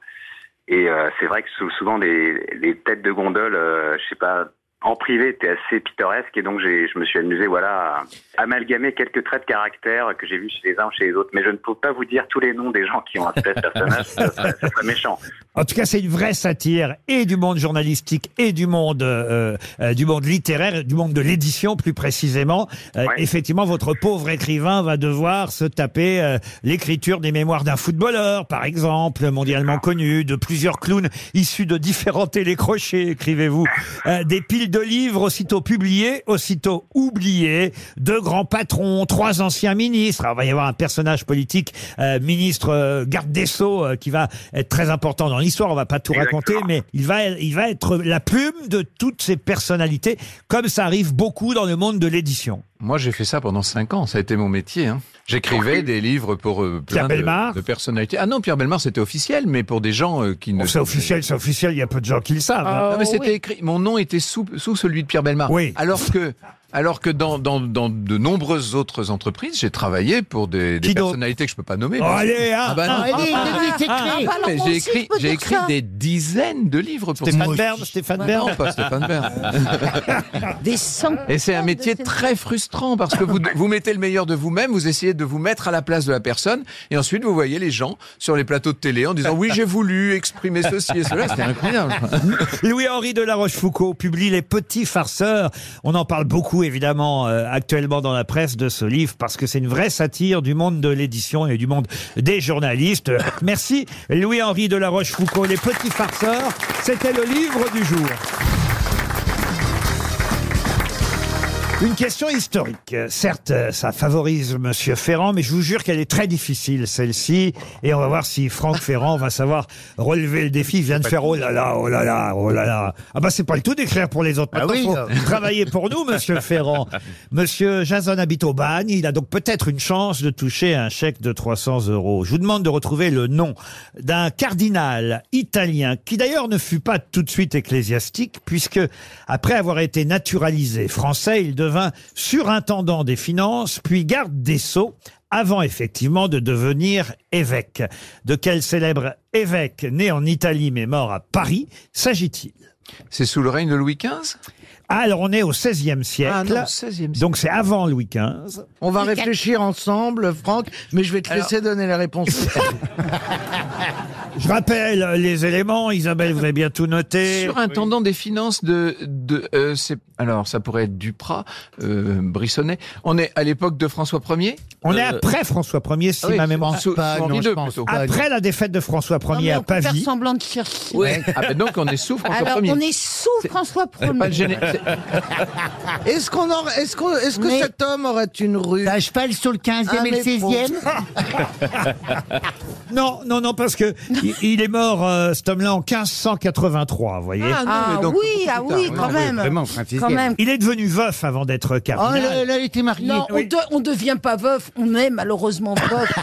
[SPEAKER 20] Et euh, c'est vrai que sou- souvent les, les têtes de gondole, euh, je sais pas, en privé, étaient assez pittoresques. Et donc j'ai- je me suis amusé, voilà, à amalgamer quelques traits de caractère que j'ai vus chez les uns ou chez les autres. Mais je ne peux pas vous dire tous les noms des gens qui ont appelé ce personnage, ça serait- ça serait méchant.
[SPEAKER 2] En tout cas, c'est une vraie satire et du monde journalistique et du monde euh, euh, du monde littéraire, du monde de l'édition plus précisément. Euh, Effectivement, votre pauvre écrivain va devoir se taper euh, l'écriture des mémoires d'un footballeur, par exemple, mondialement connu, de plusieurs clowns issus de différents télécrochés, écrivez-vous, Euh, des piles de livres aussitôt publiés, aussitôt oubliés, deux grands patrons, trois anciens ministres. Alors, il va y avoir un personnage politique, euh, ministre euh, garde des sceaux, euh, qui va être très important dans l'histoire. On va pas tout raconter, mais il va, il va être la plume de toutes ces personnalités, comme ça arrive beaucoup dans le monde de l'édition.
[SPEAKER 5] Moi, j'ai fait ça pendant cinq ans. Ça a été mon métier. hein. J'écrivais des livres pour euh, plein de-
[SPEAKER 2] Pierre Bellemare
[SPEAKER 5] de, personnalités. Ah non, Pierre Bellemare, c'était officiel, mais pour des gens euh, qui ne.
[SPEAKER 2] C'est officiel, c'est officiel. Il y a peu de gens qui le savent. hein.
[SPEAKER 9] Oh,
[SPEAKER 5] non, Ah, mais c'était écrit. Mon nom était sous, sous celui de Pierre Bellemare.
[SPEAKER 2] Oui.
[SPEAKER 5] Alors que, alors que dans, dans, dans de nombreuses autres entreprises, j'ai travaillé pour des, des
[SPEAKER 2] Qui donc
[SPEAKER 5] personnalités que je peux pas nommer.
[SPEAKER 2] Oh,
[SPEAKER 5] parce que-
[SPEAKER 2] allez, hein,
[SPEAKER 5] bah non.
[SPEAKER 2] hein, allez,
[SPEAKER 5] Ah,
[SPEAKER 2] allez,
[SPEAKER 5] ah,
[SPEAKER 2] c'est
[SPEAKER 5] ah,
[SPEAKER 2] écrit.
[SPEAKER 5] ah,
[SPEAKER 2] Ah, bah,
[SPEAKER 5] mais
[SPEAKER 2] moi
[SPEAKER 5] J'ai
[SPEAKER 2] aussi,
[SPEAKER 5] écrit,
[SPEAKER 2] je peux
[SPEAKER 5] j'ai
[SPEAKER 2] dire
[SPEAKER 5] écrit
[SPEAKER 2] ça.
[SPEAKER 5] des dizaines de livres pour
[SPEAKER 2] Stéphane
[SPEAKER 5] ça.
[SPEAKER 2] Bern, Stéphane Bern.
[SPEAKER 5] Non, pas Stéphane Bern.
[SPEAKER 8] Des centaines
[SPEAKER 5] Et c'est un
[SPEAKER 8] de
[SPEAKER 5] métier
[SPEAKER 8] ces-
[SPEAKER 5] très frustrant parce que vous, vous mettez le meilleur de vous-même, vous essayez de vous mettre à la place de la personne et ensuite vous voyez les gens sur les plateaux de télé en disant oui, j'ai voulu exprimer ceci et cela. C'était incroyable.
[SPEAKER 2] Louis-Henri de La Rochefoucauld publie Les Petits Farceurs. On en parle beaucoup, évidemment, euh, actuellement dans la presse de ce livre, parce que c'est une vraie satire du monde de l'édition et du monde des journalistes. Euh, Merci, Louis-Henri de La Rochefoucauld. Les Petits Farceurs, c'était le livre du jour. Une question historique. Euh, Certes, euh, ça favorise Monsieur Ferrand, mais je vous jure qu'elle est très difficile, celle-ci. Et on va voir si Franck Ferrand va savoir relever le défi. Il vient de faire oh là là, oh là là, oh là là. Ah bah c'est pas le tout d'écrire pour les autres.
[SPEAKER 4] Ah
[SPEAKER 2] Maintenant,
[SPEAKER 4] oui,
[SPEAKER 2] faut
[SPEAKER 4] ça.
[SPEAKER 2] travailler pour nous, Monsieur Ferrand. Monsieur Jason habite au Bagne. Il a donc peut-être une chance de toucher un chèque de 300 euros. Je vous demande de retrouver le nom d'un cardinal italien qui d'ailleurs ne fut pas tout de suite ecclésiastique puisque après avoir été naturalisé français, il devint surintendant des finances puis garde des sceaux avant effectivement de devenir évêque. De quel célèbre évêque né en Italie mais mort à Paris s'agit-il
[SPEAKER 5] C'est sous le règne de Louis XV
[SPEAKER 2] Ah, alors on est au XVIe siècle,
[SPEAKER 7] Ah non, 16e siècle.
[SPEAKER 2] donc c'est avant Louis XV.
[SPEAKER 7] On va réfléchir ensemble, Franck, mais je vais te
[SPEAKER 2] Alors-
[SPEAKER 7] laisser donner la réponse.
[SPEAKER 2] Je rappelle les éléments, Isabelle, vous avez bien tout noté.
[SPEAKER 5] Surintendant des finances de. de euh, c'est- alors, ça pourrait être Duprat, euh, Brissonnet. On est à l'époque de François Ier Euh,
[SPEAKER 2] On est après François Ier, si
[SPEAKER 5] ah oui,
[SPEAKER 2] ma mémoire
[SPEAKER 5] sous- sous Henri II, plutôt.
[SPEAKER 2] Après la défaite de François
[SPEAKER 8] Non, mais
[SPEAKER 2] Ier à
[SPEAKER 8] on peut faire
[SPEAKER 2] Pavie.
[SPEAKER 8] semblant de chercher.
[SPEAKER 5] Ouais. Ah ben donc, on est sous François
[SPEAKER 8] Alors,
[SPEAKER 5] Ier.
[SPEAKER 8] on est sous François
[SPEAKER 5] C'est pas le
[SPEAKER 8] Ier.
[SPEAKER 5] géné- c'est-
[SPEAKER 7] Est-ce qu'on en- est-ce qu'on- est-ce que cet homme aurait une rue Ah, À cheval sur le 15e
[SPEAKER 9] et le 16e.
[SPEAKER 2] Non, non, non, parce que il, il est mort, euh, cet homme-là, en 1583, vous voyez.
[SPEAKER 8] Ah non, Ah mais donc, oui, ah oui,
[SPEAKER 4] hein.
[SPEAKER 8] quand même. Quand même.
[SPEAKER 2] Il est devenu veuf avant d'être
[SPEAKER 8] Oh
[SPEAKER 2] cardinal.
[SPEAKER 7] était mariée.
[SPEAKER 8] Non,
[SPEAKER 2] Oui.
[SPEAKER 8] on ne devient pas veuf, on est malheureusement veuf.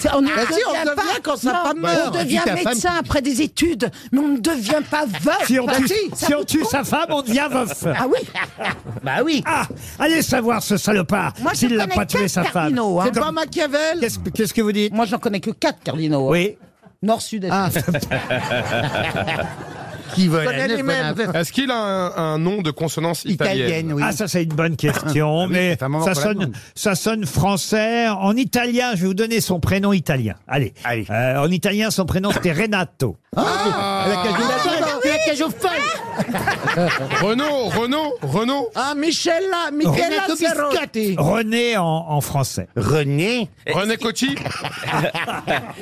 [SPEAKER 8] C'est- ne
[SPEAKER 7] Bah si, on devient quand sa femme meurt.
[SPEAKER 8] On
[SPEAKER 7] Si
[SPEAKER 8] devient
[SPEAKER 7] ta femme-
[SPEAKER 8] médecin après des études, mais on ne devient pas veuf.
[SPEAKER 2] Si on
[SPEAKER 8] Bah
[SPEAKER 2] tue,
[SPEAKER 8] ça
[SPEAKER 2] si on
[SPEAKER 8] coûte
[SPEAKER 2] tue
[SPEAKER 8] con.
[SPEAKER 2] sa femme, on devient veuf.
[SPEAKER 8] Ah oui
[SPEAKER 2] Bah oui. Ah, allez savoir ce salopard
[SPEAKER 8] Moi, je
[SPEAKER 2] s'il n'a
[SPEAKER 8] connais
[SPEAKER 2] pas tué
[SPEAKER 8] quatre
[SPEAKER 2] sa femme.
[SPEAKER 8] cardinaux, hein. C'est pas
[SPEAKER 7] Machiavel
[SPEAKER 2] Qu'est-ce qu'est-ce que vous dites
[SPEAKER 8] Moi, j'en connais que 4 cardinaux.
[SPEAKER 2] Oui. Ah.
[SPEAKER 8] Nord, sud, est.
[SPEAKER 3] Ah.
[SPEAKER 7] Qui veut
[SPEAKER 8] la neuf, voilà.
[SPEAKER 3] Est-ce qu'il a un, un nom de consonance italienne,
[SPEAKER 2] Ah, ça, c'est une bonne question,
[SPEAKER 3] Ah oui,
[SPEAKER 2] mais
[SPEAKER 3] ça fait un moment
[SPEAKER 2] ça
[SPEAKER 3] qu'on la
[SPEAKER 2] sonne,
[SPEAKER 3] demande.
[SPEAKER 2] ça sonne français. En italien, je vais vous donner son prénom italien. Allez. Euh, en italien, son prénom, c'était Renato. Ah.
[SPEAKER 7] Ah. la cage aux folles
[SPEAKER 3] Renaud, Renaud, Renaud.
[SPEAKER 7] Ah, Michela, Michela
[SPEAKER 3] Renato
[SPEAKER 7] Cerrotti.
[SPEAKER 2] René en, en français.
[SPEAKER 7] René
[SPEAKER 3] René Coty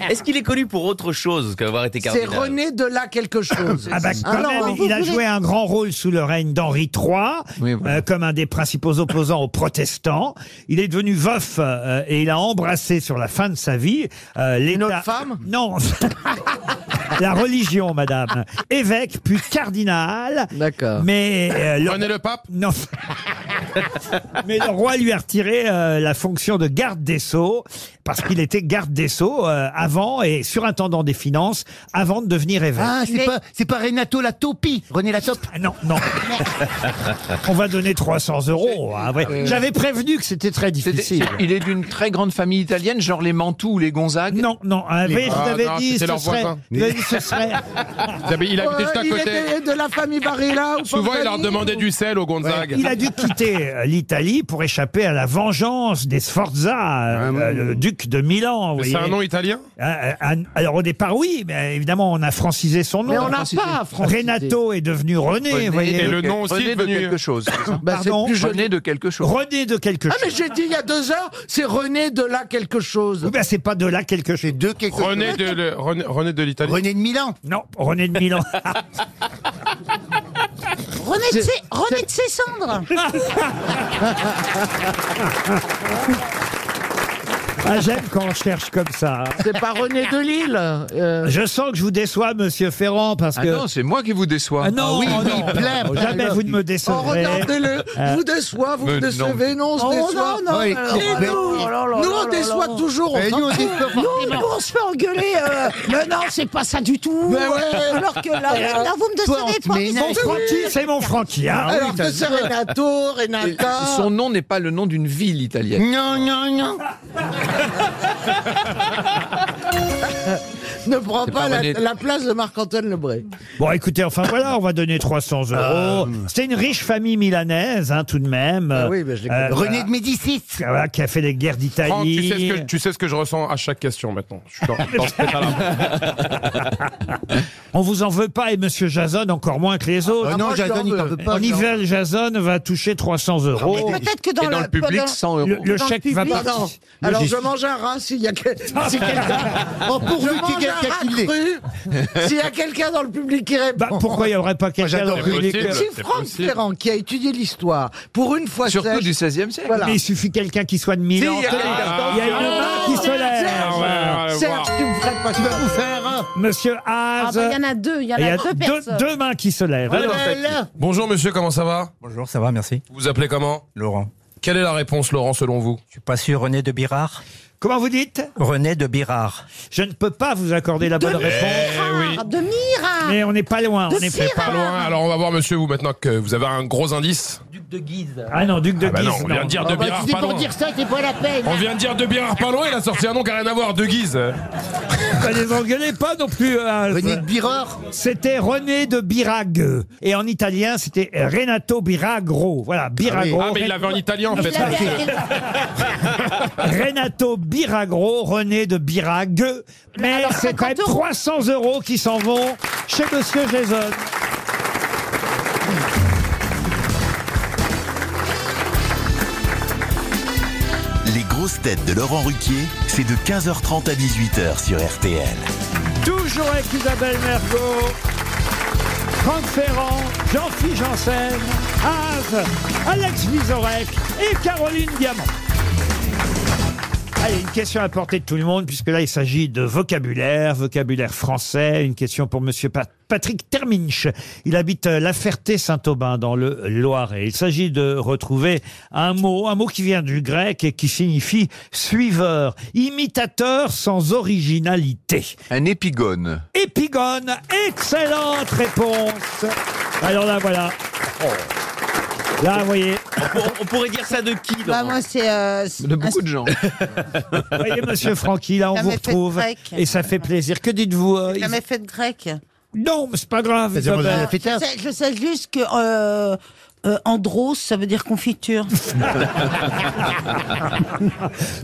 [SPEAKER 6] Est-ce qu'il est connu pour autre chose qu'avoir été
[SPEAKER 7] C'est
[SPEAKER 6] cardinal
[SPEAKER 7] René de là quelque chose.
[SPEAKER 2] Ah bah, quand même, il a joué un grand rôle sous le règne d'Henri III, euh, comme un des principaux opposants aux protestants. Il est devenu veuf euh, et il a embrassé sur la fin de sa vie euh, Une autre femme Non. la religion, madame. Évêque, puis cardinal.
[SPEAKER 7] D'accord.
[SPEAKER 2] Mais
[SPEAKER 3] René le pape
[SPEAKER 2] euh, Non. Mais le roi lui a retiré euh, la fonction de garde des sceaux parce qu'il était garde des Sceaux euh, avant et surintendant des finances avant de devenir évêque.
[SPEAKER 4] Ah, c'est pas, c'est pas Renato la Topi, René la Top
[SPEAKER 2] Non, non. On va donner 300 euros. hein, ouais.
[SPEAKER 3] Euh,
[SPEAKER 2] J'avais prévenu que c'était très difficile.
[SPEAKER 5] Il est d'une très grande famille italienne, genre les Mantoux ou les Gonzague
[SPEAKER 2] Non, non. Ah,
[SPEAKER 5] Les-
[SPEAKER 2] oui, je vous
[SPEAKER 5] Ah,
[SPEAKER 2] avais
[SPEAKER 5] non,
[SPEAKER 2] dit,
[SPEAKER 5] c'était
[SPEAKER 2] ce
[SPEAKER 5] leur
[SPEAKER 2] serait,
[SPEAKER 5] voisin.
[SPEAKER 2] vous avez dit, ce serait-
[SPEAKER 3] Il habitait juste à
[SPEAKER 7] il
[SPEAKER 3] côté.
[SPEAKER 7] était de la famille Barilla ou
[SPEAKER 3] Souvent, il leur
[SPEAKER 7] Paganini
[SPEAKER 3] demandait du sel au Gonzague.
[SPEAKER 2] Il a dû quitter euh, l'Italie pour échapper à la vengeance des Sforza, euh, euh, le duc de Milan. vous
[SPEAKER 3] Ah C'est un
[SPEAKER 2] voyez.
[SPEAKER 3] nom italien
[SPEAKER 2] Euh, euh, alors au départ oui, mais évidemment on a francisé son nom.
[SPEAKER 3] Mais on n'a Francisé. pas francisé.
[SPEAKER 2] Renato est devenu René,
[SPEAKER 5] René
[SPEAKER 2] vous voyez.
[SPEAKER 5] de quel- René de quelque chose. c'est ça
[SPEAKER 2] Bah, c'est Pardon plus joli.
[SPEAKER 5] René de quelque chose.
[SPEAKER 2] René de quelque
[SPEAKER 7] Ah
[SPEAKER 2] chose.
[SPEAKER 7] mais j'ai dit il y a deux heures, c'est René de là quelque chose.
[SPEAKER 2] Oui, ben, c'est pas de là quelque chose.
[SPEAKER 4] de quelque
[SPEAKER 3] René de, le- René, René de l'Italie.
[SPEAKER 4] René de Milan
[SPEAKER 2] Non, René de Milan.
[SPEAKER 9] René de ses- René de ses cendres
[SPEAKER 2] Ah, J'aime quand on cherche comme ça. hein.
[SPEAKER 7] C'est pas René de Lille. euh,
[SPEAKER 2] Je sens que je vous déçois, Monsieur Ferrand, parce
[SPEAKER 5] Ah
[SPEAKER 2] que.
[SPEAKER 5] non, c'est moi qui vous déçois.
[SPEAKER 2] Ah non, oh non. jamais vous ne me
[SPEAKER 7] Oh,
[SPEAKER 2] décevrez.
[SPEAKER 7] regardez-le,
[SPEAKER 2] Euh,
[SPEAKER 7] je vous déçois, vous
[SPEAKER 2] Mais
[SPEAKER 7] me
[SPEAKER 2] non.
[SPEAKER 7] décevez, non, on se
[SPEAKER 9] Oh, non,
[SPEAKER 7] déçoit.
[SPEAKER 9] non,
[SPEAKER 7] Et
[SPEAKER 9] Oui. non, non,
[SPEAKER 7] nous,
[SPEAKER 9] non, non, non,
[SPEAKER 7] nous,
[SPEAKER 9] non,
[SPEAKER 7] on
[SPEAKER 9] non,
[SPEAKER 7] déçoit
[SPEAKER 9] non.
[SPEAKER 7] toujours. on
[SPEAKER 9] Mais
[SPEAKER 7] s'en
[SPEAKER 9] nous, on
[SPEAKER 7] fout.
[SPEAKER 9] déçoit
[SPEAKER 7] Nous,
[SPEAKER 9] forcément. on se fait engueuler. euh, mais non, c'est pas ça du tout.
[SPEAKER 7] Mais ouais.
[SPEAKER 9] Alors que là,
[SPEAKER 7] Euh,
[SPEAKER 9] non, vous me
[SPEAKER 7] toi, on
[SPEAKER 9] décevez
[SPEAKER 7] te
[SPEAKER 9] pas.
[SPEAKER 7] ménage.
[SPEAKER 2] Mon Francky, c'est mon Francky. hein.
[SPEAKER 7] Alors
[SPEAKER 2] Oui,
[SPEAKER 7] que c'est Renato,
[SPEAKER 5] Et
[SPEAKER 7] Renata.
[SPEAKER 5] Son nom n'est pas le nom d'une ville italienne.
[SPEAKER 7] Non, non, non. ne prends
[SPEAKER 5] C'est
[SPEAKER 7] pas
[SPEAKER 5] pas
[SPEAKER 7] la,
[SPEAKER 5] René.
[SPEAKER 7] la place de Marc-Antoine Lebré.
[SPEAKER 2] Bon, écoutez, enfin voilà, on va donner 300 euros. C'était une riche famille milanaise, hein, tout de même.
[SPEAKER 7] Ah oui, ben, je l'ai
[SPEAKER 2] Euh,
[SPEAKER 7] compris.
[SPEAKER 4] René de Médicis
[SPEAKER 2] voilà, Ah, voilà, qui a fait les guerres d'Italie.
[SPEAKER 3] Franck, tu sais, ce que, tu sais ce que je ressens à chaque question maintenant. Je suis dans, dans cet état-là.
[SPEAKER 2] On vous en veut pas, et Monsieur Jason encore moins que les autres.
[SPEAKER 4] Ah, non, Jason, il t'en veut pas.
[SPEAKER 2] en Nivelle, Jason va toucher 300 euros.
[SPEAKER 7] Ah,
[SPEAKER 9] Mais Peut-être que
[SPEAKER 5] Ah Et
[SPEAKER 9] dans,
[SPEAKER 5] dans le public,
[SPEAKER 9] dans-
[SPEAKER 5] 100 euros.
[SPEAKER 2] Le, le
[SPEAKER 9] Dans le
[SPEAKER 2] chèque va
[SPEAKER 9] public,
[SPEAKER 2] partir.
[SPEAKER 7] Non. Alors je mange un rat s'il y a que-
[SPEAKER 2] Ah,
[SPEAKER 7] si quelqu'un.
[SPEAKER 4] Oh, pourvu
[SPEAKER 7] je
[SPEAKER 4] qu'il
[SPEAKER 7] mange
[SPEAKER 4] ait
[SPEAKER 7] un
[SPEAKER 4] calculé.
[SPEAKER 7] rat cru s'il y a quelqu'un dans le public qui répond.
[SPEAKER 2] Bah, pourquoi il n'y aurait pas quelqu'un dans le
[SPEAKER 3] j'adore
[SPEAKER 2] public
[SPEAKER 3] Russie.
[SPEAKER 7] Si
[SPEAKER 3] C'est
[SPEAKER 7] Franck
[SPEAKER 3] possible.
[SPEAKER 7] Ferrand, qui a étudié l'histoire, pour une fois
[SPEAKER 5] Surtout
[SPEAKER 7] sèche-
[SPEAKER 5] du 16e siècle.
[SPEAKER 7] Voilà.
[SPEAKER 2] Mais il suffit quelqu'un qui soit de Milan.
[SPEAKER 5] Si, il y a
[SPEAKER 2] Tenez,
[SPEAKER 3] quelqu'un.
[SPEAKER 2] Il y a une main qui se
[SPEAKER 5] Ah,
[SPEAKER 2] lève.
[SPEAKER 3] ouais, ouais,
[SPEAKER 7] Serge,
[SPEAKER 3] ouais.
[SPEAKER 7] tu me ferais pas ça.
[SPEAKER 2] Monsieur
[SPEAKER 9] Ah
[SPEAKER 2] Haas.
[SPEAKER 9] bah, il y en a deux, il y en
[SPEAKER 2] il y
[SPEAKER 9] a
[SPEAKER 2] a
[SPEAKER 9] deux
[SPEAKER 2] deux,
[SPEAKER 9] personnes.
[SPEAKER 2] deux mains qui se lèvent.
[SPEAKER 9] bah,
[SPEAKER 2] Alors,
[SPEAKER 3] Bonjour monsieur, comment ça va
[SPEAKER 21] Bonjour, ça va, merci.
[SPEAKER 3] Vous vous appelez comment
[SPEAKER 21] Laurent.
[SPEAKER 3] Quelle est la réponse, Laurent, selon vous
[SPEAKER 21] Je suis pas sûr, René de Birard
[SPEAKER 2] comment vous dites
[SPEAKER 21] René de Birard.
[SPEAKER 2] Je ne peux pas vous accorder la bonne réponse.
[SPEAKER 9] Mirard, De Mira.
[SPEAKER 2] Mais on n'est pas loin.
[SPEAKER 9] De
[SPEAKER 2] On n'est
[SPEAKER 9] Syrah.
[SPEAKER 3] Pas loin. Alors on va voir monsieur, vous maintenant que vous avez un gros indice.
[SPEAKER 2] Ah non, duc de
[SPEAKER 3] Ah bah
[SPEAKER 2] Guise.
[SPEAKER 3] non, on vient de dire de Birard pas loin.
[SPEAKER 9] ça, c'est pas la peine.
[SPEAKER 3] On vient de dire de Birard pas loin, il a sorti un nom qui n'a rien à voir, de Guise.
[SPEAKER 2] Bah, les engueulez pas non plus. hein.
[SPEAKER 4] René de Birard
[SPEAKER 2] C'était René de Birague. Et en italien, c'était Renato Biragro. Voilà, Biragro.
[SPEAKER 3] Ah mais il l'avait en italien en fait.
[SPEAKER 9] Il avait- il-
[SPEAKER 2] Renato Biragro, René de Birague. Mais
[SPEAKER 9] Alors,
[SPEAKER 2] c'est quand même
[SPEAKER 9] 50 euros.
[SPEAKER 2] 300 euros qui s'en vont chez Monsieur Jason.
[SPEAKER 1] Les grosses têtes de Laurent Ruquier, c'est de 15h30 à 18h sur RTL.
[SPEAKER 2] Toujours avec Isabelle Mergot, Franck Ferrand, Jean-Philippe Janssen, Az, Alex Vizorek et Caroline Diamant. Allez, une question à portée de tout le monde, puisque là, il s'agit de vocabulaire, vocabulaire français. Une question pour Monsieur Pa- Patrick Terminch. Il habite euh, La Ferté-Saint-Aubin, dans le Loiret. Il s'agit de retrouver un mot, un mot qui vient du grec et qui signifie suiveur, imitateur sans originalité.
[SPEAKER 5] Un épigone.
[SPEAKER 2] Épigone, excellente réponse. Alors là, voilà.
[SPEAKER 5] Oh.
[SPEAKER 2] Là, vous voyez,
[SPEAKER 6] on pourrait dire ça de qui
[SPEAKER 9] Bah,
[SPEAKER 6] Laurent
[SPEAKER 9] moi, c'est. euh,
[SPEAKER 5] De beaucoup de gens.
[SPEAKER 2] vous voyez, Ah, monsieur Francky, là, on
[SPEAKER 9] Ça
[SPEAKER 2] vous
[SPEAKER 9] m'a fait
[SPEAKER 2] retrouve.
[SPEAKER 9] grec.
[SPEAKER 2] Et ça fait plaisir. Que dites-vous euh,
[SPEAKER 9] c'est
[SPEAKER 2] Is-
[SPEAKER 9] un effet de grec.
[SPEAKER 2] Non, mais c'est pas grave.
[SPEAKER 4] C'est-à-dire,
[SPEAKER 2] Isabelle.
[SPEAKER 4] vous avez
[SPEAKER 9] Je
[SPEAKER 4] fait taire.
[SPEAKER 9] sais, je sais juste que. euh, euh, andros, ça veut dire confiture.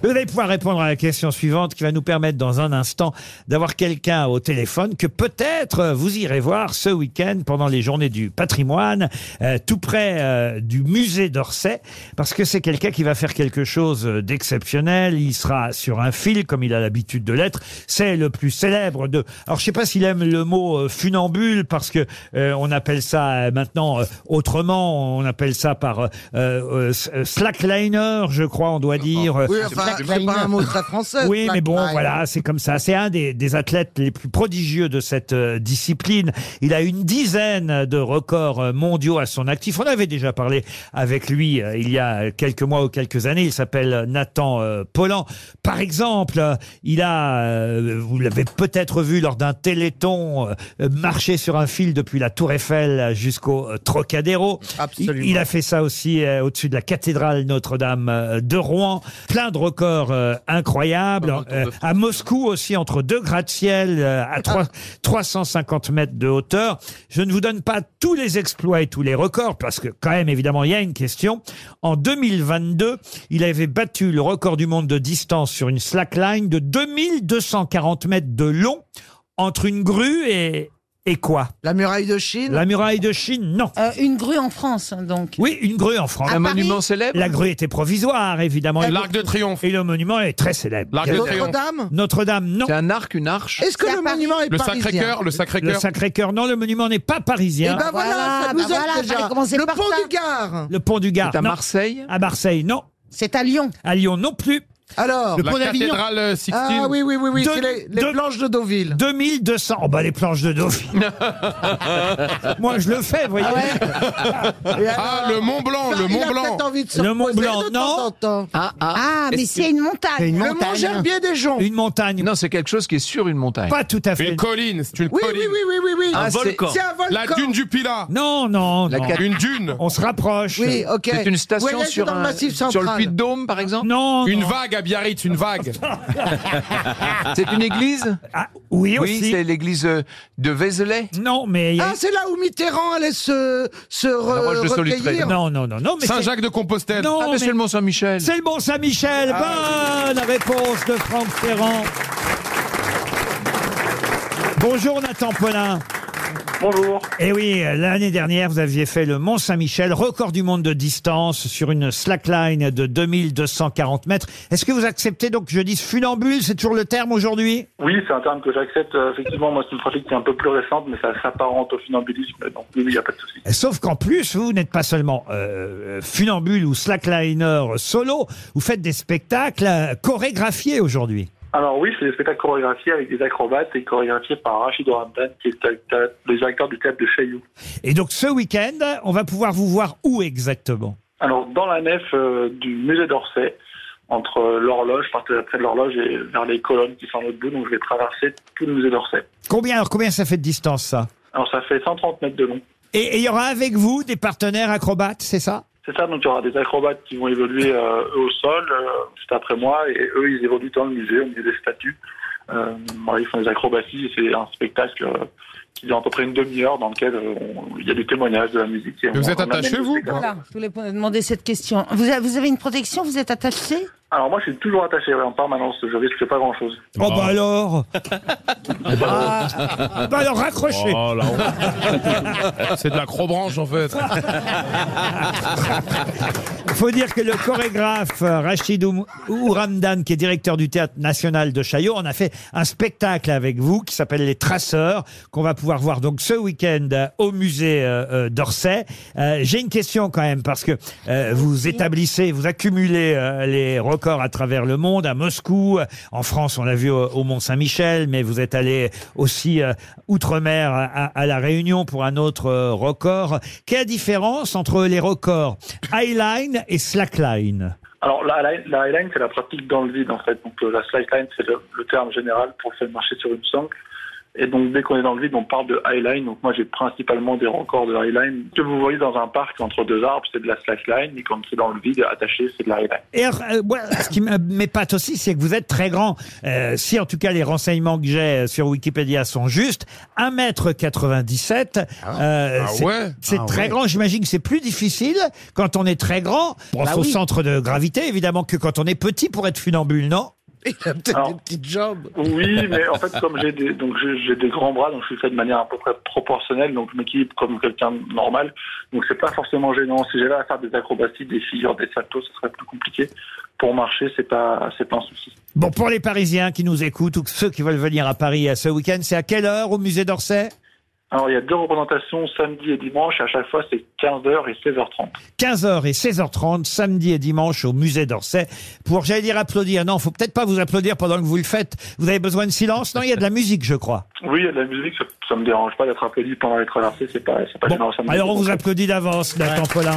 [SPEAKER 2] Vous allez pouvoir répondre à la question suivante qui va nous permettre dans un instant d'avoir quelqu'un au téléphone que peut-être euh, vous irez voir ce week-end pendant les journées du patrimoine, euh, tout près euh, du musée d'Orsay, parce que c'est quelqu'un qui va faire quelque chose d'exceptionnel. Il sera sur un fil comme il a l'habitude de l'être. C'est le plus célèbre de. Alors je sais pas s'il aime le mot euh, funambule parce que euh, on appelle ça euh, maintenant euh, autrement. on appelle ça par euh, euh, s- euh, slackliner, je crois, on doit dire.
[SPEAKER 7] Euh, Oui, enfin, c'est pas un mot très français.
[SPEAKER 2] Oui, mais bon,
[SPEAKER 7] slackliner.
[SPEAKER 2] voilà, c'est comme ça. C'est un des, des athlètes les plus prodigieux de cette euh, discipline. Il a une dizaine de records euh, mondiaux à son actif. On avait déjà parlé avec lui euh, il y a quelques mois ou quelques années. Il s'appelle Nathan euh, Pollan. Par exemple, euh, il a, euh, vous l'avez peut-être vu lors d'un téléthon, euh, marcher sur un fil depuis la Tour Eiffel jusqu'au euh, Trocadéro.
[SPEAKER 7] Absolument.
[SPEAKER 2] Il, il a fait ça aussi euh, au-dessus de la cathédrale Notre-Dame euh, de Rouen. Plein de records euh, incroyables. Euh, à Moscou aussi, entre deux gratte-ciel euh, à trois- 350 mètres de hauteur. Je ne vous donne pas tous les exploits et tous les records, parce que quand même, évidemment, il y a une question. En 2022, il avait battu le record du monde de distance sur une slackline de 2240 mètres de long entre une grue et... Et quoi
[SPEAKER 7] La muraille de Chine
[SPEAKER 2] La muraille de Chine, non.
[SPEAKER 7] Euh,
[SPEAKER 9] une grue en France, donc.
[SPEAKER 2] Oui, une grue en France.
[SPEAKER 9] À Un Paris monument
[SPEAKER 2] célèbre La grue était provisoire, évidemment.
[SPEAKER 9] La
[SPEAKER 2] Et-
[SPEAKER 9] L'Arc
[SPEAKER 3] de Triomphe.
[SPEAKER 2] Et le monument est très célèbre.
[SPEAKER 3] L'Arc de Notre-Dame
[SPEAKER 7] Triomphe.
[SPEAKER 2] Notre-Dame, non. C'est
[SPEAKER 5] un arc, une arche
[SPEAKER 7] Est-ce que le monument est
[SPEAKER 2] Le
[SPEAKER 7] parisien
[SPEAKER 2] Sacré-Cœur,
[SPEAKER 3] le Sacré-Cœur.
[SPEAKER 2] Le Sacré-Cœur, non, le monument n'est pas
[SPEAKER 7] Eh
[SPEAKER 2] parisien.
[SPEAKER 7] ben voilà, ça nous aide déjà. Le pont du Gard.
[SPEAKER 2] Le pont du Gard.
[SPEAKER 7] C'est à
[SPEAKER 2] non.
[SPEAKER 5] Marseille
[SPEAKER 2] À Marseille, non.
[SPEAKER 9] C'est à Lyon.
[SPEAKER 2] À Lyon non plus.
[SPEAKER 7] Alors,
[SPEAKER 2] Le pont d'Avignon.
[SPEAKER 7] Ah oui, oui, oui, oui,
[SPEAKER 2] Deux-
[SPEAKER 7] c'est les, les
[SPEAKER 2] deux-
[SPEAKER 7] planches de Deauville.
[SPEAKER 2] 2200. Oh bah les planches de Dauphine. Moi je le fais, vous voyez.
[SPEAKER 3] Ah, le Mont Blanc, le Mont Blanc.
[SPEAKER 2] Le Mont Blanc, non.
[SPEAKER 5] Ah,
[SPEAKER 9] Ah, mais c'est une montagne.
[SPEAKER 5] une
[SPEAKER 9] Le
[SPEAKER 5] montagne.
[SPEAKER 9] Mont Gerbier
[SPEAKER 7] des gens.
[SPEAKER 2] Une montagne.
[SPEAKER 5] Non, c'est quelque chose qui est sur une montagne.
[SPEAKER 2] Pas tout à fait.
[SPEAKER 3] Une colline, c'est une
[SPEAKER 7] Oui,
[SPEAKER 3] colline.
[SPEAKER 7] oui, oui, oui, oui, oui.
[SPEAKER 5] Ah, c'est- c'est un volcan.
[SPEAKER 3] La dune du Pilat.
[SPEAKER 2] Non, non,
[SPEAKER 5] La
[SPEAKER 2] non.
[SPEAKER 5] cat-
[SPEAKER 3] Une dune.
[SPEAKER 2] On se rapproche.
[SPEAKER 7] Oui, ok.
[SPEAKER 5] C'est
[SPEAKER 7] Où
[SPEAKER 5] une
[SPEAKER 7] elle
[SPEAKER 5] station
[SPEAKER 7] est, c'est
[SPEAKER 5] sur,
[SPEAKER 7] dans le
[SPEAKER 5] un-
[SPEAKER 7] Massif
[SPEAKER 5] sur le
[SPEAKER 7] Central.
[SPEAKER 5] Puy de Dôme, par exemple
[SPEAKER 2] Non.
[SPEAKER 3] Une vague à Biarritz, une vague.
[SPEAKER 5] C'est une église
[SPEAKER 2] Ah,
[SPEAKER 5] Oui,
[SPEAKER 2] Oui, aussi.
[SPEAKER 5] c'est l'église euh, de Vézelay.
[SPEAKER 2] Non, mais il y a-
[SPEAKER 7] Ah, c'est là où Mitterrand allait se,
[SPEAKER 2] Ah,
[SPEAKER 7] se
[SPEAKER 5] La
[SPEAKER 7] re,
[SPEAKER 5] roche de Solutré.
[SPEAKER 7] recueillir.
[SPEAKER 2] Non, non, non, non. mais c'est-
[SPEAKER 3] Saint-Jacques de Compostelle.
[SPEAKER 2] Non,
[SPEAKER 5] Euh, Ah, mais
[SPEAKER 2] mais-
[SPEAKER 5] c'est le Mont-Saint-Michel.
[SPEAKER 2] C'est le bon Saint-Michel. Bonne réponse de Franck Ferrand. Bonjour Nathan Paulin.
[SPEAKER 22] Bonjour.
[SPEAKER 2] Eh oui, l'année dernière, vous aviez fait le Mont Saint-Michel, record du monde de distance sur une slackline de 2240 mètres. Est-ce que vous acceptez donc que je dise funambule C'est toujours le terme aujourd'hui
[SPEAKER 22] Oui, c'est un terme que j'accepte. euh, Effectivement, moi, c'est une pratique qui est un peu plus récente, mais ça s'apparente au funambulisme. Donc, oui, il n'y a pas de souci.
[SPEAKER 2] Sauf qu'en plus, vous n'êtes pas seulement euh, funambule ou slackliner solo, vous faites des spectacles euh, chorégraphiés aujourd'hui.
[SPEAKER 22] Alors, oui, c'est des spectacles chorégraphiés avec des acrobates et chorégraphiés par Rachid Oramdan, qui est le ta- le directeur du théâtre de Chaillou.
[SPEAKER 2] Et donc ce week-end, on va pouvoir vous voir où exactement
[SPEAKER 22] Alors, dans la nef euh, du musée d'Orsay, entre euh, l'horloge, enfin, près de l'horloge et vers les colonnes qui sont à l'autre bout, donc je vais traverser tout le musée d'Orsay.
[SPEAKER 2] Combien alors combien ça fait de distance ça
[SPEAKER 22] Alors, ça fait 130 mètres de long.
[SPEAKER 2] Et et il y aura avec vous des partenaires acrobates, c'est ça
[SPEAKER 22] C'est ça, donc il y aura des acrobates qui vont évoluer euh, eux au sol, euh, juste après moi, et eux ils évoluent dans le musée, au milieu des statues. Euh, voilà, ils font des acrobaties, et c'est un spectacle euh, qui dure à peu près une demi-heure dans lequel euh, on- il y a des témoignages de la musique. et
[SPEAKER 3] Mais vous
[SPEAKER 22] on-
[SPEAKER 3] êtes
[SPEAKER 22] on amène
[SPEAKER 3] attaché,
[SPEAKER 22] le
[SPEAKER 3] vous,
[SPEAKER 22] spectacle.
[SPEAKER 9] Voilà, je voulais demander cette question. Vous avez, vous avez une protection Vous êtes attaché
[SPEAKER 22] Alors moi je suis toujours attaché ouais, en permanence, je risque pas grand-chose.
[SPEAKER 2] Oh bah alors Ah, Bah alors raccrochez
[SPEAKER 3] Oh là, on- C'est de la crobranche, en fait.
[SPEAKER 2] faut dire que le chorégraphe euh, Rachid Oum- Ouramdan, qui est directeur du Théâtre National de Chaillot, en a fait un spectacle avec vous qui s'appelle Les Traceurs, qu'on va pouvoir voir donc ce week-end euh, au musée euh, euh, d'Orsay. Euh, J'ai une question quand même, parce que euh, vous établissez, vous accumulez euh, les records à travers le monde, à Moscou, euh, en France, on l'a vu au, au Mont-Saint-Michel, mais vous êtes allé aussi euh, outre-mer à, à La Réunion pour un autre euh, record. Quelle différence entre les records highline et slackline
[SPEAKER 22] Alors la, la, la highline c'est la pratique dans le vide en fait, donc euh, la slideline c'est le, le terme général pour faire marcher sur une sangle. Et donc dès qu'on est dans le vide on parle de highline, donc moi j'ai principalement des records de highline. Ce que vous voyez dans un parc entre deux arbres c'est de la slackline et quand c'est dans le vide attaché c'est de la highline.
[SPEAKER 2] et alors, euh, moi, ce qui m- m'épate aussi, c'est que vous êtes très grand. Euh, si en tout cas les renseignements que j'ai euh, sur Wikipédia sont justes, 1m97, euh,
[SPEAKER 3] Ah
[SPEAKER 2] c'est
[SPEAKER 3] ouais
[SPEAKER 2] c'est
[SPEAKER 3] Ah
[SPEAKER 2] très
[SPEAKER 3] ouais.
[SPEAKER 2] grand. J'imagine que c'est plus difficile quand on est très grand, pense
[SPEAKER 7] Bah
[SPEAKER 2] au
[SPEAKER 7] oui.
[SPEAKER 2] centre de gravité évidemment, que quand on est petit pour être funambule, non
[SPEAKER 7] Il a peut-être des petites jambes.
[SPEAKER 22] Oui, mais en fait, comme j'ai des, donc j'ai j'ai des grands bras, donc je suis fait de manière à peu près proportionnelle, donc je m'équilibre comme quelqu'un de normal. Donc c'est pas forcément gênant. Si j'avais à faire des acrobaties, des figures, des saltos, ce serait plus compliqué. Pour marcher, c'est pas, c'est pas un souci.
[SPEAKER 2] Bon, pour les Parisiens qui nous écoutent ou ceux qui veulent venir à Paris euh, ce week-end, c'est à quelle heure au musée d'Orsay
[SPEAKER 22] Alors, il y a deux représentations, samedi et dimanche, et à chaque fois, c'est 15h et 16h30.
[SPEAKER 2] 15h et 16h30, samedi et dimanche au musée d'Orsay, pour, j'allais dire, applaudir. Non, faut peut-être pas vous applaudir pendant que vous le faites. Vous avez besoin de silence Non, il y a de la musique, je crois.
[SPEAKER 22] Oui, il y a de la musique, ça, ça me dérange pas d'être applaudi pendant les traversées, c'est pas, c'est pas gênant, ça me
[SPEAKER 2] Alors on
[SPEAKER 22] dérange
[SPEAKER 2] vous
[SPEAKER 22] pas.
[SPEAKER 2] applaudit d'avance, Nathan Paulin.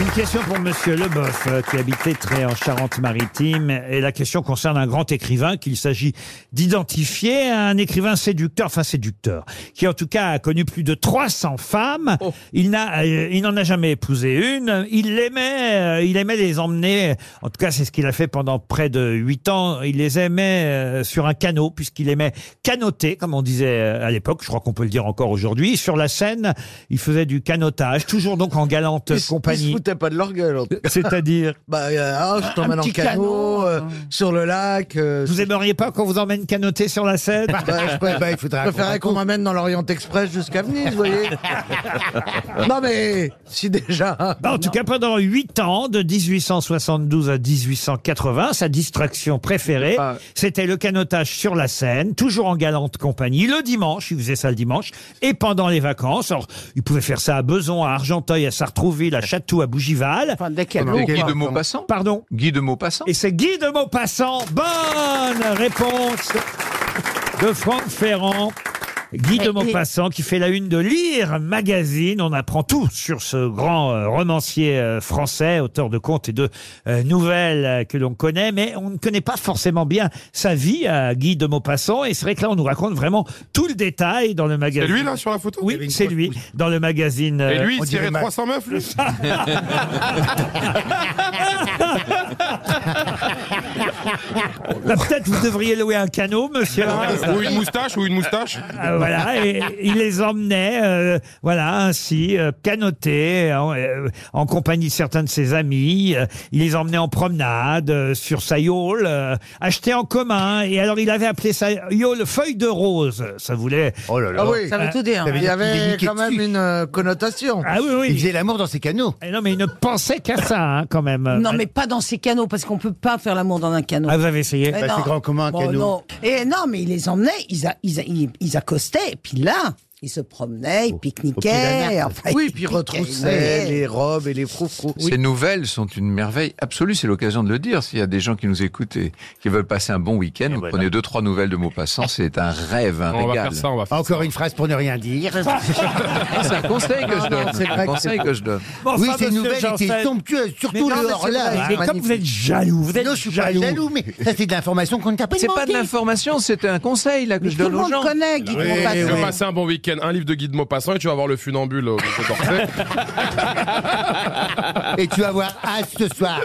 [SPEAKER 2] Une question pour Monsieur Leboeuf, euh, qui habitait très en Charente-Maritime. Et la question concerne un grand écrivain qu'il s'agit d'identifier, un écrivain séducteur, enfin séducteur, qui en tout cas a connu plus de 300 femmes.
[SPEAKER 7] Oh.
[SPEAKER 2] Il n'a, euh, il n'en a jamais épousé une. Il l'aimait, euh, il aimait les emmener. En tout cas, c'est ce qu'il a fait pendant près de 8 ans. Il les aimait euh, sur un canot, puisqu'il aimait canoter, comme on disait euh, à l'époque. Je crois qu'on peut le dire encore aujourd'hui. Sur la Seine, il faisait du canotage, toujours donc en galante
[SPEAKER 7] Ils se-
[SPEAKER 2] compagnie.
[SPEAKER 7] Ils se foutaient pas de leur gueule. en tout cas.
[SPEAKER 2] C'est-à-dire
[SPEAKER 7] Bah, euh, ah, je t'emmène en
[SPEAKER 2] petit
[SPEAKER 7] canot, euh, sur le lac. euh,
[SPEAKER 2] Vous aimeriez pas qu'on vous emmène canoter sur la Seine
[SPEAKER 7] bah, je pré- bah, il faudrait je préférerais qu'on m'amène dans l'Orient Express jusqu'à Venise, vous voyez.
[SPEAKER 2] Ah,
[SPEAKER 7] non, mais si déjà.
[SPEAKER 2] Bah, en tout cas, pendant 8 ans, de 1872 à 1880, sa distraction préférée, c'était le canotage sur la Seine, toujours en galante compagnie, le dimanche, il faisait ça le dimanche, et pendant les vacances. Alors, il pouvait faire ça à Besançon, à Argenteuil, à Sartrouville, à Château, à Bougival.
[SPEAKER 5] Comme Guy de Maupassant
[SPEAKER 2] Pardon
[SPEAKER 5] Guy de Maupassant
[SPEAKER 2] Et c'est Guy de Maupassant. Bonne réponse de Franck Ferrand. Guy de
[SPEAKER 17] Et-
[SPEAKER 2] Maupassant qui fait la une de Lire Magazine. On apprend tout sur ce grand euh, romancier euh, français, auteur de contes et de euh, nouvelles euh, que l'on connaît, mais on ne connaît pas forcément bien sa vie à Guy de Maupassant. Et c'est vrai que là, on nous raconte vraiment tout le détail dans le magazine.
[SPEAKER 3] lui, là, sur la photo
[SPEAKER 2] Oui, c'est lui, dans le magazine.
[SPEAKER 3] Et
[SPEAKER 2] euh,
[SPEAKER 3] lui,
[SPEAKER 2] on
[SPEAKER 3] il
[SPEAKER 2] dirait Ah,
[SPEAKER 3] tirait
[SPEAKER 2] Mag-
[SPEAKER 3] 300 meufs, lui
[SPEAKER 2] Bah, Peut-être vous devriez louer un canot, monsieur.
[SPEAKER 3] Ou une moustache, ou une moustache.
[SPEAKER 2] Ah, voilà, et il les emmenait, euh, voilà, ainsi, euh, canoter, en, euh, en compagnie de certains de ses amis. Euh, il les emmenait en promenade euh, sur sa yole, euh, achetée en commun. Et alors, il avait appelé sa yole feuille de rose. Ça voulait. euh, Oh là
[SPEAKER 7] Ah oui, Il y avait quand même une euh, connotation.
[SPEAKER 2] Ah oui, oui.
[SPEAKER 7] Il faisait l'amour dans ses canaux.
[SPEAKER 2] non, mais il ne pensait qu'à ça, hein, quand même.
[SPEAKER 9] Non, mais pas dans ces canaux, parce qu'on peut pas faire l'amour dans un canot.
[SPEAKER 2] Ah, vous avez essayé
[SPEAKER 9] Mais
[SPEAKER 2] Bah,
[SPEAKER 9] non.
[SPEAKER 2] c'est grand comme un
[SPEAKER 9] Bon,
[SPEAKER 2] canot.
[SPEAKER 9] non. Et non, mais ils les emmenaient, ils, a- ils, a- ils- ils accostaient, et puis là, ils se promenaient, ils pique-niquaient. enfin,
[SPEAKER 7] Oui,
[SPEAKER 9] ils
[SPEAKER 7] puis
[SPEAKER 9] pique-niquaient,
[SPEAKER 7] retroussaient
[SPEAKER 9] ils
[SPEAKER 7] les robes et les froufrous.
[SPEAKER 5] Ces nouvelles sont une merveille absolue, c'est l'occasion de le dire. S'il y a des gens qui nous écoutent et qui veulent passer un bon week-end, vous prenez deux, trois nouvelles de Maupassant, c'est un rêve, un
[SPEAKER 3] Eh ben On va
[SPEAKER 5] régal.
[SPEAKER 3] faire ça, on va faire
[SPEAKER 5] Encore une phrase pour ne rien dire. c'est un conseil que
[SPEAKER 4] Non,
[SPEAKER 5] je
[SPEAKER 4] non,
[SPEAKER 5] donne.
[SPEAKER 4] c'est vrai
[SPEAKER 5] un
[SPEAKER 4] que
[SPEAKER 5] conseil
[SPEAKER 4] c'est-
[SPEAKER 5] que je donne.
[SPEAKER 4] Bon, enfin, Oui, ces monsieur nouvelles étaient Janssen- somptueuses,
[SPEAKER 5] Mais non,
[SPEAKER 4] surtout
[SPEAKER 5] mais
[SPEAKER 4] le
[SPEAKER 5] c'est
[SPEAKER 4] hors-là.
[SPEAKER 5] vrai. Mais comme vous êtes jaloux, vous êtes
[SPEAKER 4] Non, je suis pas
[SPEAKER 5] jaloux.
[SPEAKER 4] jaloux, mais ça, c'est de l'information qu'on ne t'a pas
[SPEAKER 5] C'est
[SPEAKER 4] demandé.
[SPEAKER 5] pas de l'information, c'est un conseil là, que je donne aux gens.
[SPEAKER 3] Tu veux passer un bon week-end, un livre de Guy de Maupassant et tu vas voir le funambule euh, au Musée d'Orsay.
[SPEAKER 4] Et tu vas voir Ah, ce soir.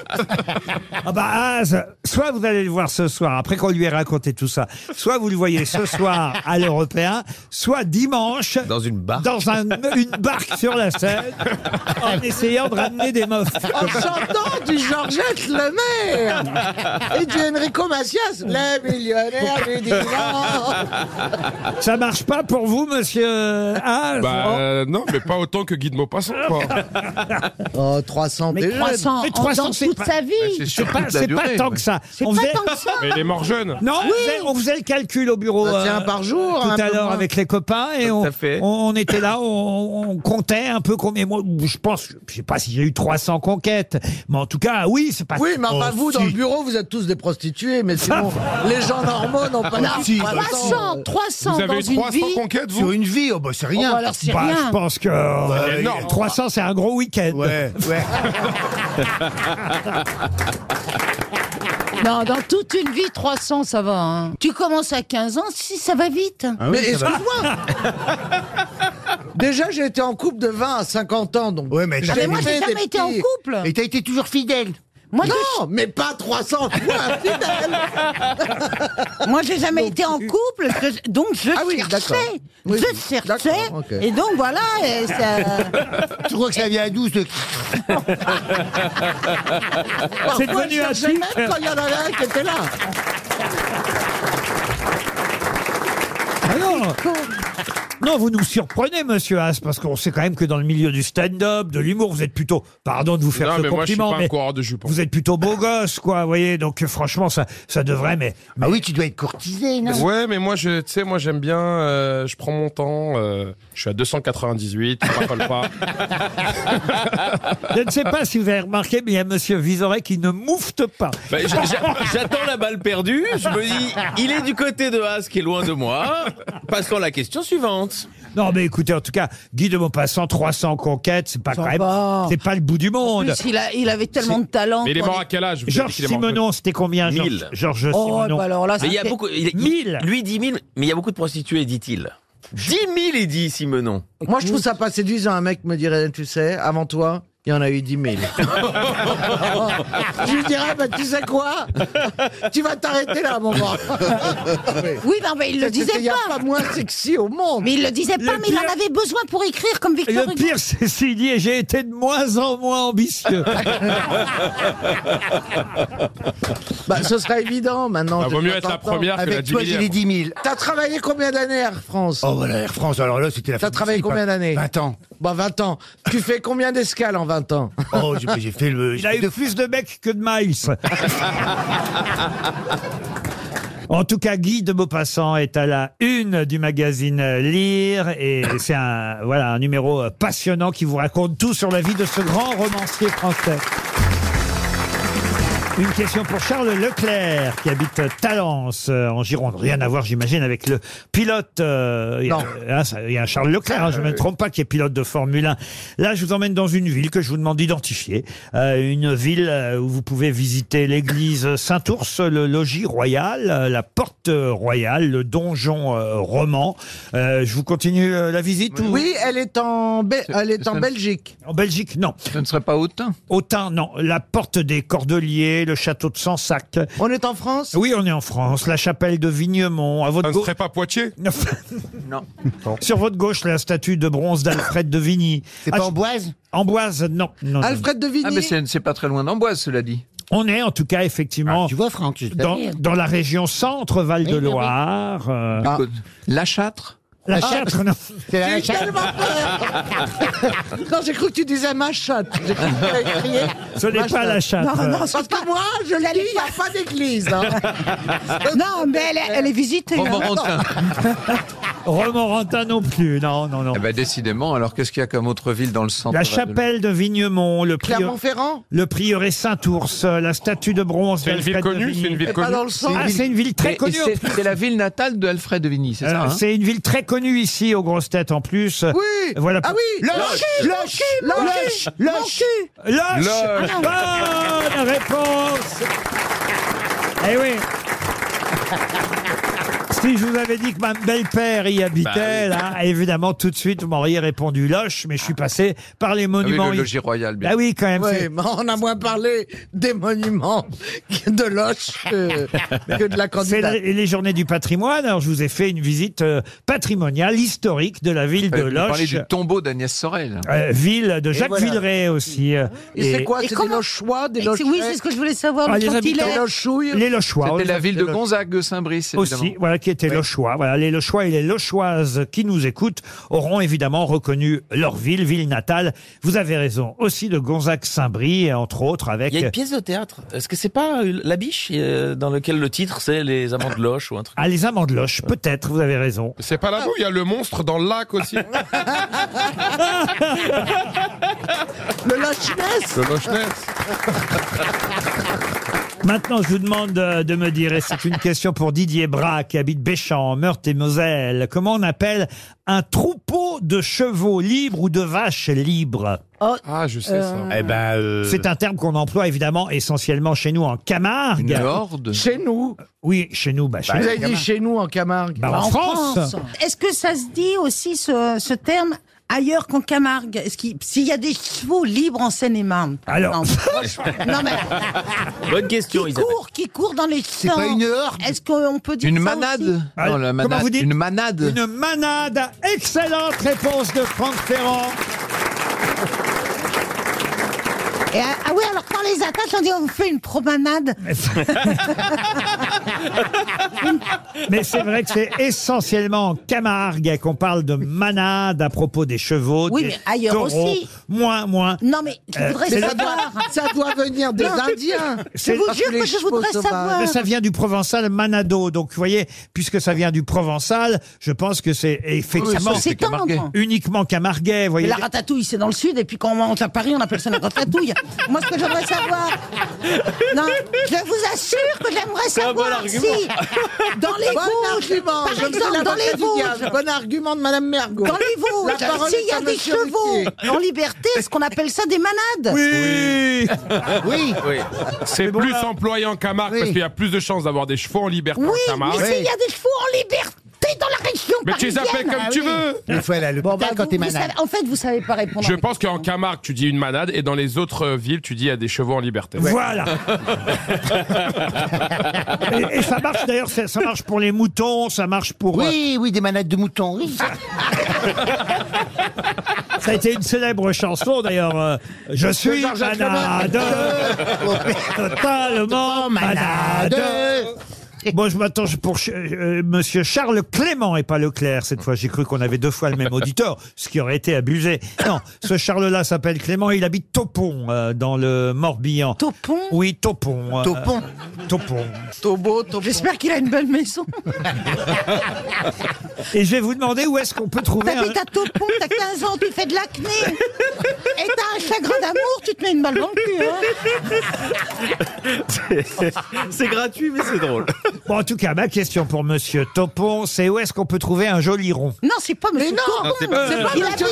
[SPEAKER 2] Ah bah Az, soit vous allez le voir ce soir, après qu'on lui ait raconté tout ça, soit vous le voyez ce soir à l'Européen, soit dimanche
[SPEAKER 6] Dans une barque.
[SPEAKER 2] dans un- une barque sur la Seine en essayant de ramener des meufs.
[SPEAKER 7] En chantant du Georgette Lemaire et du Enrico Macias, le millionnaire du dimanche.
[SPEAKER 2] Ça marche pas pour vous, monsieur Az
[SPEAKER 3] Bah euh, non, mais pas autant que Guy de Maupassant, quoi.
[SPEAKER 7] Oh, 300
[SPEAKER 9] Mais 300,
[SPEAKER 2] Mais 300,
[SPEAKER 9] en- dans
[SPEAKER 2] c'est
[SPEAKER 9] toute
[SPEAKER 2] pas-
[SPEAKER 9] sa
[SPEAKER 8] Ben,
[SPEAKER 9] vie.
[SPEAKER 2] C'est pas, c'est pas tant que ça.
[SPEAKER 9] C'est
[SPEAKER 2] On
[SPEAKER 9] pas
[SPEAKER 2] faisait-
[SPEAKER 9] tant que ça.
[SPEAKER 3] Mais il est mort jeune.
[SPEAKER 2] Non, on, faisait, on faisait le calcul au bureau. euh,
[SPEAKER 7] Bah, tiens, par jour, un
[SPEAKER 2] Tout à
[SPEAKER 7] peu
[SPEAKER 2] l'heure
[SPEAKER 7] moins.
[SPEAKER 2] avec les copains et on,
[SPEAKER 6] fait.
[SPEAKER 2] on- on était là, on, on comptait un peu combien. Moi, je pense, je sais pas si j'ai eu 300 conquêtes, mais en tout cas, oui, c'est pas.
[SPEAKER 7] Oui, mais enfin,
[SPEAKER 2] Oh,
[SPEAKER 7] vous,
[SPEAKER 2] si.
[SPEAKER 7] dans le bureau, vous êtes tous des prostituées, mais sinon, les gens normaux n'ont pas
[SPEAKER 9] Non,
[SPEAKER 7] la euh,
[SPEAKER 9] 300, 300 dans une vie.
[SPEAKER 4] Sur une vie, oh, bah, c'est rien.
[SPEAKER 9] Oh, bah, alors, c'est
[SPEAKER 2] Bah,
[SPEAKER 9] rien.
[SPEAKER 2] je pense que euh,
[SPEAKER 4] C'est énorme.
[SPEAKER 2] 300, c'est un gros week-end.
[SPEAKER 4] ouais.
[SPEAKER 9] Non, dans toute une vie, 300, ça va. hein. Tu commences à 15 ans, si, ça va vite.
[SPEAKER 2] Ah
[SPEAKER 7] mais excuse-moi Déjà, j'ai été en couple de 20 à 50 ans, donc. Ouais,
[SPEAKER 9] Ah, mais moi, j'ai jamais été en couple.
[SPEAKER 4] Et t'as été toujours fidèle.
[SPEAKER 9] Moi,
[SPEAKER 7] Non, mais pas 300 fois fidèle
[SPEAKER 9] je- moi, j'ai jamais été en couple, je- donc je
[SPEAKER 7] Ah oui, d'accord.
[SPEAKER 9] cherchais.
[SPEAKER 7] Oui,
[SPEAKER 9] je cherchais.
[SPEAKER 7] d'accord, ok.
[SPEAKER 9] Et donc, voilà. et ça-
[SPEAKER 4] Tu crois que ça vient à 12 de...
[SPEAKER 2] C'est
[SPEAKER 7] Parfois,
[SPEAKER 2] devenu
[SPEAKER 7] je
[SPEAKER 2] un
[SPEAKER 7] cherchais
[SPEAKER 2] titre.
[SPEAKER 7] même quand il y en avait un qui était là.
[SPEAKER 2] Ah non. Non, vous nous surprenez, monsieur Haas, parce qu'on sait quand même que dans le milieu du stand-up, de l'humour, vous êtes plutôt, pardon de vous faire
[SPEAKER 3] Non,
[SPEAKER 2] ce
[SPEAKER 3] mais moi, je suis
[SPEAKER 2] compliment,
[SPEAKER 3] pas un coureur de jupons.
[SPEAKER 2] vous êtes plutôt beau gosse, quoi, vous voyez, donc euh, franchement, ça, ça devrait, mais, Ah oui,
[SPEAKER 4] tu dois être courtisé,
[SPEAKER 3] Ouais, mais moi, je, tu sais, moi, j'aime bien. euh, je prends mon temps. euh, je suis à 298. Je raffole pas.
[SPEAKER 2] Je ne sais pas si vous avez remarqué, mais il y a monsieur Vizorek qui ne moufte pas.
[SPEAKER 6] Bah, j- j- J'attends la balle perdue. Je me dis, il est du côté de Haas qui est loin de moi. Passons à la question suivante.
[SPEAKER 2] Non, mais écoutez, en tout cas, Guy de Maupassant, 300 conquêtes, c'est pas quand même,
[SPEAKER 9] va.
[SPEAKER 2] c'est pas le bout du monde.
[SPEAKER 9] En plus, il, a- il avait tellement de talent. qu'on est-
[SPEAKER 2] Georges Simenon, c'était combien Georges-
[SPEAKER 6] Mille.
[SPEAKER 2] Georges
[SPEAKER 7] Oh,
[SPEAKER 2] Simenon.
[SPEAKER 7] bah
[SPEAKER 6] Mais il y a beaucoup. il- il-
[SPEAKER 2] Mille.
[SPEAKER 6] Lui, 10 000, mais il y a beaucoup de prostituées, dit-il. 10 000, il dit Simenon.
[SPEAKER 7] Moi, je trouve ça pas séduisant. Un mec me dirait, tu sais, avant toi, il y en a eu 10 000. je lui dirais, bah, tu sais quoi Tu vas t'arrêter là, mon moment.
[SPEAKER 9] Ah,
[SPEAKER 2] Ah,
[SPEAKER 9] Oui, non, mais il le disait
[SPEAKER 7] Il n'y a
[SPEAKER 9] pas.
[SPEAKER 7] pas moins sexy au monde.
[SPEAKER 9] Mais il le disait pas, mais il en avait besoin pour écrire comme Victor
[SPEAKER 2] Le
[SPEAKER 9] Hugo.
[SPEAKER 2] pire, c'est s'il dit, j'ai été de moins en moins ambitieux.
[SPEAKER 7] Bah, ce sera évident maintenant.
[SPEAKER 3] Bah,
[SPEAKER 7] de
[SPEAKER 3] vaut mieux
[SPEAKER 7] temps
[SPEAKER 3] être
[SPEAKER 7] en
[SPEAKER 3] la
[SPEAKER 7] temps.
[SPEAKER 3] première que la
[SPEAKER 7] Avec toi, j'ai les
[SPEAKER 4] 10 000.
[SPEAKER 7] T'as travaillé combien d'années Air France
[SPEAKER 4] Oh, voilà, Air France, alors là, c'était la
[SPEAKER 7] T'as
[SPEAKER 4] fête du
[SPEAKER 7] travaillé
[SPEAKER 4] slip,
[SPEAKER 7] combien
[SPEAKER 4] hein.
[SPEAKER 7] d'années
[SPEAKER 4] 20 ans.
[SPEAKER 7] Bah 20 ans. Tu fais combien d'escales en 20 ans
[SPEAKER 4] Oh, j'ai- j'ai fait le-
[SPEAKER 2] Il a eu plus de mecs que de miles. En tout cas, Guy de Maupassant est à la une du magazine euh, Lire et c'est un, voilà, un numéro euh, passionnant qui vous raconte tout sur la vie de ce grand romancier français. Une question pour Charles Leclerc qui habite Talence euh, en Gironde. Rien à voir, j'imagine, avec le pilote. euh, il y a- hein, ça- il y a un Charles Leclerc, hein,
[SPEAKER 7] Euh,
[SPEAKER 2] je ne me trompe pas, qui est pilote de Formule 1. Là, je vous emmène dans une ville que je vous demande d'identifier. Euh, une ville euh, où vous pouvez visiter l'église Saint-Ours, le logis royal, euh, la porte royale, le donjon euh, roman. Euh, je vous continue euh, la visite ou-
[SPEAKER 7] Oui, elle est en, Be- elle est en Belgique.
[SPEAKER 2] en Belgique, non. Ce ne serait pas Autun Autun, non. La porte des Cordeliers, le château de Sansac.
[SPEAKER 7] On est en France
[SPEAKER 2] Oui, on est en France. La chapelle de Vignemont. À votre
[SPEAKER 3] Ça ne serait pas Poitiers
[SPEAKER 2] Non. Sur votre gauche, la statue de bronze d'Alfred de Vigny. C'est pas
[SPEAKER 4] Amboise
[SPEAKER 2] Amboise, non. non, non.
[SPEAKER 5] Ah, mais c'est c'est pas très loin d'Amboise, cela dit.
[SPEAKER 2] On est en tout cas effectivement
[SPEAKER 4] tu vois, Franck, je
[SPEAKER 2] dans,
[SPEAKER 5] t'avais-
[SPEAKER 2] dans la région centre Val de
[SPEAKER 5] Oui, oui, oui.
[SPEAKER 2] Loire.
[SPEAKER 5] Ah.
[SPEAKER 2] La Châtre La
[SPEAKER 7] Ah.
[SPEAKER 2] Châtre, non.
[SPEAKER 7] J'ai eu tellement peur Non, j'ai cru que tu disais ma chatte. J'ai cru que tu avais crié.
[SPEAKER 2] Ce n'est
[SPEAKER 7] Ma
[SPEAKER 2] pas la chatte.
[SPEAKER 7] Non, non,
[SPEAKER 9] c'est
[SPEAKER 7] parce que moi, je le dis, il n'y a pas d'église. hein.
[SPEAKER 9] Non, mais elle, est- elle est visitée. hein.
[SPEAKER 2] Romorantin non plus, non, non, non.
[SPEAKER 5] Eh ben, décidément, alors qu'est-ce qu'il y a comme autre ville dans le centre
[SPEAKER 2] La chapelle de Vignemont, le prior-
[SPEAKER 7] Clermont-Ferrand
[SPEAKER 2] le prieuré Saint-Ours, euh, la statue de bronze.
[SPEAKER 5] C'est une ville
[SPEAKER 2] d'Alfred de
[SPEAKER 5] connue,
[SPEAKER 2] Vigny.
[SPEAKER 5] c'est une ville Et pas connue. dans le centre.
[SPEAKER 2] Ah, c'est une ville
[SPEAKER 5] Et-
[SPEAKER 2] très
[SPEAKER 5] et
[SPEAKER 2] connue. en
[SPEAKER 5] c'est-
[SPEAKER 2] plus.
[SPEAKER 5] c'est la ville natale de Alfred de Vigny, c'est ça
[SPEAKER 2] Alors,
[SPEAKER 5] hein
[SPEAKER 2] C'est une ville très connue ici, aux grosses têtes en plus.
[SPEAKER 7] Oui
[SPEAKER 2] Voilà.
[SPEAKER 7] Ah oui
[SPEAKER 2] Loche
[SPEAKER 7] Loche Loche
[SPEAKER 2] Loche Ah,
[SPEAKER 7] Loche.
[SPEAKER 2] Bonne réponse Eh oui si je vous avais dit que ma belle-père y habitait,
[SPEAKER 5] Bah
[SPEAKER 2] là, évidemment, tout de suite, vous m'auriez répondu Loche, mais je suis passé par les monuments.
[SPEAKER 5] Ah oui, le logis royal, bien.
[SPEAKER 2] Ah oui, quand même.
[SPEAKER 7] Ouais,
[SPEAKER 2] c'est-
[SPEAKER 7] mais on a moins parlé des monuments que de Loche que, que de la
[SPEAKER 2] C'est
[SPEAKER 7] candidate.
[SPEAKER 2] la- les journées du patrimoine. Alors, je vous ai fait une visite euh, patrimoniale, historique de la ville de
[SPEAKER 5] Fallait plus parler
[SPEAKER 2] Loche.
[SPEAKER 5] du tombeau d'Agnès Sorel.
[SPEAKER 2] euh, ville de Jacques
[SPEAKER 5] voilà.
[SPEAKER 2] Villeray aussi. euh,
[SPEAKER 7] Et c'est quoi
[SPEAKER 9] Et
[SPEAKER 7] C'est des
[SPEAKER 9] comment-
[SPEAKER 7] Lochois, des
[SPEAKER 9] Et c'est-
[SPEAKER 7] Lochets
[SPEAKER 9] Oui, c'est ce que je voulais savoir.
[SPEAKER 2] Ah,
[SPEAKER 9] le
[SPEAKER 2] les
[SPEAKER 9] chantilet.
[SPEAKER 2] habitants. Les Lochois.
[SPEAKER 5] C'était
[SPEAKER 2] oui,
[SPEAKER 5] la ville de
[SPEAKER 2] Loche.
[SPEAKER 5] Gonzague, de Saint-Brice, évidemment.
[SPEAKER 2] Aussi, voilà, qui était Lochois. Voilà, les Lochois et les Lochoises qui nous écoutent auront évidemment reconnu leur ville, ville natale. Vous avez raison. Aussi de Gonzague-Saint-Brie, entre autres, avec.
[SPEAKER 6] Il y a une pièce de théâtre. Est-ce que c'est pas euh, La Biche euh, dans lequel le titre c'est Les Amants de Loche ou un truc
[SPEAKER 2] Ah, les amants de Loche, peut-être, vous avez raison.
[SPEAKER 3] C'est pas
[SPEAKER 6] Ah.
[SPEAKER 3] là-bas où il y a le monstre dans le lac aussi.
[SPEAKER 7] Le Loch Ness
[SPEAKER 3] Le Loch Ness.
[SPEAKER 2] Maintenant, je vous demande euh, de me dire, et c'est une question pour Didier Bras, qui habite Béchamp, en Meurthe et Moselle, comment on appelle un troupeau de chevaux libres ou de vaches libres
[SPEAKER 6] Oh,
[SPEAKER 3] Ah, je sais ça.
[SPEAKER 2] Eh ben, C'est un terme qu'on emploie évidemment essentiellement chez nous en Camargue.
[SPEAKER 5] Une horde
[SPEAKER 7] Chez nous
[SPEAKER 2] Oui, chez nous. Bah, chez
[SPEAKER 7] Vous
[SPEAKER 2] nous.
[SPEAKER 7] avez dit chez nous en Camargue
[SPEAKER 2] Bah,
[SPEAKER 7] Bah,
[SPEAKER 2] en France.
[SPEAKER 9] Est-ce que ça se dit aussi ce, ce terme ailleurs qu'en Camargue Est-ce qu'il s'il y a des chevaux libres en Seine-et-Marne par
[SPEAKER 2] Alors.
[SPEAKER 9] exemple Non, mais-
[SPEAKER 6] Bonne question,
[SPEAKER 9] qui
[SPEAKER 6] Isabelle.
[SPEAKER 9] courent, qui courent dans les champs
[SPEAKER 6] C'est pas une horde
[SPEAKER 9] Est-ce qu'on peut dire
[SPEAKER 5] Une
[SPEAKER 9] ça
[SPEAKER 5] manade
[SPEAKER 9] aussi
[SPEAKER 5] Ah, Non, la
[SPEAKER 2] comment
[SPEAKER 5] manade.
[SPEAKER 2] vous dites
[SPEAKER 5] Une manade.
[SPEAKER 2] Une manade. Excellente réponse de Franck Ferrand.
[SPEAKER 8] Et, euh, ah oui, alors quand les attache, on dit on fait une promenade.
[SPEAKER 2] Mais c'est vrai que c'est essentiellement en Camargue qu'on parle de manade à propos des chevaux,
[SPEAKER 8] Oui,
[SPEAKER 2] des
[SPEAKER 8] mais ailleurs
[SPEAKER 2] taureaux.
[SPEAKER 8] aussi.
[SPEAKER 2] Moins, moins.
[SPEAKER 8] Non, mais je
[SPEAKER 2] Euh,
[SPEAKER 8] voudrais
[SPEAKER 2] c'est le-
[SPEAKER 8] savoir.
[SPEAKER 7] Ça doit venir des
[SPEAKER 8] Non,
[SPEAKER 7] Indiens.
[SPEAKER 8] Je
[SPEAKER 2] C'est-
[SPEAKER 8] vous jure que je voudrais savoir.
[SPEAKER 2] Mais ça vient du provençal manado. Donc, vous voyez, puisque ça vient du provençal, je pense que c'est effectivement
[SPEAKER 8] Oui, ça, c'est Camarguais.
[SPEAKER 2] uniquement camarguais. Vous
[SPEAKER 8] Mais
[SPEAKER 2] voyez.
[SPEAKER 8] la ratatouille, c'est dans le sud, et puis quand on monte à Paris, on appelle ça la ratatouille. Moi, ce que j'aimerais savoir. Non, je vous assure que j'aimerais savoir si. Dans les
[SPEAKER 7] bon
[SPEAKER 8] Vosges,
[SPEAKER 7] argument,
[SPEAKER 8] par
[SPEAKER 7] je me fais
[SPEAKER 8] exemple, dans
[SPEAKER 7] l'avocat
[SPEAKER 8] les
[SPEAKER 7] du diable.
[SPEAKER 8] Vosges.
[SPEAKER 7] Bon argument de Madame Mergo.
[SPEAKER 8] Dans les
[SPEAKER 7] La
[SPEAKER 8] Vosges,
[SPEAKER 7] parole
[SPEAKER 8] s'il y
[SPEAKER 7] est
[SPEAKER 8] a
[SPEAKER 7] à
[SPEAKER 8] des
[SPEAKER 7] monsieur
[SPEAKER 8] chevaux
[SPEAKER 7] Ruquier.
[SPEAKER 8] en liberté, est-ce qu'on appelle ça des manades
[SPEAKER 2] Oui
[SPEAKER 8] Oui.
[SPEAKER 3] C'est plus employé en Camargue parce qu'il y a plus de chances d'avoir des chevaux en liberté
[SPEAKER 8] Oui,
[SPEAKER 3] en
[SPEAKER 8] mais
[SPEAKER 3] Camargue.
[SPEAKER 8] s'il y a des chevaux en liberté dans la région
[SPEAKER 3] Mais tu les
[SPEAKER 8] parisienne-
[SPEAKER 3] appelles comme Ah tu oui. veux.
[SPEAKER 4] Il faut aller à l'hôpital quand t'es
[SPEAKER 8] Vous
[SPEAKER 4] malade.
[SPEAKER 8] savez- en fait, vous savez pas répondre.
[SPEAKER 3] Je pense qu'en Camargue, tu dis une manade et dans les autres euh, villes, tu dis il y a des chevaux en liberté.
[SPEAKER 2] Voilà. Et, et ça marche d'ailleurs, ça, ça marche pour les moutons, ça marche pour. euh,
[SPEAKER 4] Oui, oui, des manettes de mouton, oui.
[SPEAKER 2] Ça a été une célèbre chanson d'ailleurs. euh, je
[SPEAKER 4] De
[SPEAKER 2] suis
[SPEAKER 4] Georges
[SPEAKER 2] manade, totalement manade. Bon, je m'attends pour ch- euh, Monsieur Charles Clément et pas Leclerc cette fois. J'ai cru qu'on avait deux fois le même auditeur, ce qui aurait été abusé. Non, ce Charles-là s'appelle Clément. Il habite Topon euh, dans le Morbihan.
[SPEAKER 8] Topon.
[SPEAKER 2] Oui, Topon. euh,
[SPEAKER 8] Topon.
[SPEAKER 2] Topon.
[SPEAKER 8] Tobo, J'espère qu'il a une belle maison.
[SPEAKER 2] Et je vais vous demander où est-ce qu'on peut trouver. un-
[SPEAKER 8] T'habites à Topon, t'as 15 ans, tu fais de l'acné. Et t'as un chagrin d'amour, tu te mets une balle dans le cul. hein.
[SPEAKER 2] C'est gratuit, mais c'est drôle. Bon, en tout cas, ma question pour Monsieur Topon, c'est où est-ce qu'on peut trouver un joli rond
[SPEAKER 8] Non, c'est pas monsieur
[SPEAKER 7] Mais non,
[SPEAKER 8] Topon.
[SPEAKER 7] c'est pas- c'est pas
[SPEAKER 8] Il
[SPEAKER 7] monsieur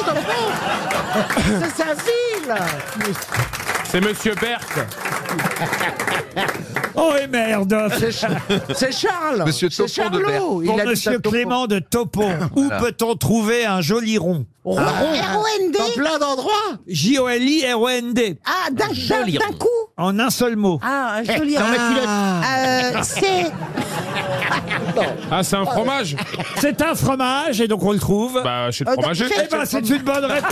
[SPEAKER 8] habite-
[SPEAKER 7] C'est sa ville.
[SPEAKER 3] C'est Monsieur Berthe.
[SPEAKER 2] Oh et merde
[SPEAKER 7] C'est Char- c'est Charles.
[SPEAKER 2] Monsieur
[SPEAKER 7] C'est
[SPEAKER 2] Topon de
[SPEAKER 7] Charlot.
[SPEAKER 2] Berck. Pour
[SPEAKER 7] habite à
[SPEAKER 2] Monsieur
[SPEAKER 7] Topon.
[SPEAKER 2] Clément de Topon, où
[SPEAKER 7] Voilà.
[SPEAKER 2] peut-on trouver un joli rond
[SPEAKER 7] Rond,
[SPEAKER 8] R-O-N-D.
[SPEAKER 7] Dans plein d'endroits.
[SPEAKER 2] J-O-L-I-R-O-N-D.
[SPEAKER 8] Ah, d'un
[SPEAKER 2] Joli
[SPEAKER 8] d'un
[SPEAKER 2] rond.
[SPEAKER 8] coup
[SPEAKER 2] En un seul mot.
[SPEAKER 8] Ah, un joli
[SPEAKER 2] Dans ma
[SPEAKER 8] Ah.
[SPEAKER 2] culotte.
[SPEAKER 8] Euh, c'est.
[SPEAKER 3] Ah, c'est un fromage
[SPEAKER 2] C'est un fromage, et donc on le trouve.
[SPEAKER 3] Bah, chez le
[SPEAKER 2] Euh, dans-
[SPEAKER 3] fromager.
[SPEAKER 2] Eh ben, c'est une bonne réponse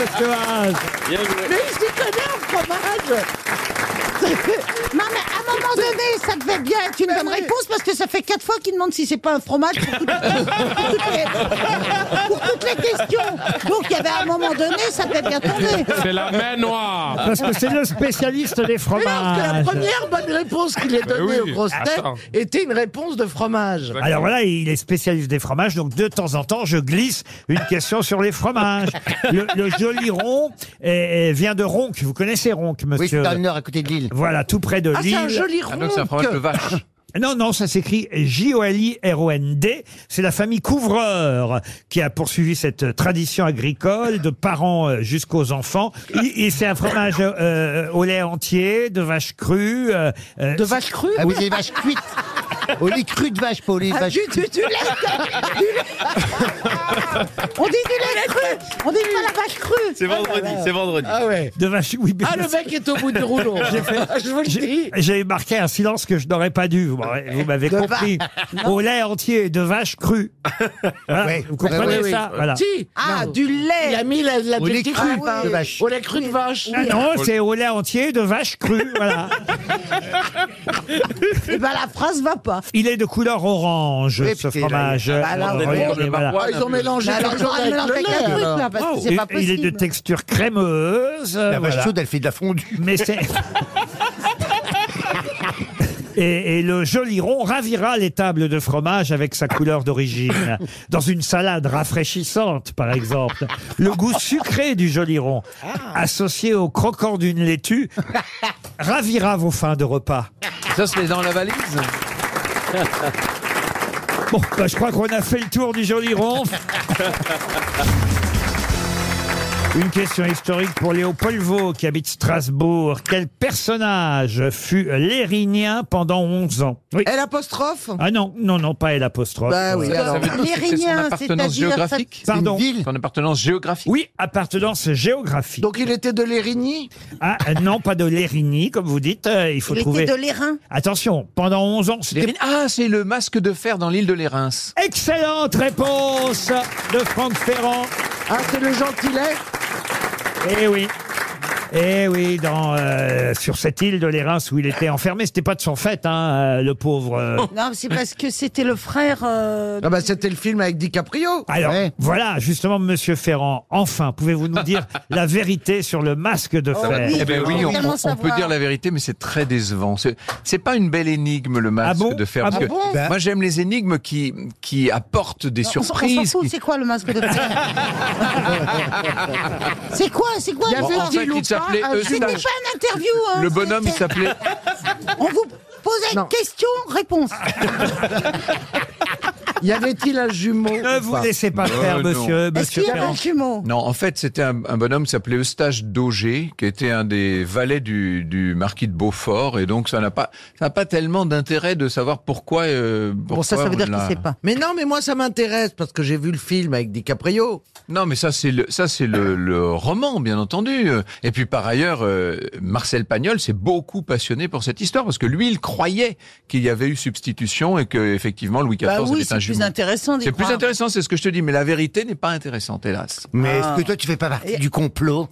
[SPEAKER 2] Monsieur Haas.
[SPEAKER 7] Mais il s'y connaît en fromage.
[SPEAKER 8] Non, mais à un moment donné, ça devait bien être une bonne réponse parce que ça fait quatre fois qu'il demande si c'est pas un fromage pour toutes, pour toutes les, pour toutes les questions. Donc il y avait à un moment donné, ça devait bien tomber.
[SPEAKER 3] C'est la main noire.
[SPEAKER 2] Parce que c'est le spécialiste
[SPEAKER 7] Mais
[SPEAKER 2] des
[SPEAKER 7] non, parce que la
[SPEAKER 2] fromages.
[SPEAKER 7] première bonne réponse qu'il ait donnée
[SPEAKER 2] Ah bah oui.
[SPEAKER 7] aux grosses têtes
[SPEAKER 2] Attends.
[SPEAKER 7] était une réponse de fromage.
[SPEAKER 2] Alors voilà, il est spécialiste des fromages, donc de temps en temps, je glisse une question sur les fromages. Le, le joli rond est- est- vient de Ronque. Vous connaissez Ronque, monsieur
[SPEAKER 4] c'est dans le nord, à côté de Lille.
[SPEAKER 2] Voilà, tout près de
[SPEAKER 4] Ah, c'est
[SPEAKER 2] Lille.
[SPEAKER 4] un joli Ah, donc c'est un fromage Ronque. de vache.
[SPEAKER 2] Non, non, ça s'écrit J-O-L-I-R-O-N-D. C'est la famille Couvreur qui a poursuivi cette tradition agricole de parents euh, jusqu'aux enfants. Et, et c'est un fromage euh, au lait entier, de vache crue. euh, de
[SPEAKER 8] vache crue
[SPEAKER 4] Ah oui, des vaches cuites. Au lait cru de vache, pas au lait de
[SPEAKER 8] Ah,
[SPEAKER 4] vache
[SPEAKER 8] du,
[SPEAKER 4] cru.
[SPEAKER 8] du- du lait, du lait. On dit du lait cru, on dit pas la vache crue.
[SPEAKER 9] C'est vendredi, c'est vendredi.
[SPEAKER 7] Ah ouais.
[SPEAKER 2] De vache, oui, mais-
[SPEAKER 7] Ah, le mec est au bout du rouleau.
[SPEAKER 2] J'ai fait-
[SPEAKER 8] Ah,
[SPEAKER 7] Je vous le dis.
[SPEAKER 2] j'ai- J'ai marqué un silence que je n'aurais pas dû. Vous m'aurez- vous m'avez
[SPEAKER 7] De va-
[SPEAKER 2] compris.
[SPEAKER 7] Non.
[SPEAKER 2] Au lait entier de vache crue. Voilà, vous comprenez
[SPEAKER 7] Ah bah Oui, oui.
[SPEAKER 2] ça Voilà.
[SPEAKER 7] Si.
[SPEAKER 8] Ah, du lait.
[SPEAKER 7] Il a mis la, la
[SPEAKER 2] Au lait
[SPEAKER 7] petite
[SPEAKER 2] cru
[SPEAKER 7] phrase,
[SPEAKER 2] de
[SPEAKER 7] hein.
[SPEAKER 2] vache.
[SPEAKER 7] Au lait cru de vache.
[SPEAKER 2] Ah non, c'est au lait entier de vache crue. voilà.
[SPEAKER 9] Eh
[SPEAKER 8] Et ben la phrase va pas.
[SPEAKER 2] Il est de couleur orange,
[SPEAKER 8] Oui,
[SPEAKER 2] ce
[SPEAKER 8] puis,
[SPEAKER 2] fromage.
[SPEAKER 8] là, il y a- Ah, là,
[SPEAKER 2] Regardez,
[SPEAKER 8] le
[SPEAKER 2] voilà. ah,
[SPEAKER 8] maroilles, Ils ont là, mélangé là, quelque là, chose là, avec là, le là, lait, là, alors. là, parce que c'est
[SPEAKER 2] Et-
[SPEAKER 8] pas
[SPEAKER 2] Il est de
[SPEAKER 8] possible.
[SPEAKER 2] texture crémeuse. euh,
[SPEAKER 4] La vache
[SPEAKER 2] voilà.
[SPEAKER 4] chaude, elle fait de la fondue.
[SPEAKER 2] Mais c'est. Et, et le joli rond ravira les tables de fromage avec sa couleur d'origine. Dans une salade rafraîchissante, par exemple. Le goût sucré du joli rond,
[SPEAKER 8] Ah.
[SPEAKER 2] associé au croquant d'une laitue, ravira vos fins de repas.
[SPEAKER 5] Ça, c'est dans la valise
[SPEAKER 2] Bon, bah, je crois qu'on a fait le tour du joli rond. Une question historique pour Léo Polvo qui habite Strasbourg. Quel personnage fut l'Érinien pendant 11 ans Oui.
[SPEAKER 7] Elle apostrophe
[SPEAKER 2] Ah non, non, non, pas L apostrophe.
[SPEAKER 7] Bah oui, alors.
[SPEAKER 8] L'Irinien,
[SPEAKER 5] appartenance
[SPEAKER 8] c'est-à-dire, ça-
[SPEAKER 5] géographique
[SPEAKER 2] Pardon
[SPEAKER 5] Son appartenance géographique
[SPEAKER 2] Oui, appartenance géographique.
[SPEAKER 7] Donc il était de l'Érigny
[SPEAKER 2] Ah euh, non, pas de l'Érigny, comme vous dites. euh, il faut
[SPEAKER 8] Il était
[SPEAKER 2] trouver.
[SPEAKER 8] de l'Airain.
[SPEAKER 2] Attention, pendant 11 ans, c'était.
[SPEAKER 5] Ah, c'est le masque de fer dans l'île de l'Érins.
[SPEAKER 2] Excellente réponse de Franck Ferrand.
[SPEAKER 7] Ah, c'est le gentillet
[SPEAKER 2] Eh oui. Et oui, dans, euh, sur cette île de l'Érins où il était enfermé, c'était pas de son fait, hein, euh, le pauvre. euh,
[SPEAKER 8] Non, c'est parce que c'était le frère. euh,
[SPEAKER 7] Ah bah c'était le film avec DiCaprio.
[SPEAKER 2] Alors voilà, justement, Monsieur Ferrand, enfin, pouvez-vous nous dire la vérité sur le masque
[SPEAKER 7] Oh,
[SPEAKER 2] de
[SPEAKER 5] Ça va.
[SPEAKER 2] fer
[SPEAKER 5] Eh ben oui, on, on peut dire la vérité, mais c'est très décevant. C'est- C'est pas une belle énigme le masque de fer.
[SPEAKER 2] Ah
[SPEAKER 5] parce que
[SPEAKER 2] bon Ben-
[SPEAKER 5] moi, j'aime les énigmes qui qui apportent des
[SPEAKER 9] On s'en- On
[SPEAKER 5] surprises.
[SPEAKER 9] s'en fout, c'est quoi le masque de fer C'est quoi C'est quoi
[SPEAKER 5] Il y
[SPEAKER 9] le
[SPEAKER 5] avait
[SPEAKER 9] masque
[SPEAKER 5] en fait, il s'appelait
[SPEAKER 9] C'était pas
[SPEAKER 5] Eustache.
[SPEAKER 9] une interview. hein,
[SPEAKER 5] Le bonhomme, il
[SPEAKER 9] c'était-
[SPEAKER 5] s'appelait.
[SPEAKER 9] On vous posait une question, réponse.
[SPEAKER 5] Ah,
[SPEAKER 7] Y avait-il un jumeau
[SPEAKER 2] Ne vous laissez pas
[SPEAKER 5] Euh,
[SPEAKER 2] faire,
[SPEAKER 5] non.
[SPEAKER 2] Monsieur, monsieur Ferrand.
[SPEAKER 5] Non, en fait, c'était un, un bonhomme qui s'appelait Eustache Daugé, qui était un des valets du, du marquis de Beaufort, et donc ça n'a pas, ça n'a pas tellement d'intérêt de savoir pourquoi. euh, pourquoi on l'a-
[SPEAKER 7] Mais non, mais moi ça m'intéresse parce que j'ai vu le film avec DiCaprio.
[SPEAKER 5] Non, mais ça c'est le ça c'est le, le roman, bien entendu. Et puis par ailleurs, euh, Marcel Pagnol s'est beaucoup passionné pour cette histoire parce que lui, il croyait qu'il y avait eu substitution et que effectivement Louis XIV
[SPEAKER 8] Bah oui,
[SPEAKER 5] était
[SPEAKER 8] c'est
[SPEAKER 5] un
[SPEAKER 8] plus
[SPEAKER 5] jumeau.
[SPEAKER 8] intéressant d'y
[SPEAKER 5] C'est plus
[SPEAKER 8] croire.
[SPEAKER 5] intéressant, c'est ce que je te dis. Mais la vérité n'est pas intéressante, hélas.
[SPEAKER 4] Mais est-ce que toi, tu fais pas partie du complot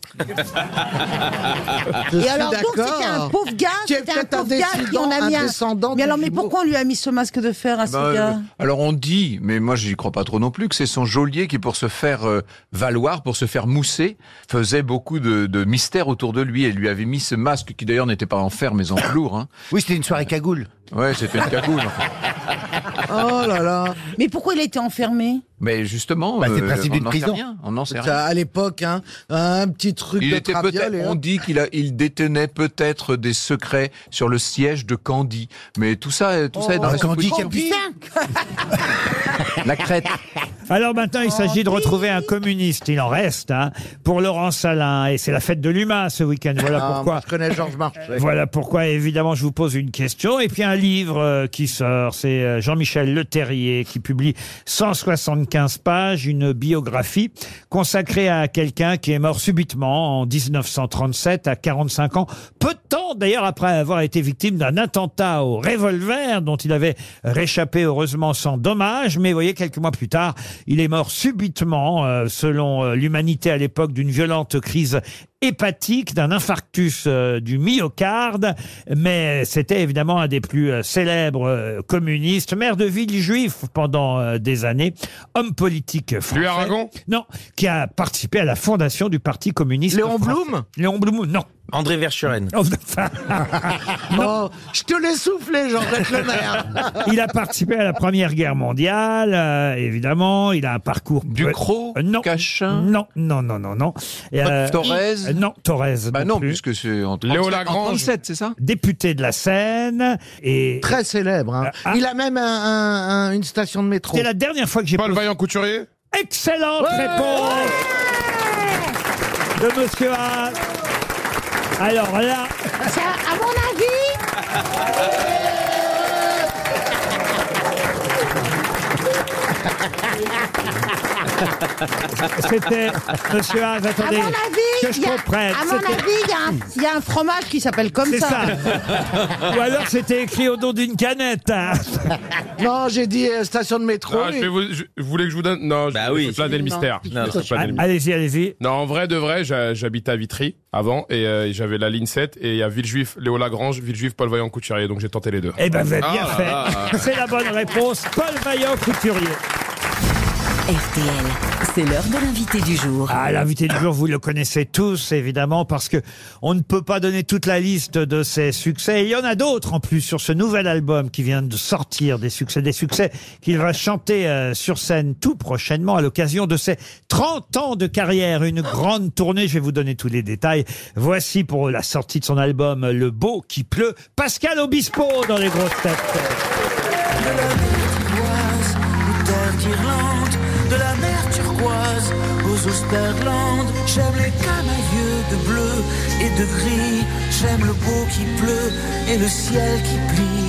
[SPEAKER 9] Et alors donc c'était un pauvre gars,
[SPEAKER 7] Qui est
[SPEAKER 9] c'était un
[SPEAKER 7] peut-être un
[SPEAKER 9] pauvre gars qui on a
[SPEAKER 7] descendant-
[SPEAKER 9] mis
[SPEAKER 7] un
[SPEAKER 9] un.
[SPEAKER 7] descendant
[SPEAKER 9] Mais
[SPEAKER 7] du
[SPEAKER 9] alors mais
[SPEAKER 7] jumeau.
[SPEAKER 9] pourquoi on lui a mis ce masque de fer
[SPEAKER 8] Ah,
[SPEAKER 9] à ce
[SPEAKER 5] Ben,
[SPEAKER 9] gars
[SPEAKER 5] euh, alors on dit, mais moi j'y crois pas trop non plus, que c'est son geôlier qui, pour se faire euh, valoir, pour se faire mousser, faisait beaucoup de, de mystères autour de lui et lui avait mis ce masque qui d'ailleurs n'était pas en fer mais en velours.
[SPEAKER 4] Oui, c'était une soirée cagoule.
[SPEAKER 5] Ouais, c'était une cagoule.
[SPEAKER 7] Oh là là.
[SPEAKER 9] Mais pourquoi il a été enfermé
[SPEAKER 5] mais justement,
[SPEAKER 4] Bah, c'est le
[SPEAKER 5] euh,
[SPEAKER 4] principe
[SPEAKER 5] on
[SPEAKER 4] d'une
[SPEAKER 5] n'en sait
[SPEAKER 4] prison.
[SPEAKER 5] rien, On n'en sait
[SPEAKER 7] Ça,
[SPEAKER 5] rien.
[SPEAKER 7] À l'époque, hein, un petit truc
[SPEAKER 5] Il
[SPEAKER 7] de
[SPEAKER 5] était
[SPEAKER 7] traviole hein.
[SPEAKER 5] peut-être,
[SPEAKER 7] et
[SPEAKER 5] on
[SPEAKER 7] hop.
[SPEAKER 5] dit qu'il a, il détenait peut-être des secrets sur le siège de Candy, mais tout ça, euh,
[SPEAKER 7] Oh.
[SPEAKER 5] tout ça est
[SPEAKER 6] Oh,
[SPEAKER 5] dans la sous-production. la crête.
[SPEAKER 2] Alors maintenant, il s'agit de retrouver un communiste. Il en reste, hein, pour Laurent Salin. Et c'est la fête de l'humain ce week-end. Voilà
[SPEAKER 7] Ah, moi,
[SPEAKER 2] pourquoi.
[SPEAKER 7] Je connais Georges Marchais.
[SPEAKER 2] Voilà pourquoi, évidemment, je vous pose une question. Et puis un livre euh, qui sort, c'est euh, Jean-Michel Le Terrier qui publie 175 pages, une biographie consacrée à quelqu'un qui est mort subitement en 1937 à 45 ans, peu de temps d'ailleurs après avoir été victime d'un attentat au revolver dont il avait réchappé heureusement sans dommage. Mais vous voyez, quelques mois plus tard, il est mort subitement, euh, selon euh, l'humanité à l'époque, d'une violente crise hépatique, d'un infarctus euh, du myocarde, mais c'était évidemment un des plus euh, célèbres euh, communistes, maire de ville juif pendant euh, des années, homme politique français.
[SPEAKER 3] Louis Aragon
[SPEAKER 2] Non, qui a participé à la fondation du Parti communiste. Léon Blum Léon Blum, non.
[SPEAKER 6] André Verschuren.
[SPEAKER 7] Oh, je te l'ai soufflé, Georges Le Maire.
[SPEAKER 2] Il a participé à la Première Guerre mondiale, euh, évidemment. Il a un parcours. Ducrot Non.
[SPEAKER 5] Cachin
[SPEAKER 2] Non, non, non, non, non. Et,
[SPEAKER 5] Thorez
[SPEAKER 2] euh, Non, Thorez.
[SPEAKER 5] Bah non,
[SPEAKER 2] plus.
[SPEAKER 5] puisque c'est en 37,
[SPEAKER 2] Léo
[SPEAKER 5] en
[SPEAKER 2] Lagrange.
[SPEAKER 5] 37, c'est ça
[SPEAKER 2] Député de la Seine. Et Ah.
[SPEAKER 7] Très célèbre. hein. Il a même un- un- un- une station de métro.
[SPEAKER 2] C'était la dernière fois que j'ai
[SPEAKER 3] Paul Vaillant Couturier
[SPEAKER 2] Excellente réponse de Monsieur A. Alors là,
[SPEAKER 9] Ça, à mon avis,
[SPEAKER 2] c'était Monsieur Haas,
[SPEAKER 9] à
[SPEAKER 2] attendez
[SPEAKER 9] mon
[SPEAKER 2] que
[SPEAKER 9] avis,
[SPEAKER 2] je
[SPEAKER 9] il y a-
[SPEAKER 2] comprenne.
[SPEAKER 9] à mon
[SPEAKER 2] C'était-
[SPEAKER 9] avis, il y a un- il y, a un fromage qui s'appelle comme
[SPEAKER 2] C'est
[SPEAKER 9] ça.
[SPEAKER 2] ça. Ou alors c'était écrit au dos d'une canette. hein.
[SPEAKER 7] Non, j'ai dit euh, station de métro.
[SPEAKER 3] Ah, je vais vous, je- vous voulez que je vous donne Non, je
[SPEAKER 6] Bah
[SPEAKER 3] je
[SPEAKER 6] oui.
[SPEAKER 3] vais planer le
[SPEAKER 6] Non.
[SPEAKER 3] mystère.
[SPEAKER 6] Non,
[SPEAKER 3] Je vais
[SPEAKER 6] c'est
[SPEAKER 3] planer le mystère.
[SPEAKER 2] Allez-y, allez-y.
[SPEAKER 3] Non, en vrai de vrai, j'ha- j'habitais à Vitry avant et euh, j'avais la ligne 7 et il y a Villejuif, Léo Lagrange, Villejuif, Paul Vaillant Couturier, donc j'ai tenté les deux.
[SPEAKER 2] Eh ben, vous avez
[SPEAKER 3] Ah
[SPEAKER 2] bien
[SPEAKER 3] là
[SPEAKER 2] fait.
[SPEAKER 3] là.
[SPEAKER 2] C'est la bonne réponse. Paul Vaillant Couturier.
[SPEAKER 23] RTL, c'est l'heure de l'invité du jour.
[SPEAKER 2] Ah, l'invité du jour, vous le connaissez tous, évidemment, parce que on ne peut pas donner toute la liste de ses succès. Il y en a d'autres, en plus, sur ce nouvel album qui vient de sortir, des succès, des succès qu'il va chanter euh, sur scène tout prochainement à l'occasion de ses 30 ans de carrière, une grande tournée. Je vais vous donner tous les détails. Voici pour la sortie de son album Le Beau qui pleut, Pascal Obispo dans les grosses têtes.
[SPEAKER 17] turquoise, aux terres d'Irlande, de la mer turquoise aux eaux Sperlandes. J'aime les camailleux de bleu et de gris, j'aime le beau qui pleut et le ciel qui plie.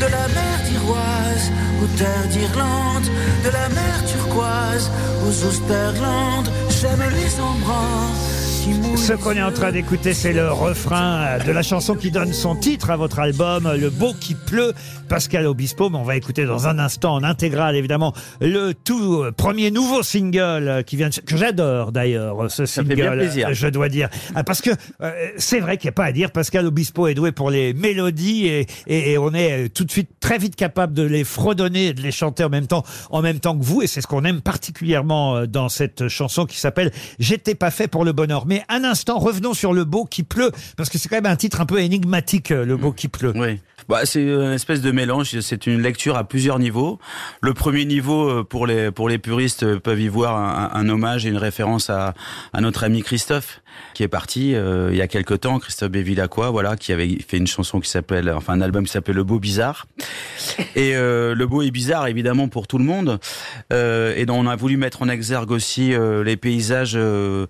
[SPEAKER 17] De la mer d'Iroise aux terres d'Irlande, de la mer turquoise aux eaux Sperlandes. J'aime les embruns
[SPEAKER 2] Ce qu'on est en train d'écouter, c'est le refrain de la chanson qui donne son titre à votre album, Le Beau qui pleut, Pascal Obispo. Mais on va écouter dans un instant, en intégral évidemment, le tout premier nouveau single qui vient de- que j'adore d'ailleurs, ce
[SPEAKER 6] Ça
[SPEAKER 2] single.
[SPEAKER 6] fait bien plaisir.
[SPEAKER 2] Je dois dire. Ah, Parce que euh, c'est vrai qu'il n'y a pas à dire, Pascal Obispo est doué pour les mélodies et, et- et on est euh, tout de suite très vite capable de les fredonner et de les chanter en même temps, en même temps que vous. Et c'est ce qu'on aime particulièrement euh, dans cette chanson qui s'appelle J'étais pas fait pour le bonheur. Mais un instant, revenons sur le beau qui pleut, parce que c'est quand même un titre un peu énigmatique, euh, le beau qui pleut.
[SPEAKER 24] Oui. Bah, c'est une espèce de mélange. C'est une lecture à plusieurs niveaux. Le premier niveau, euh, pour les pour les puristes, euh, peuvent y voir un, un hommage et une référence à, à notre ami Christophe, qui est parti euh, il y a quelque temps. Christophe Bévilacqua, voilà, qui avait fait une chanson qui s'appelle, enfin un album qui s'appelle Le Beau Bizarre. Et euh, le beau est bizarre, évidemment, pour tout le monde. Euh, et donc, on a voulu mettre en exergue aussi euh, les paysages euh,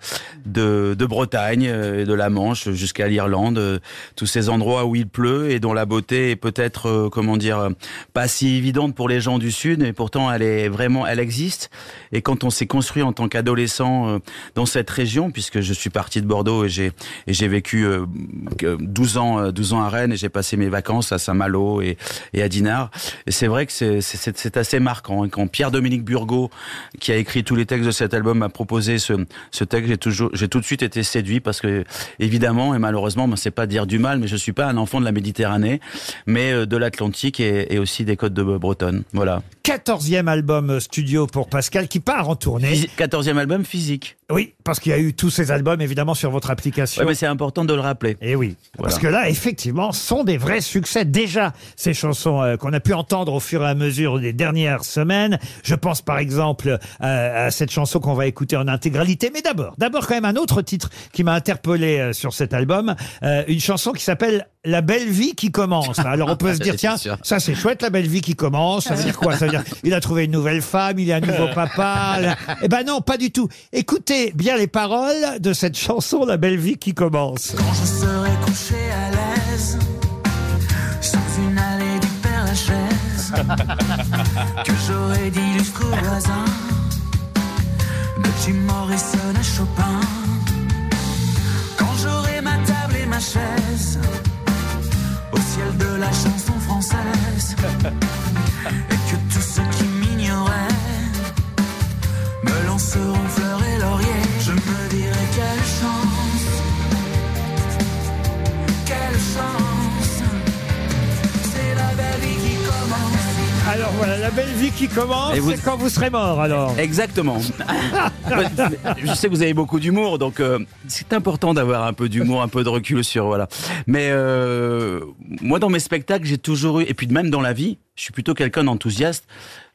[SPEAKER 24] de, de Bretagne, euh, et de la Manche, jusqu'à l'Irlande, euh, tous ces endroits où il pleut et dont la beauté est peut-être, euh, comment dire, euh, pas si évidente pour les gens du Sud, mais pourtant, elle est vraiment, elle existe. Et quand on s'est construit en tant qu'adolescent euh, dans cette région, puisque je suis parti de Bordeaux et j'ai et j'ai vécu euh, que 12 ans, euh, 12 ans à Rennes et j'ai passé mes vacances à Saint-Malo et, et à Dinard. Et c'est vrai que c'est- c'est c'est- c'est assez marquant. Et quand Pierre-Dominique Burgot, qui a écrit tous les textes de cet album, m'a proposé ce, ce texte, j'ai toujours, j'ai tout de suite été séduit parce que, évidemment, et malheureusement, ben, c'est pas dire du mal, mais je suis pas un enfant de la Méditerranée, mais euh, de l'Atlantique et, et aussi des côtes de Bretonne. Voilà.
[SPEAKER 2] 14e album euh, studio pour Pascal qui part en tournée.
[SPEAKER 24] 14e album physique.
[SPEAKER 2] Oui, parce qu'il y a eu tous ces albums évidemment sur votre application.
[SPEAKER 24] Ouais, mais c'est important de le rappeler.
[SPEAKER 2] Et Eh oui. Parce que là, effectivement, sont des vrais succès. Déjà, ces chansons euh, qu'on a pu entendre au fur et à mesure des dernières semaines. Je pense par exemple euh, à cette chanson qu'on va écouter en intégralité. Mais d'abord, d'abord quand même un autre titre qui m'a interpellé euh, sur cet album. Euh, une chanson qui s'appelle La belle vie qui commence. Alors on peut se dire, tiens, ça c'est chouette, la belle vie qui commence. Ça veut dire quoi Ça veut dire, il a trouvé une nouvelle femme, il a un nouveau papa. là. Eh ben non, pas du tout. Écoutez bien les paroles de cette chanson, La belle vie qui commence.
[SPEAKER 25] Quand je serai couché à l'aise, sans une allée du Père
[SPEAKER 26] Ah,
[SPEAKER 25] Lachaise, que j'aurai dit jusqu'au voisin, de Jim Morrison à Chopin. Quand j'aurai ma table et ma chaise, au ciel de la chanson française, et que tous ceux qui m'ignoraient me lanceront fleurs et lauriers, je me dirai quelle chance. Quelle chance, c'est la belle vie qui commence.
[SPEAKER 2] Alors voilà, la belle vie qui commence,
[SPEAKER 24] Et vous-
[SPEAKER 2] c'est quand vous serez mort alors.
[SPEAKER 24] Exactement. je sais que vous avez beaucoup d'humour, donc euh, c'est important d'avoir un peu d'humour, un peu de recul sur voilà. Mais euh, moi, dans mes spectacles, j'ai toujours eu, et puis même dans la vie, je suis plutôt quelqu'un d'enthousiaste.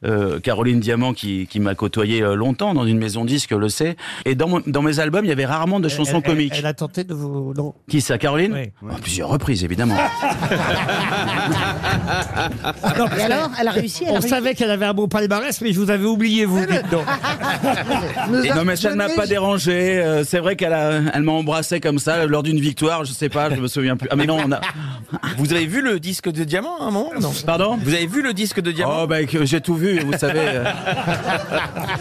[SPEAKER 24] Euh, Caroline Diamant, qui, qui m'a côtoyé euh, longtemps dans une maison disque, le sait. Et dans, mon- dans mes albums, il y avait rarement de chansons
[SPEAKER 2] Elle- elle-
[SPEAKER 24] comiques.
[SPEAKER 2] Elle, a tenté de vous. Non.
[SPEAKER 24] Qui ça, Caroline
[SPEAKER 2] Oui.
[SPEAKER 24] À Plusieurs reprises, évidemment.
[SPEAKER 9] Et alors, elle a réussi, elle a
[SPEAKER 2] On
[SPEAKER 9] réussi.
[SPEAKER 2] savait qu'elle avait un beau palmarès, mais je vous avais oublié, vous. dites donc.
[SPEAKER 24] Et non mais ça ne m'a pas dérangé. Euh, c'est vrai qu'elle a- elle m'a embrassé comme ça lors d'une victoire. Je sais pas, je me souviens plus. Ah mais non, on a. Vous avez vu le disque de diamant à un moment Pardon Vous avez vu le disque de diamant Oh bah que- j'ai tout vu. Vous savez, euh,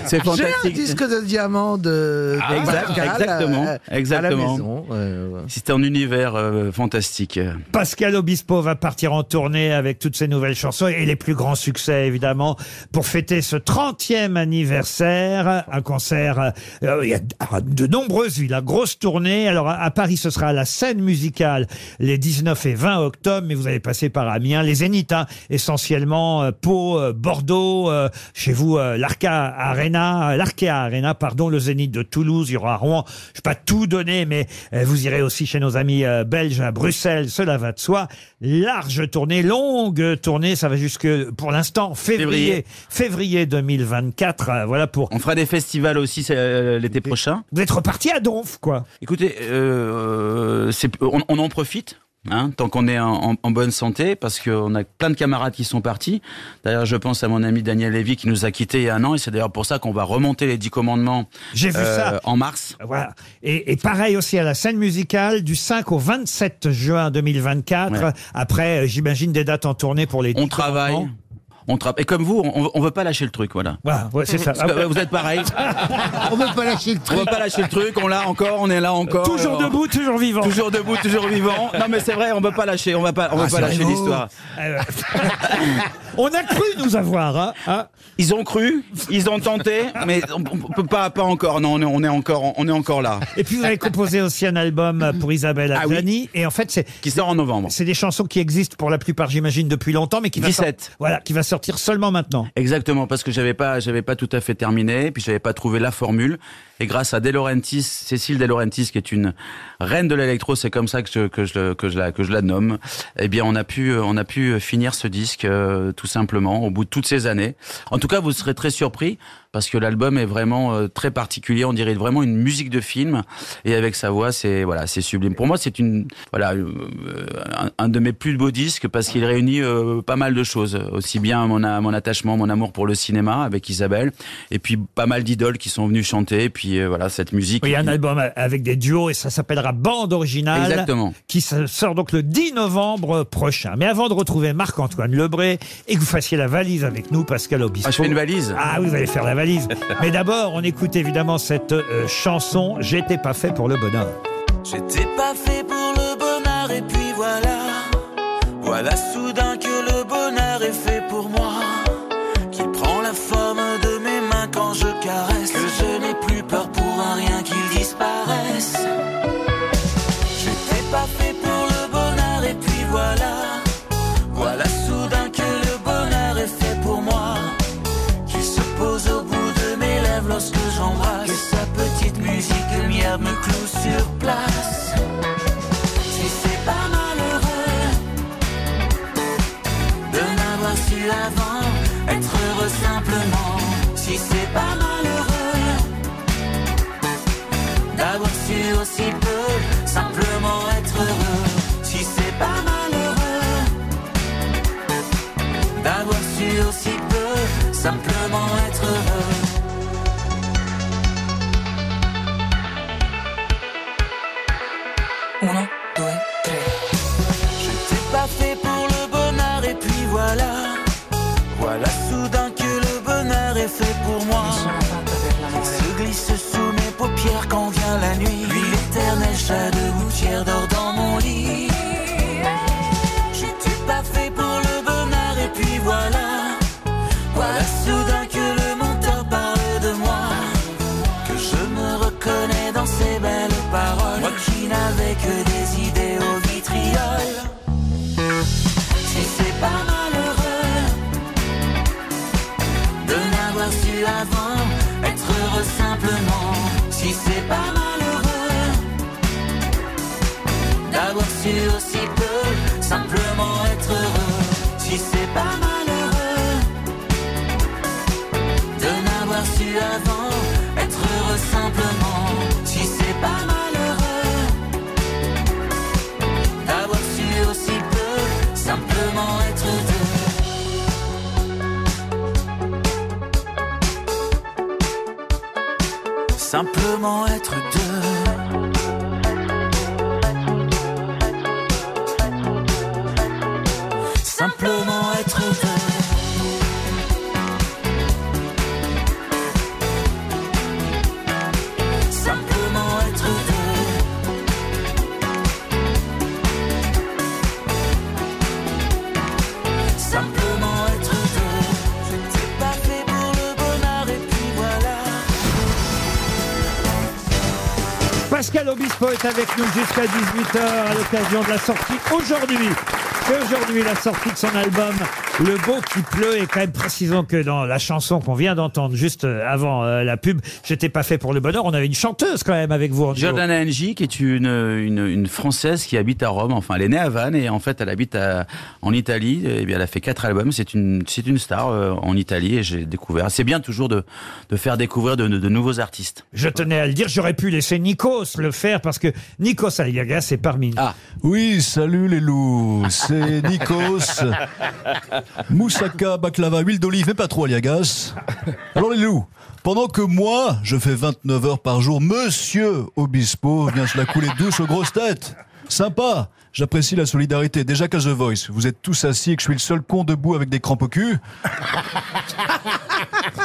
[SPEAKER 24] c'est fantastique.
[SPEAKER 7] J'ai un disque de diamant de.
[SPEAKER 24] Ah,
[SPEAKER 7] de
[SPEAKER 24] exact-
[SPEAKER 7] Pascal,
[SPEAKER 24] exactement,
[SPEAKER 7] euh, À la
[SPEAKER 24] exactement.
[SPEAKER 7] maison.
[SPEAKER 24] C'est un univers euh, fantastique.
[SPEAKER 2] Pascal Obispo va partir en tournée avec toutes ses nouvelles chansons et les plus grands succès, évidemment, pour fêter ce 30e anniversaire. Un concert, euh, il y a de nombreuses villes, la grosse tournée. Alors, à- à Paris, ce sera à la scène musicale les 19 et 20 octobre, mais vous allez passer par Amiens, les Zéniths, hein, essentiellement, euh, Pau, euh, Bordeaux, euh, chez vous, euh, l'Arca Arena, euh, l'Arkea Arena, pardon, le Zénith de Toulouse, il y aura Rouen. Je vais pas tout donner, mais euh, vous irez aussi chez nos amis euh, belges à Bruxelles, cela va de soi. Large tournée, longue tournée, ça va jusque, pour l'instant, février, février 2024. euh, Voilà pour.
[SPEAKER 24] On fera des festivals aussi euh, l'été prochain.
[SPEAKER 2] Vous êtes reparti à Donf, quoi.
[SPEAKER 24] Écoutez, euh, c'est- on, on en profite. Hein, tant qu'on est en, en- en bonne santé, parce qu'on a plein de camarades qui sont partis. D'ailleurs, je pense à mon ami Daniel Lévy qui nous a quittés il y a un an, et c'est d'ailleurs pour ça qu'on va remonter les 10 commandements euh,
[SPEAKER 2] J'ai vu ça. Ah
[SPEAKER 24] en mars.
[SPEAKER 2] Voilà. Et, et pareil aussi à la scène musicale du 5 au 27 juin 2024. Après, euh, j'imagine des dates en tournée pour les.
[SPEAKER 24] On travaille. on trappe. Et comme vous, on, on veut pas lâcher le truc, voilà.
[SPEAKER 2] Voilà, Ah, ouais, c'est ça.
[SPEAKER 24] Parce que, ouais, vous êtes pareil.
[SPEAKER 4] On veut pas lâcher le
[SPEAKER 24] On
[SPEAKER 4] truc.
[SPEAKER 24] va pas lâcher le truc, on l'a encore, on est là encore.
[SPEAKER 2] Toujours
[SPEAKER 24] Alors,
[SPEAKER 2] debout, toujours vivant.
[SPEAKER 24] Toujours debout, toujours vivant. Non mais c'est vrai, on va pas lâcher, on va pas, on va
[SPEAKER 2] Ah,
[SPEAKER 24] pas
[SPEAKER 2] c'est
[SPEAKER 24] lâcher
[SPEAKER 2] vrai.
[SPEAKER 24] l'histoire.
[SPEAKER 2] on a cru nous avoir. Hein,
[SPEAKER 24] ils ont cru, ils ont tenté, mais on, on peut pas, pas encore. Non, on est, on est encore, on est encore là.
[SPEAKER 2] Et puis vous avez composé aussi un album pour Isabelle
[SPEAKER 24] Ah oui.
[SPEAKER 2] Adjani. Et en fait, c'est.
[SPEAKER 24] Qui sort en novembre.
[SPEAKER 2] C'est des chansons qui existent pour la plupart, j'imagine, depuis longtemps, mais qui. va sor-
[SPEAKER 24] 17.
[SPEAKER 2] voilà, qui va sortir seulement maintenant.
[SPEAKER 24] Exactement, parce que j'avais pas, j'avais pas tout à fait terminé, puis j'avais pas trouvé la formule. Et grâce à De Laurentiis, Cécile De Laurentiis, qui est une reine de l'électro, c'est comme ça que je, que je, le- que je la, que je la nomme. Eh bien, on a pu, euh, on a pu finir ce disque, euh, tout simplement, au bout de toutes ces années. En tout cas, vous serez très surpris, parce que l'album est vraiment euh, très particulier. On dirait vraiment une musique de film. Et avec sa voix, c'est, voilà, c'est sublime. Pour moi, c'est une, voilà, euh, un, un de mes plus beaux disques, parce qu'il réunit euh, pas mal de choses. Aussi bien mon, a- mon attachement, mon amour pour le cinéma avec Isabelle, et puis pas mal d'idoles qui sont venues chanter, et puis euh, voilà, cette musique.
[SPEAKER 2] Il y a un album avec des duos et ça s'appellera Bande originale.
[SPEAKER 24] Exactement.
[SPEAKER 2] Qui se- sort donc le 10 novembre prochain. Mais avant de retrouver Marc-Antoine Lebré et que vous fassiez la valise avec nous, Pascal Obispo.
[SPEAKER 24] Ah, je fais une valise
[SPEAKER 2] Ah, oui, vous allez faire la valise. Mais d'abord, on écoute évidemment cette euh, chanson J'étais pas fait pour le bonheur.
[SPEAKER 25] J'étais pas fait pour le bonheur et puis voilà. Voilà soudain que le bonheur est fait pour moi. Qui prend la forme de mes mains quand je caresse. Que je n'ai plus peur pour un rien qu'il disparaisse. J'étais pas fait pour le bonheur et puis voilà. Voilà soudain que le bonheur est fait pour moi. Qui se pose au bout de mes lèvres lorsque j'embrasse. Et sa petite musique lumière me cloue sur place. Si c'est pas malheureux de n'avoir su avant être heureux simplement. Si c'est pas malheureux d'avoir su aussi peu simplement être heureux. Si c'est pas malheureux d'avoir su aussi peu simplement être heureux. Uno, due, tre. J'étais pas fait pour le bonheur et puis voilà. Voilà soudain que le bonheur est fait pour moi. Il se glisse sous mes paupières quand vient la nuit. Lui l'éternel chat de gouttière dort dans mon lit. J'étais pas fait pour le bonheur et puis voilà. Voilà soudain que le menteur parle de moi. Que je me reconnais dans ces belles paroles. Moi qui n'avais que des idées au vitriol. Si c'est pas malheureux de n'avoir su avant être heureux simplement. Si c'est pas malheureux d'avoir su aussi peu simplement être heureux. Si c'est pas malheureux de n'avoir su avant être heureux simplement. Si c'est pas malheureux d'avoir su aussi peu simplement être deux. Simplement être deux. Simplement être deux. Simplement être deux. Simplement être deux. J'étais pas fait pour le bonheur et puis voilà.
[SPEAKER 2] Pascal Obispo est avec nous jusqu'à 18h à l'occasion de la sortie aujourd'hui. C'est aujourd'hui la sortie de son album Le beau qui pleut et quand même précisons que dans la chanson qu'on vient d'entendre juste avant euh, la pub, j'étais pas fait pour le bonheur, on avait une chanteuse quand même avec vous en duo.
[SPEAKER 24] Jordana Angie, qui est une, une, une Française qui habite à Rome. Enfin, elle est née à Vannes et en fait, elle habite à- en Italie. Et eh bien, elle a fait quatre albums. C'est une, c'est une star euh, en Italie et j'ai découvert. C'est bien toujours de, de faire découvrir de, de- de nouveaux artistes.
[SPEAKER 2] Je tenais à le dire, j'aurais pu laisser Nikos le faire parce que Nikos Aliagas est parmi nous. Oui, salut les loups,
[SPEAKER 15] C'est Nikos, Moussaka, baklava, huile d'olive, mais pas trop aliagas. Alors les loups, pendant que moi, je fais 29 heures par jour, Monsieur Obispo vient se la couler douce aux grosses têtes. Sympa J'apprécie la solidarité. Déjà qu'à The Voice, vous êtes tous assis et que je suis le seul con debout avec des crampes au cul.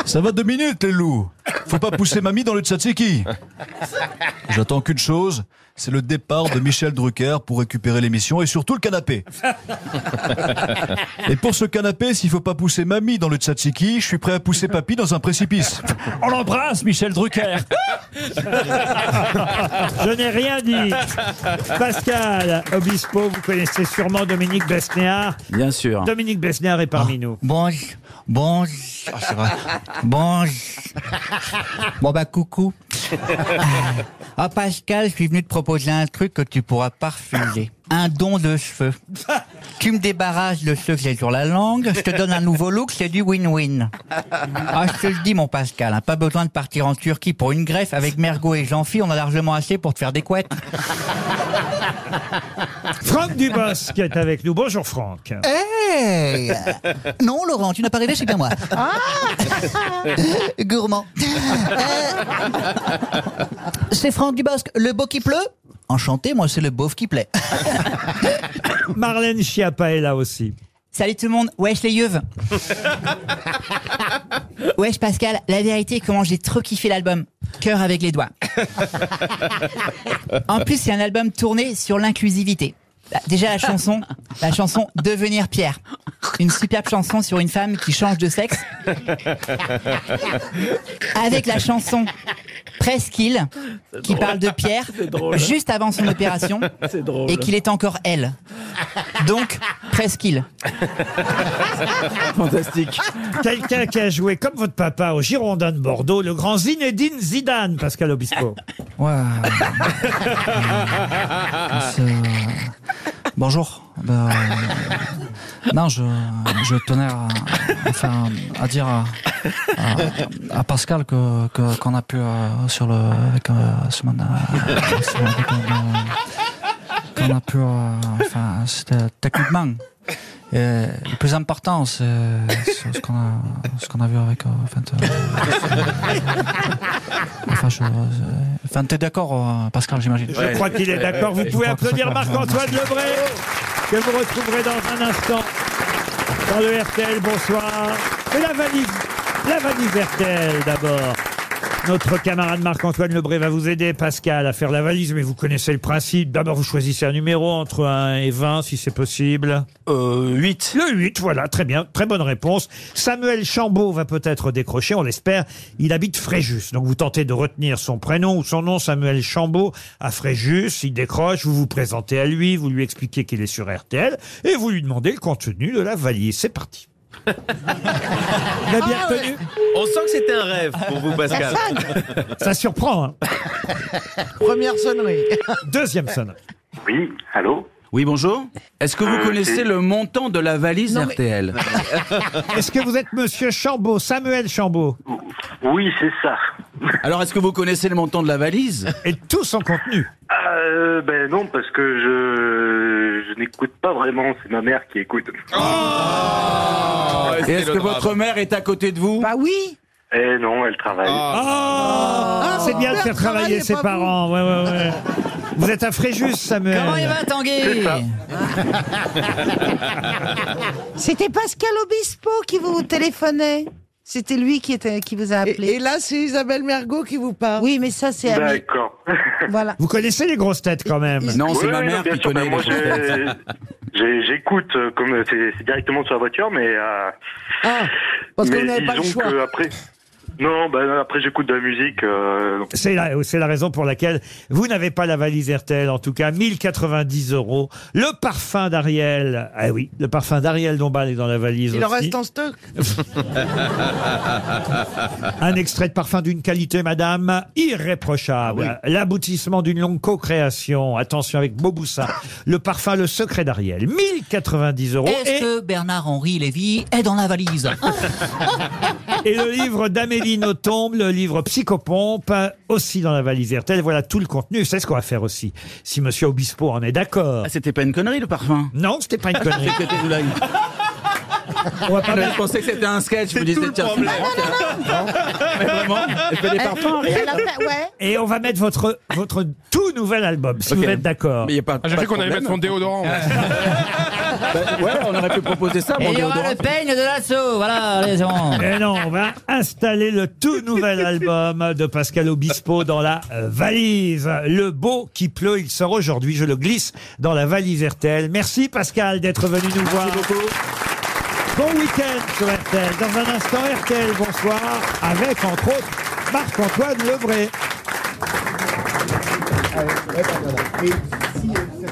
[SPEAKER 15] Ça va deux minutes, les loups Faut pas pousser mamie dans le tzatziki J'attends qu'une chose, c'est le départ de Michel Drucker pour récupérer l'émission et surtout le canapé. Et pour ce canapé, s'il faut pas pousser mamie dans le tzatziki, je suis prêt à pousser papy dans un précipice. On l'embrasse, Michel Drucker
[SPEAKER 2] Je n'ai rien dit. Pascal Obispo, vous connaissez sûrement Dominique Besnéard.
[SPEAKER 24] Bien sûr.
[SPEAKER 2] Dominique Besnéard est parmi nous.
[SPEAKER 27] Ah, Bonjour. Bonjour. Ah, Bonjour. Bon bah coucou. Ah Pascal, je suis venu te proposer un truc que tu pourras pas refuser. Un don de cheveux. Tu me débarrasses de ceux que j'ai sur la langue, je te donne un nouveau look, c'est du win-win. Ah, je te le dis mon Pascal, hein, pas besoin de partir en Turquie pour une greffe. Avec Mergot et Jean-Phi, on a largement assez pour te faire des couettes.
[SPEAKER 2] Franck Dubos qui est avec nous. Bonjour Franck.
[SPEAKER 27] Hey Non, Laurent, tu n'as pas rêvé, c'est bien moi. Gourmand. Euh, c'est Franck Dubosc, le beau qui pleut Enchanté, moi c'est le beauf qui plaît.
[SPEAKER 2] Marlène Schiappa est là aussi.
[SPEAKER 27] Salut tout le monde, wesh les yeux. wesh Pascal, la vérité comment j'ai trop kiffé l'album. Cœur avec les doigts. En plus, c'est un album tourné sur l'inclusivité. Bah, Déjà la chanson, la chanson Devenir Pierre. Une superbe chanson sur une femme qui change de sexe. Avec la chanson Presqu'île,
[SPEAKER 9] C'est
[SPEAKER 27] qui
[SPEAKER 9] drôle.
[SPEAKER 27] parle de Pierre
[SPEAKER 9] C'est drôle.
[SPEAKER 27] juste avant son opération
[SPEAKER 9] C'est drôle.
[SPEAKER 27] et qu'il est encore elle. Donc, Presqu'île.
[SPEAKER 2] Fantastique. Quelqu'un qui a joué comme votre papa au Girondin de Bordeaux, le grand Zinedine Zidane, Pascal Obispo.
[SPEAKER 27] C'est, euh, Bonjour. Bah, euh, non, je, je tenais à, enfin, à dire à, à- à Pascal que, que- qu'on a pu euh, sur le avec, euh, ce mandat, euh, sur- avec, euh, qu'on a pu euh, enfin c'était techniquement. Et le plus important, c'est c'est ce qu'on a, ce qu'on a vu avec. euh, enfin, euh, enfin, je- je- enfin, t'es d'accord, euh, Pascal, j'imagine.
[SPEAKER 2] Je crois qu'il est d'accord. Vous
[SPEAKER 27] Je
[SPEAKER 2] pouvez
[SPEAKER 27] crois que
[SPEAKER 2] applaudir
[SPEAKER 27] c'est clair.
[SPEAKER 2] Marc-Antoine Lebray, que vous retrouverez dans un instant dans le RTL. Bonsoir. Et la valise, la valise RTL d'abord. Notre camarade Marc-Antoine Lebray va vous aider, Pascal, à faire la valise, mais vous connaissez le principe. D'abord, vous choisissez un numéro entre 1 et 20, si c'est possible.
[SPEAKER 24] 8.
[SPEAKER 2] Le 8, voilà, très Eh bien, très bonne réponse. Samuel Chambaud va peut-être décrocher, on l'espère. Il habite Fréjus, donc vous tentez de retenir son prénom ou son nom, Samuel Chambaud, à Fréjus. Il décroche, vous vous présentez à lui, vous lui expliquez qu'il est sur RTL, et vous lui demandez le contenu de la valise. C'est parti. bien reconnu.
[SPEAKER 26] On sent que c'était un rêve pour vous, Pascal.
[SPEAKER 2] Ça surprend, hein
[SPEAKER 7] Première sonnerie.
[SPEAKER 2] Deuxième sonnerie.
[SPEAKER 24] Oui, allô Oui, bonjour. Est-ce que vous
[SPEAKER 26] Euh,
[SPEAKER 24] connaissez
[SPEAKER 26] c'est-
[SPEAKER 24] le montant de la valise
[SPEAKER 2] Non, mais-
[SPEAKER 24] RTL
[SPEAKER 2] Est-ce que vous êtes monsieur Chambaud, Samuel Chambaud
[SPEAKER 24] Oui, c'est ça. Alors, est-ce que vous connaissez le montant de la valise
[SPEAKER 2] Et tout son contenu
[SPEAKER 22] Euh, ben non, parce que je, je n'écoute pas vraiment, c'est ma mère qui écoute.
[SPEAKER 24] Et est-ce que votre mère est à côté de vous
[SPEAKER 8] Bah oui
[SPEAKER 22] Eh non, elle travaille. Ah.
[SPEAKER 8] Oh,
[SPEAKER 2] C'est bien de faire travailler ses parents. Ouais, ouais, ouais. Vous êtes à Fréjus, Samuel.
[SPEAKER 8] Comment il va, Tanguy C'est ça. C'était Pascal Obispo qui vous téléphonait. C'était lui qui, était, qui vous a appelé. Et,
[SPEAKER 7] là, c'est Isabelle Mergot qui vous parle.
[SPEAKER 8] Oui, mais ça, c'est.
[SPEAKER 2] Bah,
[SPEAKER 8] ami. Voilà.
[SPEAKER 2] Vous connaissez les grosses têtes quand même
[SPEAKER 22] Oui, oui, bien sûr, mais moi, j'ai- j'ai- J'écoute, euh, comme euh, c'est c'est directement sur la voiture, mais. euh,
[SPEAKER 2] Ah, parce
[SPEAKER 22] mais
[SPEAKER 2] qu'on n'avait pas le
[SPEAKER 22] disons
[SPEAKER 2] choix.
[SPEAKER 22] que après- Non, ben, après j'écoute de la musique. euh, donc-
[SPEAKER 2] C'est la, c'est la raison pour laquelle vous n'avez pas la valise RTL, en tout cas 1090 euros. Le parfum d'Ariel, ah oui, le parfum d'Ariel Dombal est dans la valise
[SPEAKER 7] Il en
[SPEAKER 2] aussi.
[SPEAKER 7] reste en stock.
[SPEAKER 2] Un extrait de parfum d'une qualité, madame, irréprochable. L'aboutissement d'une longue co-création. Attention avec Boboussin. Le parfum, le secret d'Ariel. 1090 euros.
[SPEAKER 27] Est-ce que Bernard-Henri Lévy est dans la valise
[SPEAKER 2] Et le livre d'Amélie Nothomb, le livre Psychopompe, euh, aussi dans la valise RTL. Voilà tout le contenu. C'est ce qu'on va faire aussi. Si Monsieur Obispo en est
[SPEAKER 16] Ah,
[SPEAKER 2] d'accord.
[SPEAKER 24] c'était pas une connerie le parfum
[SPEAKER 2] Non, c'était pas une connerie.
[SPEAKER 24] Ah Je pensais que c'était un sketch, je me disais, tiens, c'est marrant.
[SPEAKER 2] Mais vraiment,
[SPEAKER 9] elle fait des parfums, rien. Elle a fait- ouais.
[SPEAKER 2] Et on va mettre votre, votre tout nouvel album, si
[SPEAKER 16] Ok.
[SPEAKER 2] vous êtes d'accord.
[SPEAKER 16] Mais y a pas- Ah, j'ai pas cru de qu'on allait problème. mettre son déodorant. Bah, ouais, on aurait pu proposer ça.
[SPEAKER 2] Et
[SPEAKER 16] mon
[SPEAKER 2] il y aura
[SPEAKER 16] déodorant. Eh
[SPEAKER 2] le
[SPEAKER 27] Peigne de l'assaut, voilà, allez, c'est bon.
[SPEAKER 2] Et non, on va installer le tout nouvel album de Pascal Obispo dans la euh, valise. Le beau qui pleut, il sort aujourd'hui. Je le glisse dans la valise RTL. Merci Pascal d'être venu nous voir. Bon week-end sur RTL. Dans un instant, RTL, bonsoir. Avec, entre autres, Marc-Antoine Lebray.